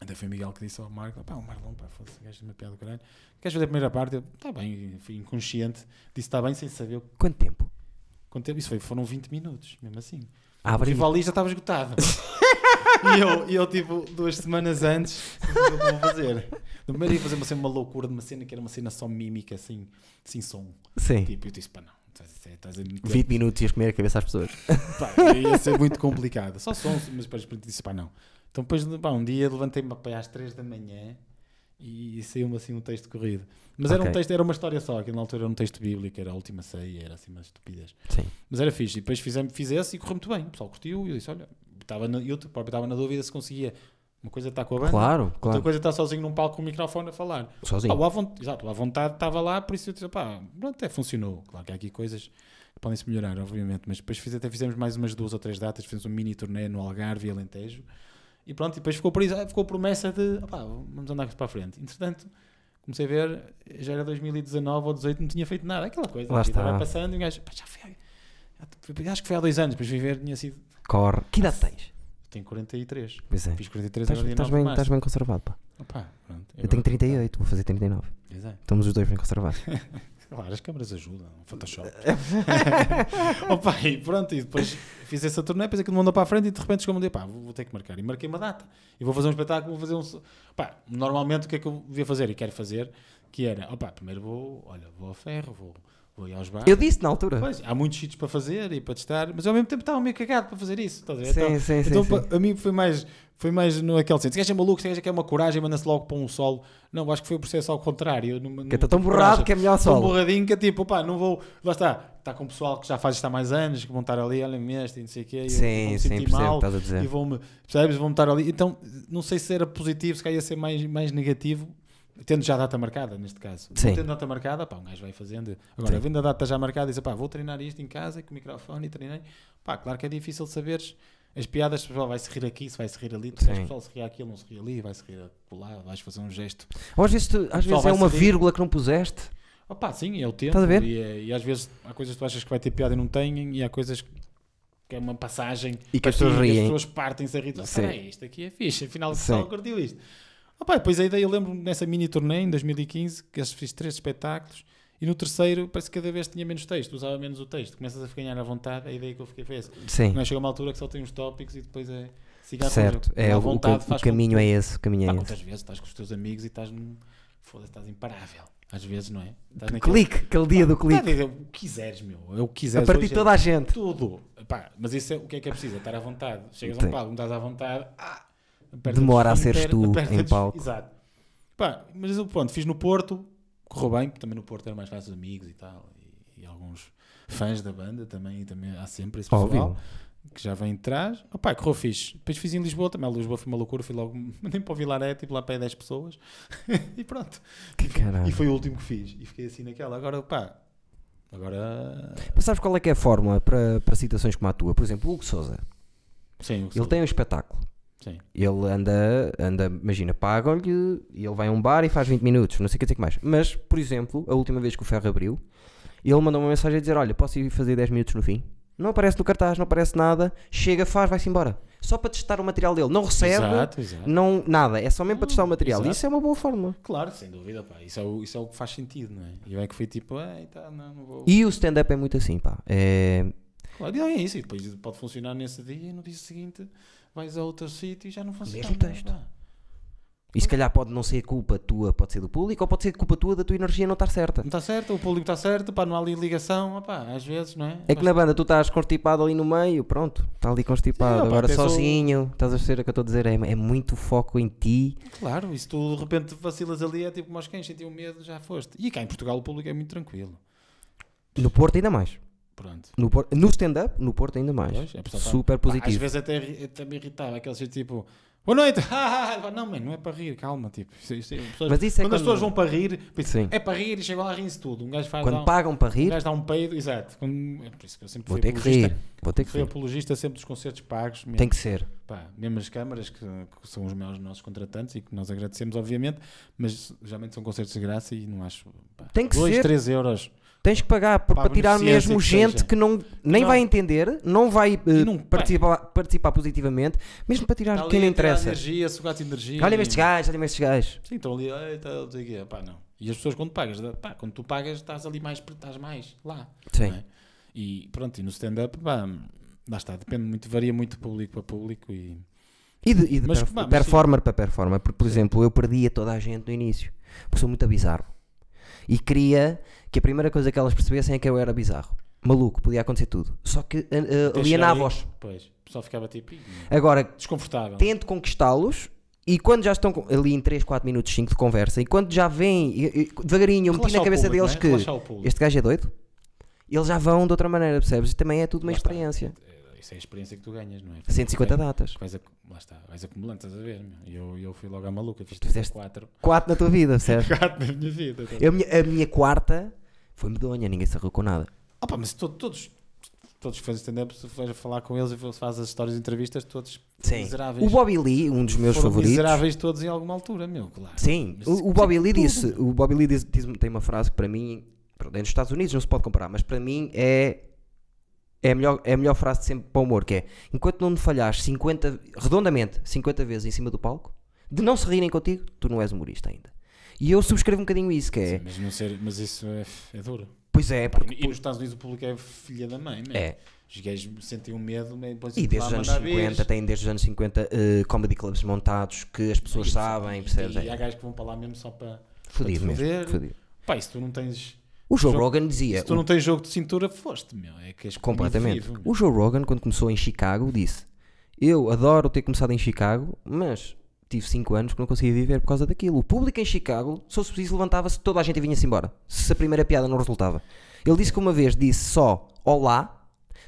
A: Até foi o Miguel que disse ao Marco: pá, o Marlon, pá, foda-se, gajo de uma piada do caralho. Queres fazer a primeira parte? Eu, tá bem, fui inconsciente, disse: está bem, sem saber
B: Quanto tempo?
A: quanto tempo. Isso foi, foram 20 minutos, mesmo assim. O
B: Abre
A: Rivali já estava esgotado. e eu, e eu, tipo, duas semanas antes, não sei o que vou fazer. No primeiro ia fazer uma, cena, uma loucura de uma cena que era uma cena só mímica, assim, sem som.
B: Sim.
A: Tipo, eu disse: pá, não, estás, estás a meter
B: 20 minutos ias comer a cabeça às pessoas.
A: Pá, ia ser muito complicado. Só som, mas depois disse, pá, não. Então depois, pá, um dia levantei-me pá, às 3 da manhã e saiu-me assim um texto corrido. Mas era um
B: Ok.
A: texto, era uma história só, que na altura era um texto bíblico, era a última ceia, era assim umas estupidez.
B: Sim.
A: Mas era fixe. E depois fizemos, fiz esse e correu muito bem. O pessoal curtiu e eu disse, olha, estava na, eu próprio estava na dúvida se conseguia. Uma coisa está com a banda,
B: Claro,
A: outra
B: claro.
A: coisa está sozinho num palco com o microfone a falar. Ah,
B: Sozinho.
A: o à vontade, exato, o à vontade estava lá, por isso eu disse, pá, pronto, até funcionou. Claro que há aqui coisas que podem se melhorar, obviamente, mas depois fiz, até fizemos mais umas duas ou três datas, fizemos um mini torneio no Algarve e Alentejo, e pronto, e depois ficou, por isso, ah, ficou a promessa de, opá, vamos andar com isto para a frente. Entretanto, comecei a ver, já era 2019 ou 18, não tinha feito nada, aquela coisa,
B: Lá
A: a vida
B: está.
A: vai passando, e um gajo, pá, já foi, há- acho que foi há dois anos, depois vim ver, tinha sido,
B: Corre. Que idade tens?
A: tenho 43,
B: Pois é.
A: fiz 43
B: Estás
A: agora dia
B: estás
A: 9
B: bem,
A: de março.
B: estás bem conservado, pá.
A: Opá, pronto,
B: Eu tenho 38, vou fazer 39.
A: Pois é.
B: Estamos os dois bem conservados.
A: Claro, as câmaras ajudam, o Photoshop.
B: É.
A: Opa, e pronto, e depois fiz essa turnê, depois aquilo mandou para a frente e de repente chegou-me um dia, pá, vou, vou ter que marcar. E marquei uma data. E vou fazer um espetáculo, vou fazer um... so- Pá, normalmente o que é que eu devia fazer e quero fazer, que era, opá, primeiro vou, olha, vou ao ferro, vou, vou ir aos bares.
B: Eu disse na altura.
A: Pois, há muitos sítios para fazer e para testar, mas ao mesmo tempo estava meio cagado para fazer isso. Estás a ver?
B: Sim,
A: então,
B: sim, sim,
A: então,
B: sim.
A: pa- a mim foi mais, foi mais no aquele sentido. Se gajo é maluco, se gajo quer uma coragem, manda-se logo para um solo. Não, acho que foi o processo ao contrário. Eu não- não
B: Que eu estou tão
A: tive
B: borrado
A: coragem.
B: que é melhor
A: Só um
B: solo.
A: borradinho que é tipo, pá, não vou. Lá está, está com o pessoal que já faz isto há mais anos, que vão estar ali, olhem-me este e não sei o quê. e eu vou
B: Sim,
A: me sentir
B: sim, percebo o que
A: mal
B: estás a
A: e
B: dizer.
A: vão-me, percebes? Vão estar ali. Então, não sei se era positivo, se calhar ia ser mais, mais negativo, tendo já a data marcada, neste caso.
B: Sim.
A: Não tendo data marcada, pá, um gajo vai fazendo. Agora,
B: Sim.
A: vendo a data já marcada, diz, pá, vou treinar isto em casa, com o microfone e treinei. Pá, claro que é difícil saberes. As piadas, pessoal, vai se rir aqui, se vai se rir ali, tu
B: Sim.
A: sabes, pessoal se rir aqui, ele não se rir ali, vai se rir lá, vais fazer um gesto
B: Ou às vezes, tu- às
A: Só
B: vezes é
A: vai
B: uma
A: saber.
B: vírgula que não puseste.
A: Opa, sim, é o tempo.
B: Estás a ver?
A: E, é- e às vezes há coisas que tu achas que vai ter piada e não têm, e há coisas que é uma passagem
B: E que as pessoas
A: patinha,
B: riem.
A: as pessoas partem-se a rir. Ah,
B: Sim.
A: peraí, isto aqui é fixe, afinal o
B: Sim.
A: pessoal curtiu isto. Opa, e depois a ideia, eu lembro-me nessa mini turnê em 2015 que eu fiz três espetáculos E no terceiro, parece que cada vez tinha menos texto, usava menos o texto. Começas a ganhar à vontade, a ideia que eu fiquei foi essa.
B: Sim,
A: Não é? chega uma altura que só tem uns tópicos e depois é. Siga
B: certo. É, o, o- o caminho é esse. O caminho
A: Pá,
B: é esse.
A: quantas vezes estás com os teus amigos e estás num. Foda-se, estás imparável. Às vezes, não é? Estás naquele-
B: Clique, aquele dia do
A: Pá,
B: clique.
A: é o que quiseres, meu. É o que
B: A
A: quiseres.
B: partir de
A: hoje
B: toda
A: é
B: a gente.
A: tudo. Pá, mas isso é o que é que é preciso? É Estar à vontade. Chegas a
B: Tem.
A: um palco, não estás à vontade. Ah, aperta-te
B: Demora a
A: esfínter,
B: seres tu
A: aperta-te
B: em
A: esf-
B: palco.
A: Exato. Pá, mas eu, pronto, fiz no Porto, correu bem, porque também no Porto era mais fácil os amigos e tal. E, e alguns fãs da banda também, e também há sempre esse pessoal
B: Óbvio.
A: que já vem de trás. Opá, correu fixe. Depois fiz em Lisboa também. A Lisboa foi uma loucura, fui logo, nem para o Vilaré, tipo lá para aí 10 pessoas. e pronto.
B: Que caralho.
A: E foi o último que fiz. E fiquei assim naquela. Agora, pá, agora.
B: Mas sabes qual é que é a fórmula para, para situações como a tua? Por exemplo, o Hugo Souza.
A: Sim, o que
B: Ele
A: sou.
B: tem um espetáculo.
A: Sim.
B: Ele anda, anda imagina, pagam-lhe e ele vai a um bar e faz 20 minutos, não sei o que dizer que mais. Mas, por exemplo, a última vez que o Ferro abriu, ele mandou uma mensagem a dizer: Olha, posso ir fazer 10 minutos no fim? Não aparece no cartaz, não aparece nada, chega, faz, vai-se embora. Só para testar o material dele. Não recebe,
A: Exato, exato.
B: não, nada. É só mesmo para testar o material.
A: exato.
B: Isso é uma boa fórmula.
A: Claro, sem dúvida, pá. Isso é o, isso é o que faz sentido, não é? E é que foi tipo, ei, tá, não, não vou.
B: E o stand-up é muito assim, pá. É,
A: Claro, e é isso. E depois pode funcionar nesse dia e no dia seguinte vais a outro sítio e já não funciona.
B: Mesmo
A: não é?
B: texto.
A: Pá.
B: E se calhar pode não ser culpa tua, pode ser do público, ou pode ser culpa tua da tua energia não estar certa.
A: Não está certo, o público está certo, pá, não há ali ligação, ah, pá, às vezes, não é?
B: É que na banda tu estás constipado ali no meio, pronto, está ali constipado,
A: Sim, opa,
B: agora
A: tens um- o-
B: sozinho, estás a perceber o que eu estou a dizer, é, é muito foco em ti.
A: Claro, e se tu de repente vacilas ali é tipo, mas quem sentiu medo já foste. E cá em Portugal o público é muito tranquilo.
B: No Porto ainda mais.
A: Pronto.
B: No, Por- no stand-up, no Porto ainda mais.
A: Pois, é, pessoal, tá-
B: Super
A: Pá, às
B: positivo.
A: vezes até, ri- até me irritava, aqueles tipo, boa noite, Pá, não, mano, não é para rir, calma, tipo, isso- isso- as pessoas-
B: Mas isso é
A: quando, as
B: quando-
A: pessoas vão para rir, pensam,
B: Sim.
A: é para rir e chegam lá a rir-se tudo. Um gajo faz
B: Quando
A: dá um,
B: pagam para
A: um
B: rir,
A: gajo dá um peido, exato. Quando- é por isso que eu sempre
B: vou
A: fui
B: ter que
A: apologista,
B: rir. Vou ter que
A: fui
B: rir.
A: apologista sempre dos concertos pagos, mesmo,
B: Tem que ser.
A: pá, mesmo as câmaras que, que são os melhores nossos contratantes e que nós agradecemos, obviamente, mas geralmente são concertos de graça e não acho pá,
B: Tem que
A: dois,
B: ser.
A: 3 euros.
B: Tens que pagar por-
A: Pá,
B: para tirar
A: beneficência
B: mesmo
A: que
B: gente
A: seja.
B: que não, nem
A: Não.
B: vai entender, não vai eh,
A: não-
B: participar, participar positivamente, mesmo para
A: Está
B: tirar
A: ali
B: quem não
A: a tirar
B: interessa.
A: Energia, sugar-te energia.
B: Olha-me estes gajos, olha-me estes gajos.
A: Sim, estão ali, eita, não sei o quê, pá, não. E as pessoas quando pagas, pá, quando tu pagas estás ali mais, per- estás mais lá.
B: Sim.
A: não é? E pronto, e no stand-up, pá, lá está, depende muito, varia muito de público para público e...
B: E de, e de
A: Mas,
B: perf-
A: pá, mas
B: performer para performer, porque, por exemplo, eu perdia toda a gente no início, porque sou muito bizarro. E queria que a primeira coisa que elas percebessem é que eu era bizarro. Maluco, podia acontecer tudo. Só que eh, eh,
A: até chegar
B: alienava a
A: ali,
B: voz.
A: Pois, o pessoal ficava tipo, "Ih,
B: Agora,
A: desconfortável.
B: tento conquistá-los e quando já estão com- ali em 3, 4 minutos, 5 de conversa, e quando já vêm, e- e- devagarinho, eu
A: Relaxa
B: meti na
A: ao
B: cabeça
A: público,
B: deles
A: não é?
B: que
A: Relaxa ao público.
B: este gajo é doido, eles já vão de outra maneira, percebes? E também é tudo uma
A: Lá está.
B: experiência.
A: É, Isso é a experiência que tu ganhas, não é?
B: 150 datas.
A: Vais ac- Lá está, vais acumulando, estás a ver, meu. E eu, eu fui logo à maluca, fiz
B: fizeste-
A: 4
B: 4 na tua vida, percebes?
A: na minha vida. tá? estás a ver?
B: Eu- a minha- a minha quarta foi medonha, ninguém se arrou com nada.
A: Opa, mas to- todos, todos que fazem stand-up, se vais falar com eles e fazes as histórias de entrevistas, todos
B: Sim.
A: miseráveis.
B: O Bobby Lee, um dos meus
A: Foram
B: favoritos.
A: miseráveis todos em alguma altura, meu, claro.
B: Sim,
A: Mas é
B: o, o Bobby
A: sim,
B: Lee
A: tudo,
B: disse, o Bobby Lee diz, diz- tem uma frase que para mim, pronto, é nos Estados Unidos, não se pode comparar, mas para mim é é a melhor, é a melhor frase de sempre para o humor, que é, enquanto não me falhares 50, redondamente, 50 vezes em cima do palco, de não se rirem contigo, tu não és humorista ainda. E eu subscrevo um bocadinho isso, que é,
A: Sim, mas, não ser, mas isso é, é duro.
B: pois é, porque,
A: E nos Estados Unidos o público é filha da mãe, meu.
B: é,
A: Os gays sentem um medo, né, depois
B: e
A: tipo,
B: desde os
A: lá
B: anos
A: manda a vez.
B: 50, tem desde os anos 50 eh, comedy clubs montados que as pessoas sabem, percebes?
A: E há
B: É,
A: gajos que vão para lá mesmo só para.
B: fodido mesmo,
A: foder.
B: fodido.
A: Pá, e se tu não tens.
B: É, O Joe
A: Jogo-
B: Rogan dizia,
A: Se tu não tens jogo de cintura, foste, meu. É que és comido
B: Completamente.
A: vivo, meu.
B: O Joe Rogan, quando começou em Chicago, disse: Eu adoro ter começado em Chicago, mas tive 5 anos que não conseguia viver por causa daquilo. O público em Chicago, se fosse preciso, levantava-se toda a gente e vinha-se embora. Se a primeira piada não resultava. Ele disse que uma vez disse só olá,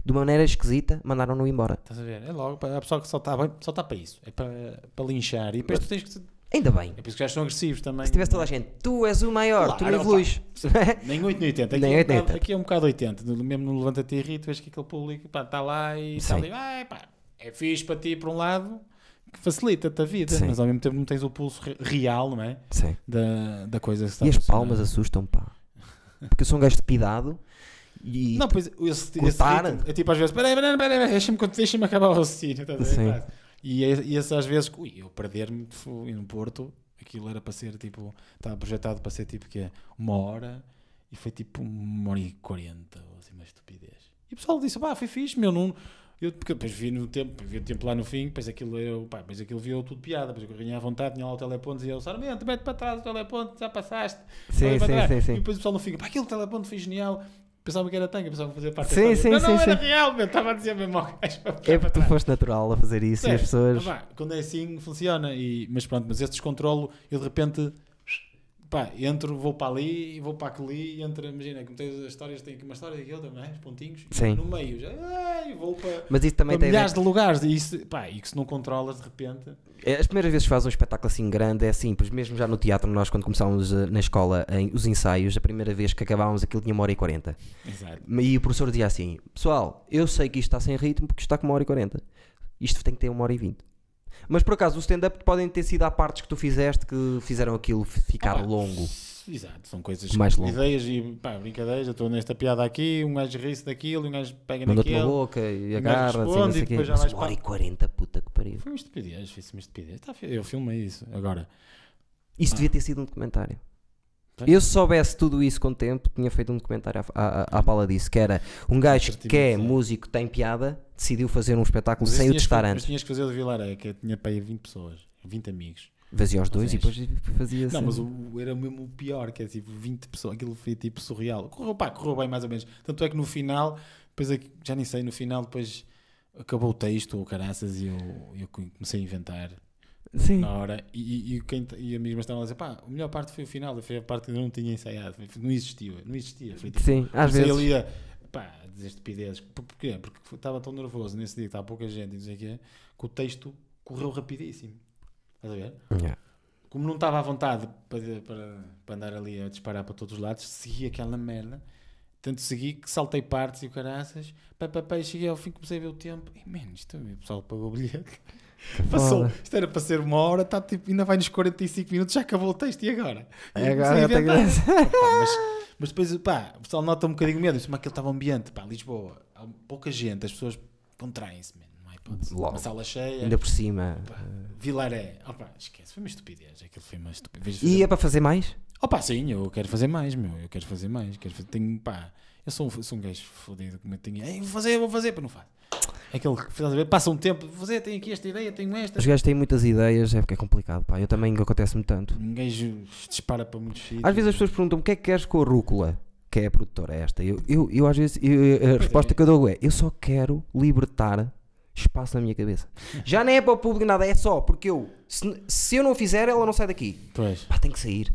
B: de uma maneira esquisita, mandaram-no embora.
A: Estás a ver? É logo, pá, há pessoal que só está bem- só está para isso. É para, para linchar. E depois tu tens que. É
B: Ainda bem.
A: por isso que já são agressivos também.
B: Se tivesse toda a gente, tu és o maior, tu não
A: Claro,
B: evoluís.
A: Nem 8 nem 80. Aqui,
B: Nem
A: é um
B: 80.
A: bocado- aqui é um bocado 80. No- Mesmo no Levanta-te e ri, tu vês que aquele público pá, está lá e está
B: Sim.
A: ali. "Ah, pá, é fixe para ti, por um lado, que facilita-te a vida,
B: Sim.
A: mas ao mesmo tempo não tens o pulso re- real, não é?
B: Sim.
A: Da, da coisa que está
B: E as
A: a funcionar.
B: palmas assustam, pá. Porque eu sou um gajo depidado e.
A: Não, pois esse, esse
B: Cortar.
A: ritmo é tipo às vezes, peraí, peraí, peraí, peraí, deixa-me deixa acabar o raciocínio. Estás a ver?
B: Sim.
A: E é- e esse às vezes, ui, eu perder-me fui no Porto, aquilo era para ser tipo, estava projetado para ser tipo que é uma hora E foi tipo uma hora e quarenta, ou assim, uma estupidez. E o pessoal disse, pá, foi fixe, meu, não... Eu, porque depois vi no tempo, vi o tempo lá no fim, depois aquilo eu, pá, depois aquilo viu tudo piada, depois eu ganhei à vontade, tinha lá o teleponto e eu, Sarmento, mete para trás o teleponto, já passaste.
B: Sim,
A: olha para trás."
B: sim, sim,
A: E
B: sim.
A: depois o pessoal não fica, pá, aquele teleponto foi genial. Pensava que era tanga, pensava que fazia parte
B: Sim,
A: da história.
B: sim,
A: Não,
B: sim,
A: não, era real, meu, estava a dizer mesmo ao gajo.
B: É porque tu foste natural a fazer isso e
A: Certo.
B: as pessoas.
A: Ah, pá, quando é assim, funciona. E, mas pronto, mas esse descontrolo, eu de repente pá, entro, vou para ali, vou para ali, entro, imagina, como tens as histórias, tem aqui uma história e aqui outra, não é? Os pontinhos, e
B: Sim.
A: no meio, já, ai, vou para,
B: Mas isso também
A: para
B: tem. a ver-
A: milhares de lugares, e, isso, pá, e que se não controlas de repente,
B: É, As primeiras vezes que fazes um espetáculo assim grande é simples, mesmo já no teatro, nós quando começámos eh, na escola em- os ensaios, a primeira vez que acabámos aquilo tinha uma hora e quarenta.
A: exato,
B: E o professor dizia assim: Pessoal, eu sei que isto está sem ritmo porque isto está com uma hora e quarenta. Isto tem que ter uma hora e vinte. Mas por acaso, o stand-up podem ter sido há partes que tu fizeste que fizeram aquilo f- ficar
A: Opa.
B: longo.
A: exato, são coisas,
B: Mais longo.
A: ideias e pá, brincadeiras, eu estou nesta piada aqui, um gajo ri-se daquilo, um gajo pega
B: Mandou-te uma
A: naquilo,
B: boca e
A: gajo
B: agarra, assim, não
A: responde e
B: sei o quê.
A: depois já
B: Mas
A: vais
B: uma hora e
A: para-
B: quarenta, puta que pariu.
A: foi uma estupidez, fiz uma estupidez, Tá, eu filmei isso, agora,
B: Isso
A: Ah.
B: devia ter sido um documentário.
A: Pois.
B: Eu se soubesse tudo isso com o tempo, tinha feito um documentário à, à, à bala disso, que era um gajo que é
A: Assertividade.
B: músico, tem piada, decidiu fazer um espetáculo
A: Mas isso
B: sem o
A: tinhas
B: testar
A: que, mas
B: antes.
A: tinhas que fazer o de Vilaré, que eu tinha para aí 20 pessoas, 20 amigos.
B: Fazia os dois e
A: Fez.
B: depois fazia assim.
A: é Não, mas o, o- era mesmo o pior, que é tipo 20 pessoas, aquilo foi tipo surreal. Correu, pá, correu bem mais ou menos. Tanto é que no final, depois aqui- já nem sei, no final depois acabou o texto ou caraças e eu, eu comecei a inventar
B: Sim.
A: na hora e, e, e quem, t- e a minha irmã estava a dizer, pá, a melhor parte foi o final, foi a parte que eu não tinha ensaiado, não existia, não existia. Foi, tipo,
B: Sim, às
A: comecei
B: vezes.
A: ali a, pá, a dizer estupidez. Por- Porquê? Porque fui- estava tão nervoso nesse dia que estava pouca gente e não sei o quê, que o texto correu rapidíssimo. Estás a ver?
B: Yeah.
A: Como não estava à vontade para, para, para andar ali a disparar para todos os lados, segui aquela merda. Tanto segui que saltei partes e o caraças. Pá, pá, pá, e cheguei ao fim, comecei a ver o tempo. E, man, isto é o pessoal pagou o bilhete. Passou,
B: foda.
A: isto era para ser uma hora, tá, tipo, ainda vai nos 45 minutos, já acabou o texto. E agora? E eu
B: É Agora
A: comecei a
B: tem
A: inventar.
B: graça.
A: Pá, mas, mas depois, pá, o pessoal nota um bocadinho medo. Mas aquilo estava ambiente, pá, Lisboa, há pouca gente, as pessoas contraem-se, man, não há hipótese.
B: Logo.
A: Uma sala cheia,
B: Ainda por cima.
A: Vilaré, opá, é, esquece, foi uma estupidez. Aquilo foi uma estupidez.
B: E é para fazer mais?
A: Opá, sim, eu quero fazer mais, meu, eu quero fazer mais. Quero fazer, tenho, pá, eu sou um, sou um gajo fodido, como eu tenho, Ei, vou fazer, vou fazer, pá, não faz. É Aquele, que faz a ver, passa um tempo, vou fazer, tenho aqui esta ideia, tenho esta.
B: Os gajos têm muitas ideias, é porque é complicado, pá. Eu também acontece-me tanto.
A: Um gajo dispara para muitos sítios.
B: Às vezes as pessoas perguntam o que é que queres com a rúcula? Que é a produtora esta. Eu, eu, eu às vezes, eu- a resposta que eu dou é: eu só quero libertar espaço na minha cabeça. Já nem é para o público nada, é só porque eu, se, se eu não fizer, ela não sai daqui.
A: Pois.
B: Pá, tem que sair.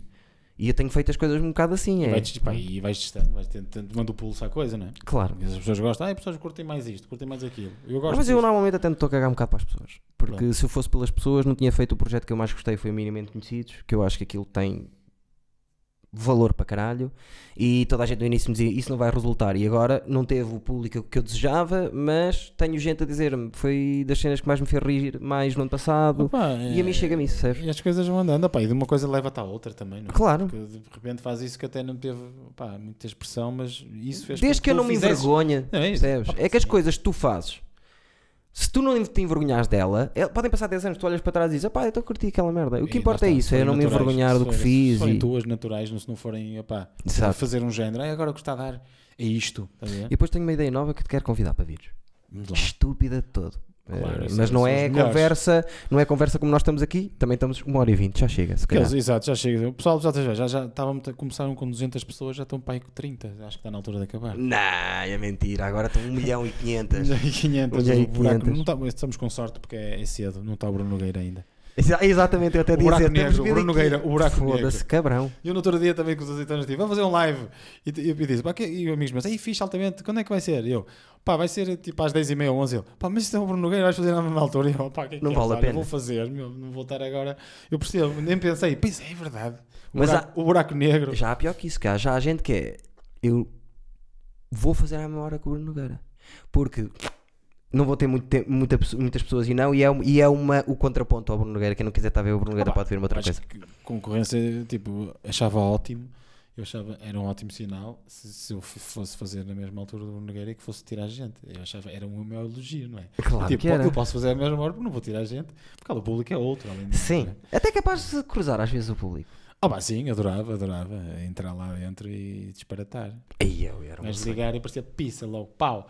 B: E eu tenho feito as coisas um bocado assim,
A: E
B: é.
A: vais, pá, e vais testando, vais tentando, manda o pulso à coisa, não é?
B: Claro.
A: Às vezes as pessoas gostam, ah, as pessoas curtem mais isto, curtem mais aquilo. Eu gosto
B: Mas eu
A: disto.
B: normalmente até me estou a cagar um bocado para as pessoas. Porque se eu fosse pelas pessoas, não tinha feito o projeto que eu mais gostei, foi minimamente conhecidos, que eu acho que aquilo tem valor para caralho. E toda a gente no início me dizia isso não vai resultar. E agora não teve o público que eu desejava, mas tenho gente a dizer-me foi das cenas que mais me fez rir mais no ano passado.
A: Opa,
B: E a mim
A: é-
B: chega-me isso, sabes?
A: E as coisas vão andando, pá, e de uma coisa leva-te à outra também, não é?
B: Claro.
A: Porque de repente faz isso que até não teve pá, muita expressão, mas isso fez com
B: Desde que eu não me
A: fizesse-
B: envergonha,
A: Não, é isso.
B: percebes?
A: Opa,
B: É que as
A: sim.
B: coisas que tu fazes, se tu não te envergonhas dela, é- podem passar 10 anos, tu olhas para trás e dizes, pá, eu estou a curtir aquela merda. O que
A: E
B: importa
A: lá
B: é
A: está,
B: isso,
A: se
B: é eu
A: forem
B: não me
A: naturais,
B: envergonhar
A: se
B: do que
A: forem- Se
B: fiz.
A: forem
B: e-
A: tuas naturais, não- se não forem, opá,
B: Exato.
A: fazer um género, "Ai, agora o que está a dar é isto. estás a ver?
B: E depois tenho uma ideia nova que te quero convidar para vir.
A: Vamos lá.
B: Estúpida de todo.
A: Claro,
B: Eh,
A: isso
B: mas
A: é-
B: não
A: são
B: é
A: os melhores.
B: conversa, não é conversa como nós estamos aqui, também estamos uma hora e vinte, já chega, se calhar.
A: Aqueles, exato, já chega. O pessoal já, já, já, já estavam, começaram com 200 pessoas, já estão para aí com 30. Acho que está na altura de acabar.
B: Não, é mentira, agora estão 1 milhão e 500.
A: Já em 500,
B: Já em
A: o buraco-
B: 500.
A: não está- mas estamos com sorte porque é, é cedo, não está o Bruno Nogueira ainda.
B: Exa- Exatamente, eu até
A: O
B: dizia
A: buraco
B: temos
A: negro, o
B: 1000 e
A: Bruno Nogueira,
B: 500.
A: o buraco
B: Foda-se,
A: negro.
B: cabrão.
A: E eu no outro dia também com os azeitonas tive, vamos fazer um live. E, t- e eu disse, pá, que, e os amigos meus, aí fixe altamente, quando é que vai ser? E eu, pá, vai ser tipo às 10h30 ou 11 Ele, pá, mas isto é o Bruno Nogueira, vais fazer na mesma altura. E eu, pá, que é que
B: Não
A: é?
B: vale a
A: Olha,
B: pena.
A: Vou fazer, meu, não vou estar agora. Eu percebo, nem pensei, pensei, é verdade. O,
B: Mas
A: buraco, o buraco negro.
B: Já há pior que isso, cá. Já há gente que é. Eu vou fazer à mesma hora que o Bruno Nogueira. Porque não vou ter muito tempo- muita pesso- muitas pessoas e não. E é, um- e é uma, o contraponto ao Bruno Nogueira. Quem não quiser estar a ver o Bruno Nogueira
A: Opa,
B: pode ver uma outra
A: acho
B: coisa.
A: que concorrência, tipo, achava ótimo. Eu achava, era um ótimo sinal se, se eu f- fosse fazer na mesma altura do Bruno Nogueira e que fosse tirar gente. Eu achava, era um meu elogio, não é?
B: Claro
A: tipo,
B: que era.
A: eu posso fazer a mesma hora porque não vou tirar gente, porque lá, o público é outro. Além disso,
B: Sim.
A: não é?
B: Até capaz de cruzar às vezes o público.
A: Oh, pá, sim, adorava, adorava entrar lá dentro e disparatar.
B: Aí eu era um
A: Mas ligar e parecia pizza logo, pau.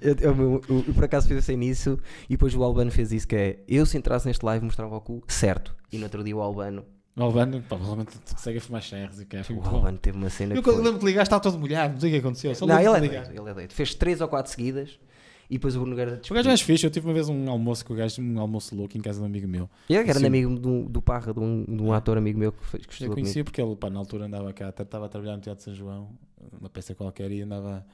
B: Eu, eu- eu- eu por acaso pensei nisso e depois o Albano fez isso que é eu se entrasse neste live mostrava o cu, certo. E no outro dia o Albano,
A: O Albano, pá, provavelmente consegue fumar cheiros e que é
B: o
A: muito bom.
B: Albano teve uma cena
A: Eu
B: que
A: quando
B: foi-
A: lembro que ligaste, está todo molhado, não sei o que aconteceu. Só
B: Não,
A: lembro
B: ele
A: de
B: é
A: ligar.
B: doido, ele é doido. Fez 3 ou 4 seguidas e depois o Bruno Guerra
A: O gajo é mais fixe. Eu tive uma vez um almoço com o gajo, um almoço louco em casa de um amigo meu.
B: Eu era
A: Sim. Ah.
B: amigo do, do Parra, de um, de um ator amigo meu que, fez, que
A: Eu
B: estudou comigo.
A: conhecia porque ele, pá, na altura andava cá, até estava a trabalhar no Teatro de São João, uma peça qualquer, e andava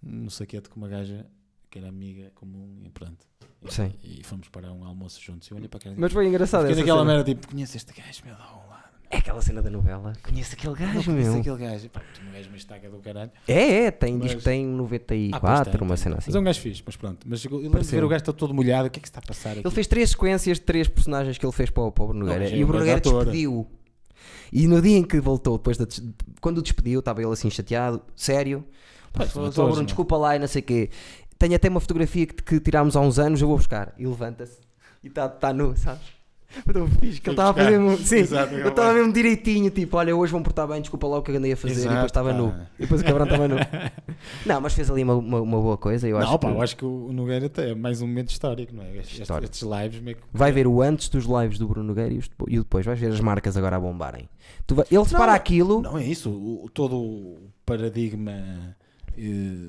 A: no saquete com uma gaja que era amiga comum e pronto. E,
B: Sim.
A: e fomos para um almoço juntos. Eu olhei para a cara dele.
B: Mas foi engraçado
A: Fiquei
B: essa
A: naquela
B: cena.
A: merda tipo, conheço este gajo, meu, dá um lado.
B: É aquela cena da novela. Conheço aquele
A: Não
B: gajo,
A: conheço
B: meu.
A: aquele gajo. Pá, tu um gajo uma estaca do caralho.
B: É, é, tem,
A: Mas-
B: diz que tem um
A: Ah, pois
B: 94,
A: tem,
B: uma
A: tem.
B: cena assim.
A: Mas é um gajo fixe, mas pronto. Mas eu lembro de
B: Pareceu.
A: ver o gajo está todo molhado, o que é que se está a passar aqui?
B: Ele fez três sequências de três personagens que ele fez para o, para o Bruno
A: Não, mas
B: Nogueira
A: é
B: e o
A: um
B: Bruno
A: grande
B: Nogueira
A: ator.
B: despediu. E no dia em que voltou, depois da des- quando o despediu, estava ele assim chateado, sério. Pá,
A: Pois, são
B: falou,
A: atores,
B: "Bruno,
A: não é?"
B: desculpa lá e não sei o quê. Tenho até uma fotografia que, que tirámos há uns anos, eu vou buscar. E levanta-se e está tá nu, sabes? Eu estou fixe, que
A: Foi
B: ele estava a
A: buscar.
B: fazer mesmo, sim,
A: Exato,
B: eu
A: ele
B: estava
A: vai.
B: mesmo direitinho, tipo, olha, hoje vão portar bem, desculpa lá o que eu andei a fazer, e
A: Exato,
B: depois estava
A: pá.
B: nu. E depois o cabrão estava nu. Não, mas fez ali uma, uma, uma boa coisa, eu acho
A: não,
B: que
A: pá, eu acho que o Nogueira até é mais um momento histórico, não é? Estes,
B: Histórico.
A: estes lives meio que.
B: Vai ver o antes dos lives do Bruno Nogueira e, os depo- e o depois. Vais ver as marcas agora a bombarem. Tu vai- ele separa
A: Não,
B: aquilo.
A: Não é isso, o, o- todo o paradigma eh,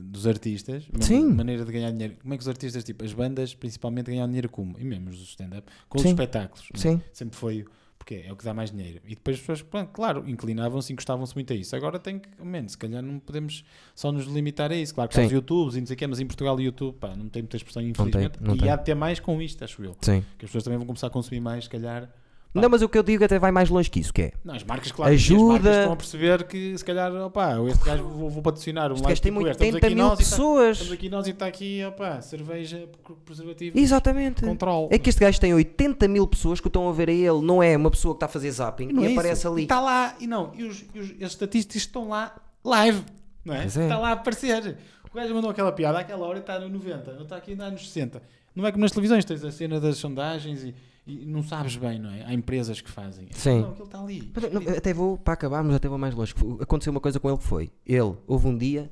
A: dos artistas, mesmo
B: Sim.
A: a maneira de ganhar dinheiro. Como é que os artistas, tipo, as bandas principalmente ganham dinheiro como? E mesmo os do stand-up, com
B: Sim.
A: os espetáculos. não é?
B: Sim.
A: Sempre foi, porque é o que dá mais dinheiro. E depois as pessoas, pronto, claro, inclinavam-se e encostavam-se muito a isso. Agora tem que, oh, man, se calhar não podemos só nos limitar a isso. Claro que há
B: Sim.
A: os YouTubes e não sei o quê, mas em Portugal o YouTube, pá, não tem muita expressão, infelizmente.
B: não
A: e
B: tem.
A: há de ter mais com isto, acho eu.
B: Sim.
A: Que as pessoas também vão começar a consumir mais, se calhar. Pá.
B: Não, mas o que eu digo até vai mais longe que isso, que é.
A: Não, as marcas, claro,
B: Ajuda.
A: as marcas estão a perceber que se calhar, opá, este gajo vou, vou patrocinar um
B: Este
A: live
B: gajo tem
A: tipo
B: muito,
A: este.
B: tem
A: Estamos
B: 30
A: aqui
B: mil
A: nós e tá-
B: pessoas.
A: estamos aqui nós e está aqui, opá, cerveja, preservativo,
B: Exatamente.
A: controle.
B: É que este gajo tem 80 mil pessoas que estão a ver a ele. Não é uma pessoa que é está a fazer zapping e aparece ali.
A: Está lá, é e tá não, e os, e os, as estatísticas estão lá live, não é?
B: Pois é.
A: Está lá a aparecer. O gajo mandou aquela piada àquela hora e está no 90, não está aqui ainda nos 60. Não é como nas televisões, tens a cena das sondagens e, e não sabes bem, não é? Há empresas que fazem.
B: Sim.
A: Não, aquilo está ali.
B: Mas, não, Até vou, para acabarmos, até vou mais longe. que foi- Aconteceu uma coisa com ele que foi. Ele, houve um dia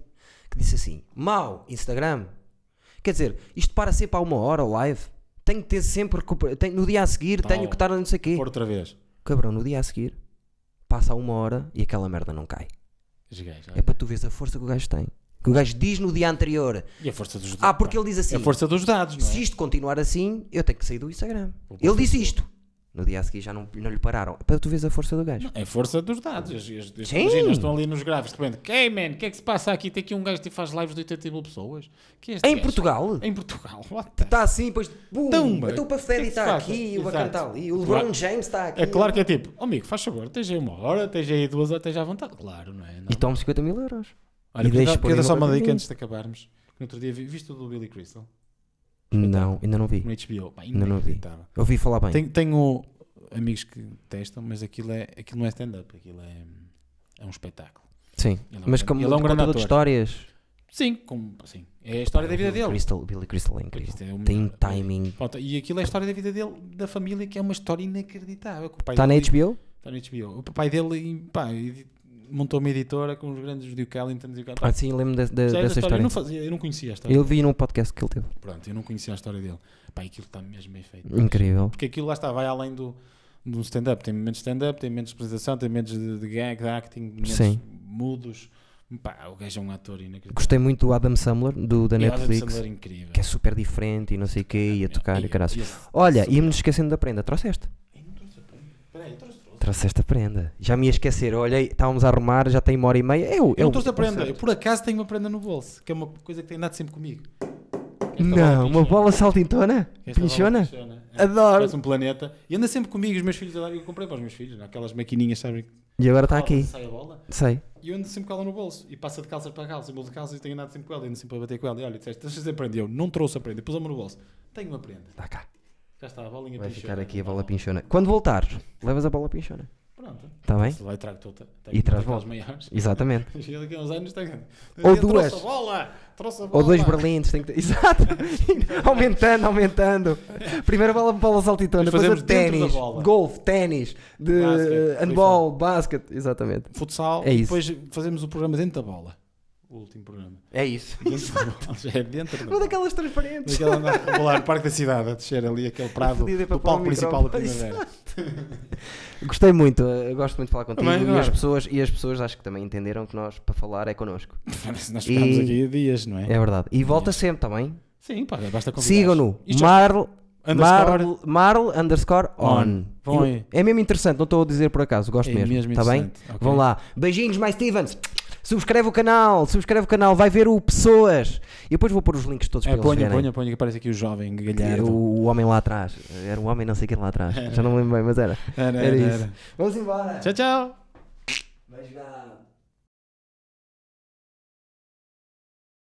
B: que disse assim: Mau, Instagram. Quer dizer, isto para ser para uma hora o live. Tenho que ter sempre. recupera- tenho- No dia a seguir,
A: Tal.
B: tenho que estar a não sei o quê.
A: Por outra vez.
B: Cabrão, no dia a seguir, passa uma hora e aquela merda não cai.
A: Os gajos,
B: É para tu veres a força que o gajo tem. Que o gajo diz no dia anterior.
A: E a força dos
B: Ah, porque ele diz assim:
A: É a força dos dados, não é?
B: se isto continuar assim, eu tenho que sair do Instagram.
A: Vou para o
B: Ele disse isto. No dia a seguir já não, não lhe pararam. É para tu veres a força do gajo.
A: É a força dos dados. As- as- as-
B: Sim.
A: Imagina, estão ali nos gráficos, de repente, "Ei, man, o que é que se passa aqui? Tem aqui um gajo que faz lives de 80 mil pessoas. Que é este
B: Em
A: gajo?"
B: Portugal?
A: Em Portugal. What the-
B: Está assim, depois. Bum,
A: Tumba.
B: Então o
A: O que é
B: Pafedi
A: que se
B: está
A: passa?
B: aqui, o
A: Exato.
B: Bacana está ali, o
A: Claro.
B: LeBron James está aqui.
A: É claro que é tipo, oh, amigo, faz favor, tens aí uma hora, tens aí duas horas, tens à vontade. Claro, não é? Não.
B: E toma 50 mil euros.
A: Olha,
B: e
A: queria
B: deixa
A: dar-
B: por
A: queria dar
B: aí
A: só
B: uma
A: uma
B: coisa
A: dica
B: minha.
A: antes de acabarmos. No outro dia, vi- viste o do Billy Crystal? Então.
B: Não, ainda não vi.
A: No HBO. Pá,
B: Ainda não vi.
A: inacreditável.
B: Ouvi falar bem.
A: Tenho, tenho amigos que testam, mas aquilo, é, aquilo não é stand-up, aquilo é, é um espetáculo.
B: Sim.
A: Ele é um
B: Mas
A: grande-
B: como
A: ele é um grande
B: contador de
A: ator.
B: histórias.
A: Sim, como, sim. é a história da vida
B: Billy
A: dele.
B: Crystal, Billy Crystal é incrível.
A: Isto é o
B: Tem um
A: melhor.
B: timing.
A: Pronto, e aquilo é a história da vida dele, da família, que é uma história inacreditável. que o pai
B: Está Tá na
A: dele-
B: HBO?
A: Está na HBO. O pai dele pá, edi- montou uma editora com os grandes do Callington e o cara-
B: Ah, sim, lembro de- de-
A: Já esta é história, Eu,
B: dessa história.
A: não fazia, eu não conhecia a história.
B: Eu vi num podcast que ele teve.
A: Pronto, eu não conhecia a história dele. Pá, aquilo está mesmo bem feito.
B: Incrível.
A: Porque aquilo lá está, vai além do, do stand-up. Tem momentos de stand-up, tem momentos de apresentação, tem momentos de, de gag, de acting, momentos
B: Sim.
A: mudos. Pá, o gajo é um ator inacreditável.
B: Gostei muito do Adam Sandler, do, da
A: E o Adam
B: Netflix,
A: Sandler é incrível.
B: que é super diferente e não sei o quê, e a tocar e caralho.
A: esse-
B: Olha, ia-me esquecendo da prenda, trouxeste?
A: Ai, não trouxe a prenda. Peraí, eu trouxe, trouxe.
B: Trouxeste a prenda. Já me ia esquecer, olhei, estávamos a arrumar, já tem uma hora e meia. Eu,
A: Eu não trouxe a prenda. Eu, por acaso, tenho uma prenda no bolso, que é uma coisa que tem andado sempre comigo. Esta
B: Não, uma
A: pinchona.
B: bola saltintona?
A: Esta bola
B: Pinchona?
A: pinchona. É,
B: Adoro!
A: Parece um planeta. E anda sempre comigo. Os meus filhos adoram. Eu comprei para os meus filhos, naquelas maquininhas, sabem? que
B: E agora está
A: roda,
B: Tá aqui.
A: Sai a um bola.
B: Sei.
A: E eu ando sempre com ela no bolso. E passa de calças para calças. E bolso de calças e tenho andado sempre com ela. E ando sempre a bater com ela. E olha, disseste, deixa a prenda. E Eu não trouxe a prenda. Pus a mão no bolso. Tenho uma prenda.
B: Está cá.
A: Cá está a bolinha
B: Vai
A: pinchona.
B: ficar aqui a bola pinchona. Quando voltares, levas a bola pinchona.
A: Pronto.
B: Está bem?
A: Se vai trago tu
B: E traz bola.
A: maiores.
B: Exatamente.
A: Chega daqui a uns anos, está
B: Ou duas.
A: Trouxe a bola! Trouxe a bola!
B: Ou dois berlindes, tem que ter- Exato! aumentando, aumentando. Primeiro bola, bola saltitona,
A: Mas
B: depois
A: fazemos dentro da
B: ténis,
A: bola.
B: golfe, ténis, de eh,
A: Basket,
B: handball, basket. Exatamente.
A: Futsal.
B: É
A: e
B: isso.
A: depois fazemos o programa dentro da bola. O último programa.
B: É isso.
A: Dentro da bola. Já É dentro da
B: Uma
A: bola.
B: daquelas transparentes.
A: Daquela andar a bolar, parque da cidade, a descer ali aquele prado
B: Fodida para
A: do
B: pôr
A: palco
B: um
A: principal da
B: microfone.
A: primavera.
B: Gostei muito, eh, gosto muito de falar contigo
A: Também,
B: e,
A: claro.
B: as pessoas, e as pessoas acho que também entenderam que nós, para falar, é connosco.
A: Parece que Nós
B: E-
A: ficámos aqui a dias, não é?
B: É verdade. E volta sempre, está bem?
A: Sim, pá, basta convidar.
B: Sigam-no.
A: Isto é-
B: Marl,
A: Underscore.
B: Marl, Marl underscore on.
A: On. Vão aí.
B: É mesmo interessante, não estou a dizer por acaso, gosto
A: É
B: mesmo.
A: mesmo
B: tá bem?
A: interessante, ok.
B: Vão lá. Beijinhos, mais Stevens. Subscreve o canal, subscreve o canal, vai ver o Pessoas. E depois vou pôr os links todos
A: É,
B: para eles
A: ponha,
B: verem.
A: ponha, ponha, que aparece aqui o jovem
B: Era
A: galhardo.
B: o, o homem lá atrás. Era o homem não sei quem lá atrás. Já não me lembro bem, mas era.
A: Era,
B: Era
A: era,
B: isso.
A: era.
B: Vamos embora.
A: Tchau, tchau.
B: Beijinhos.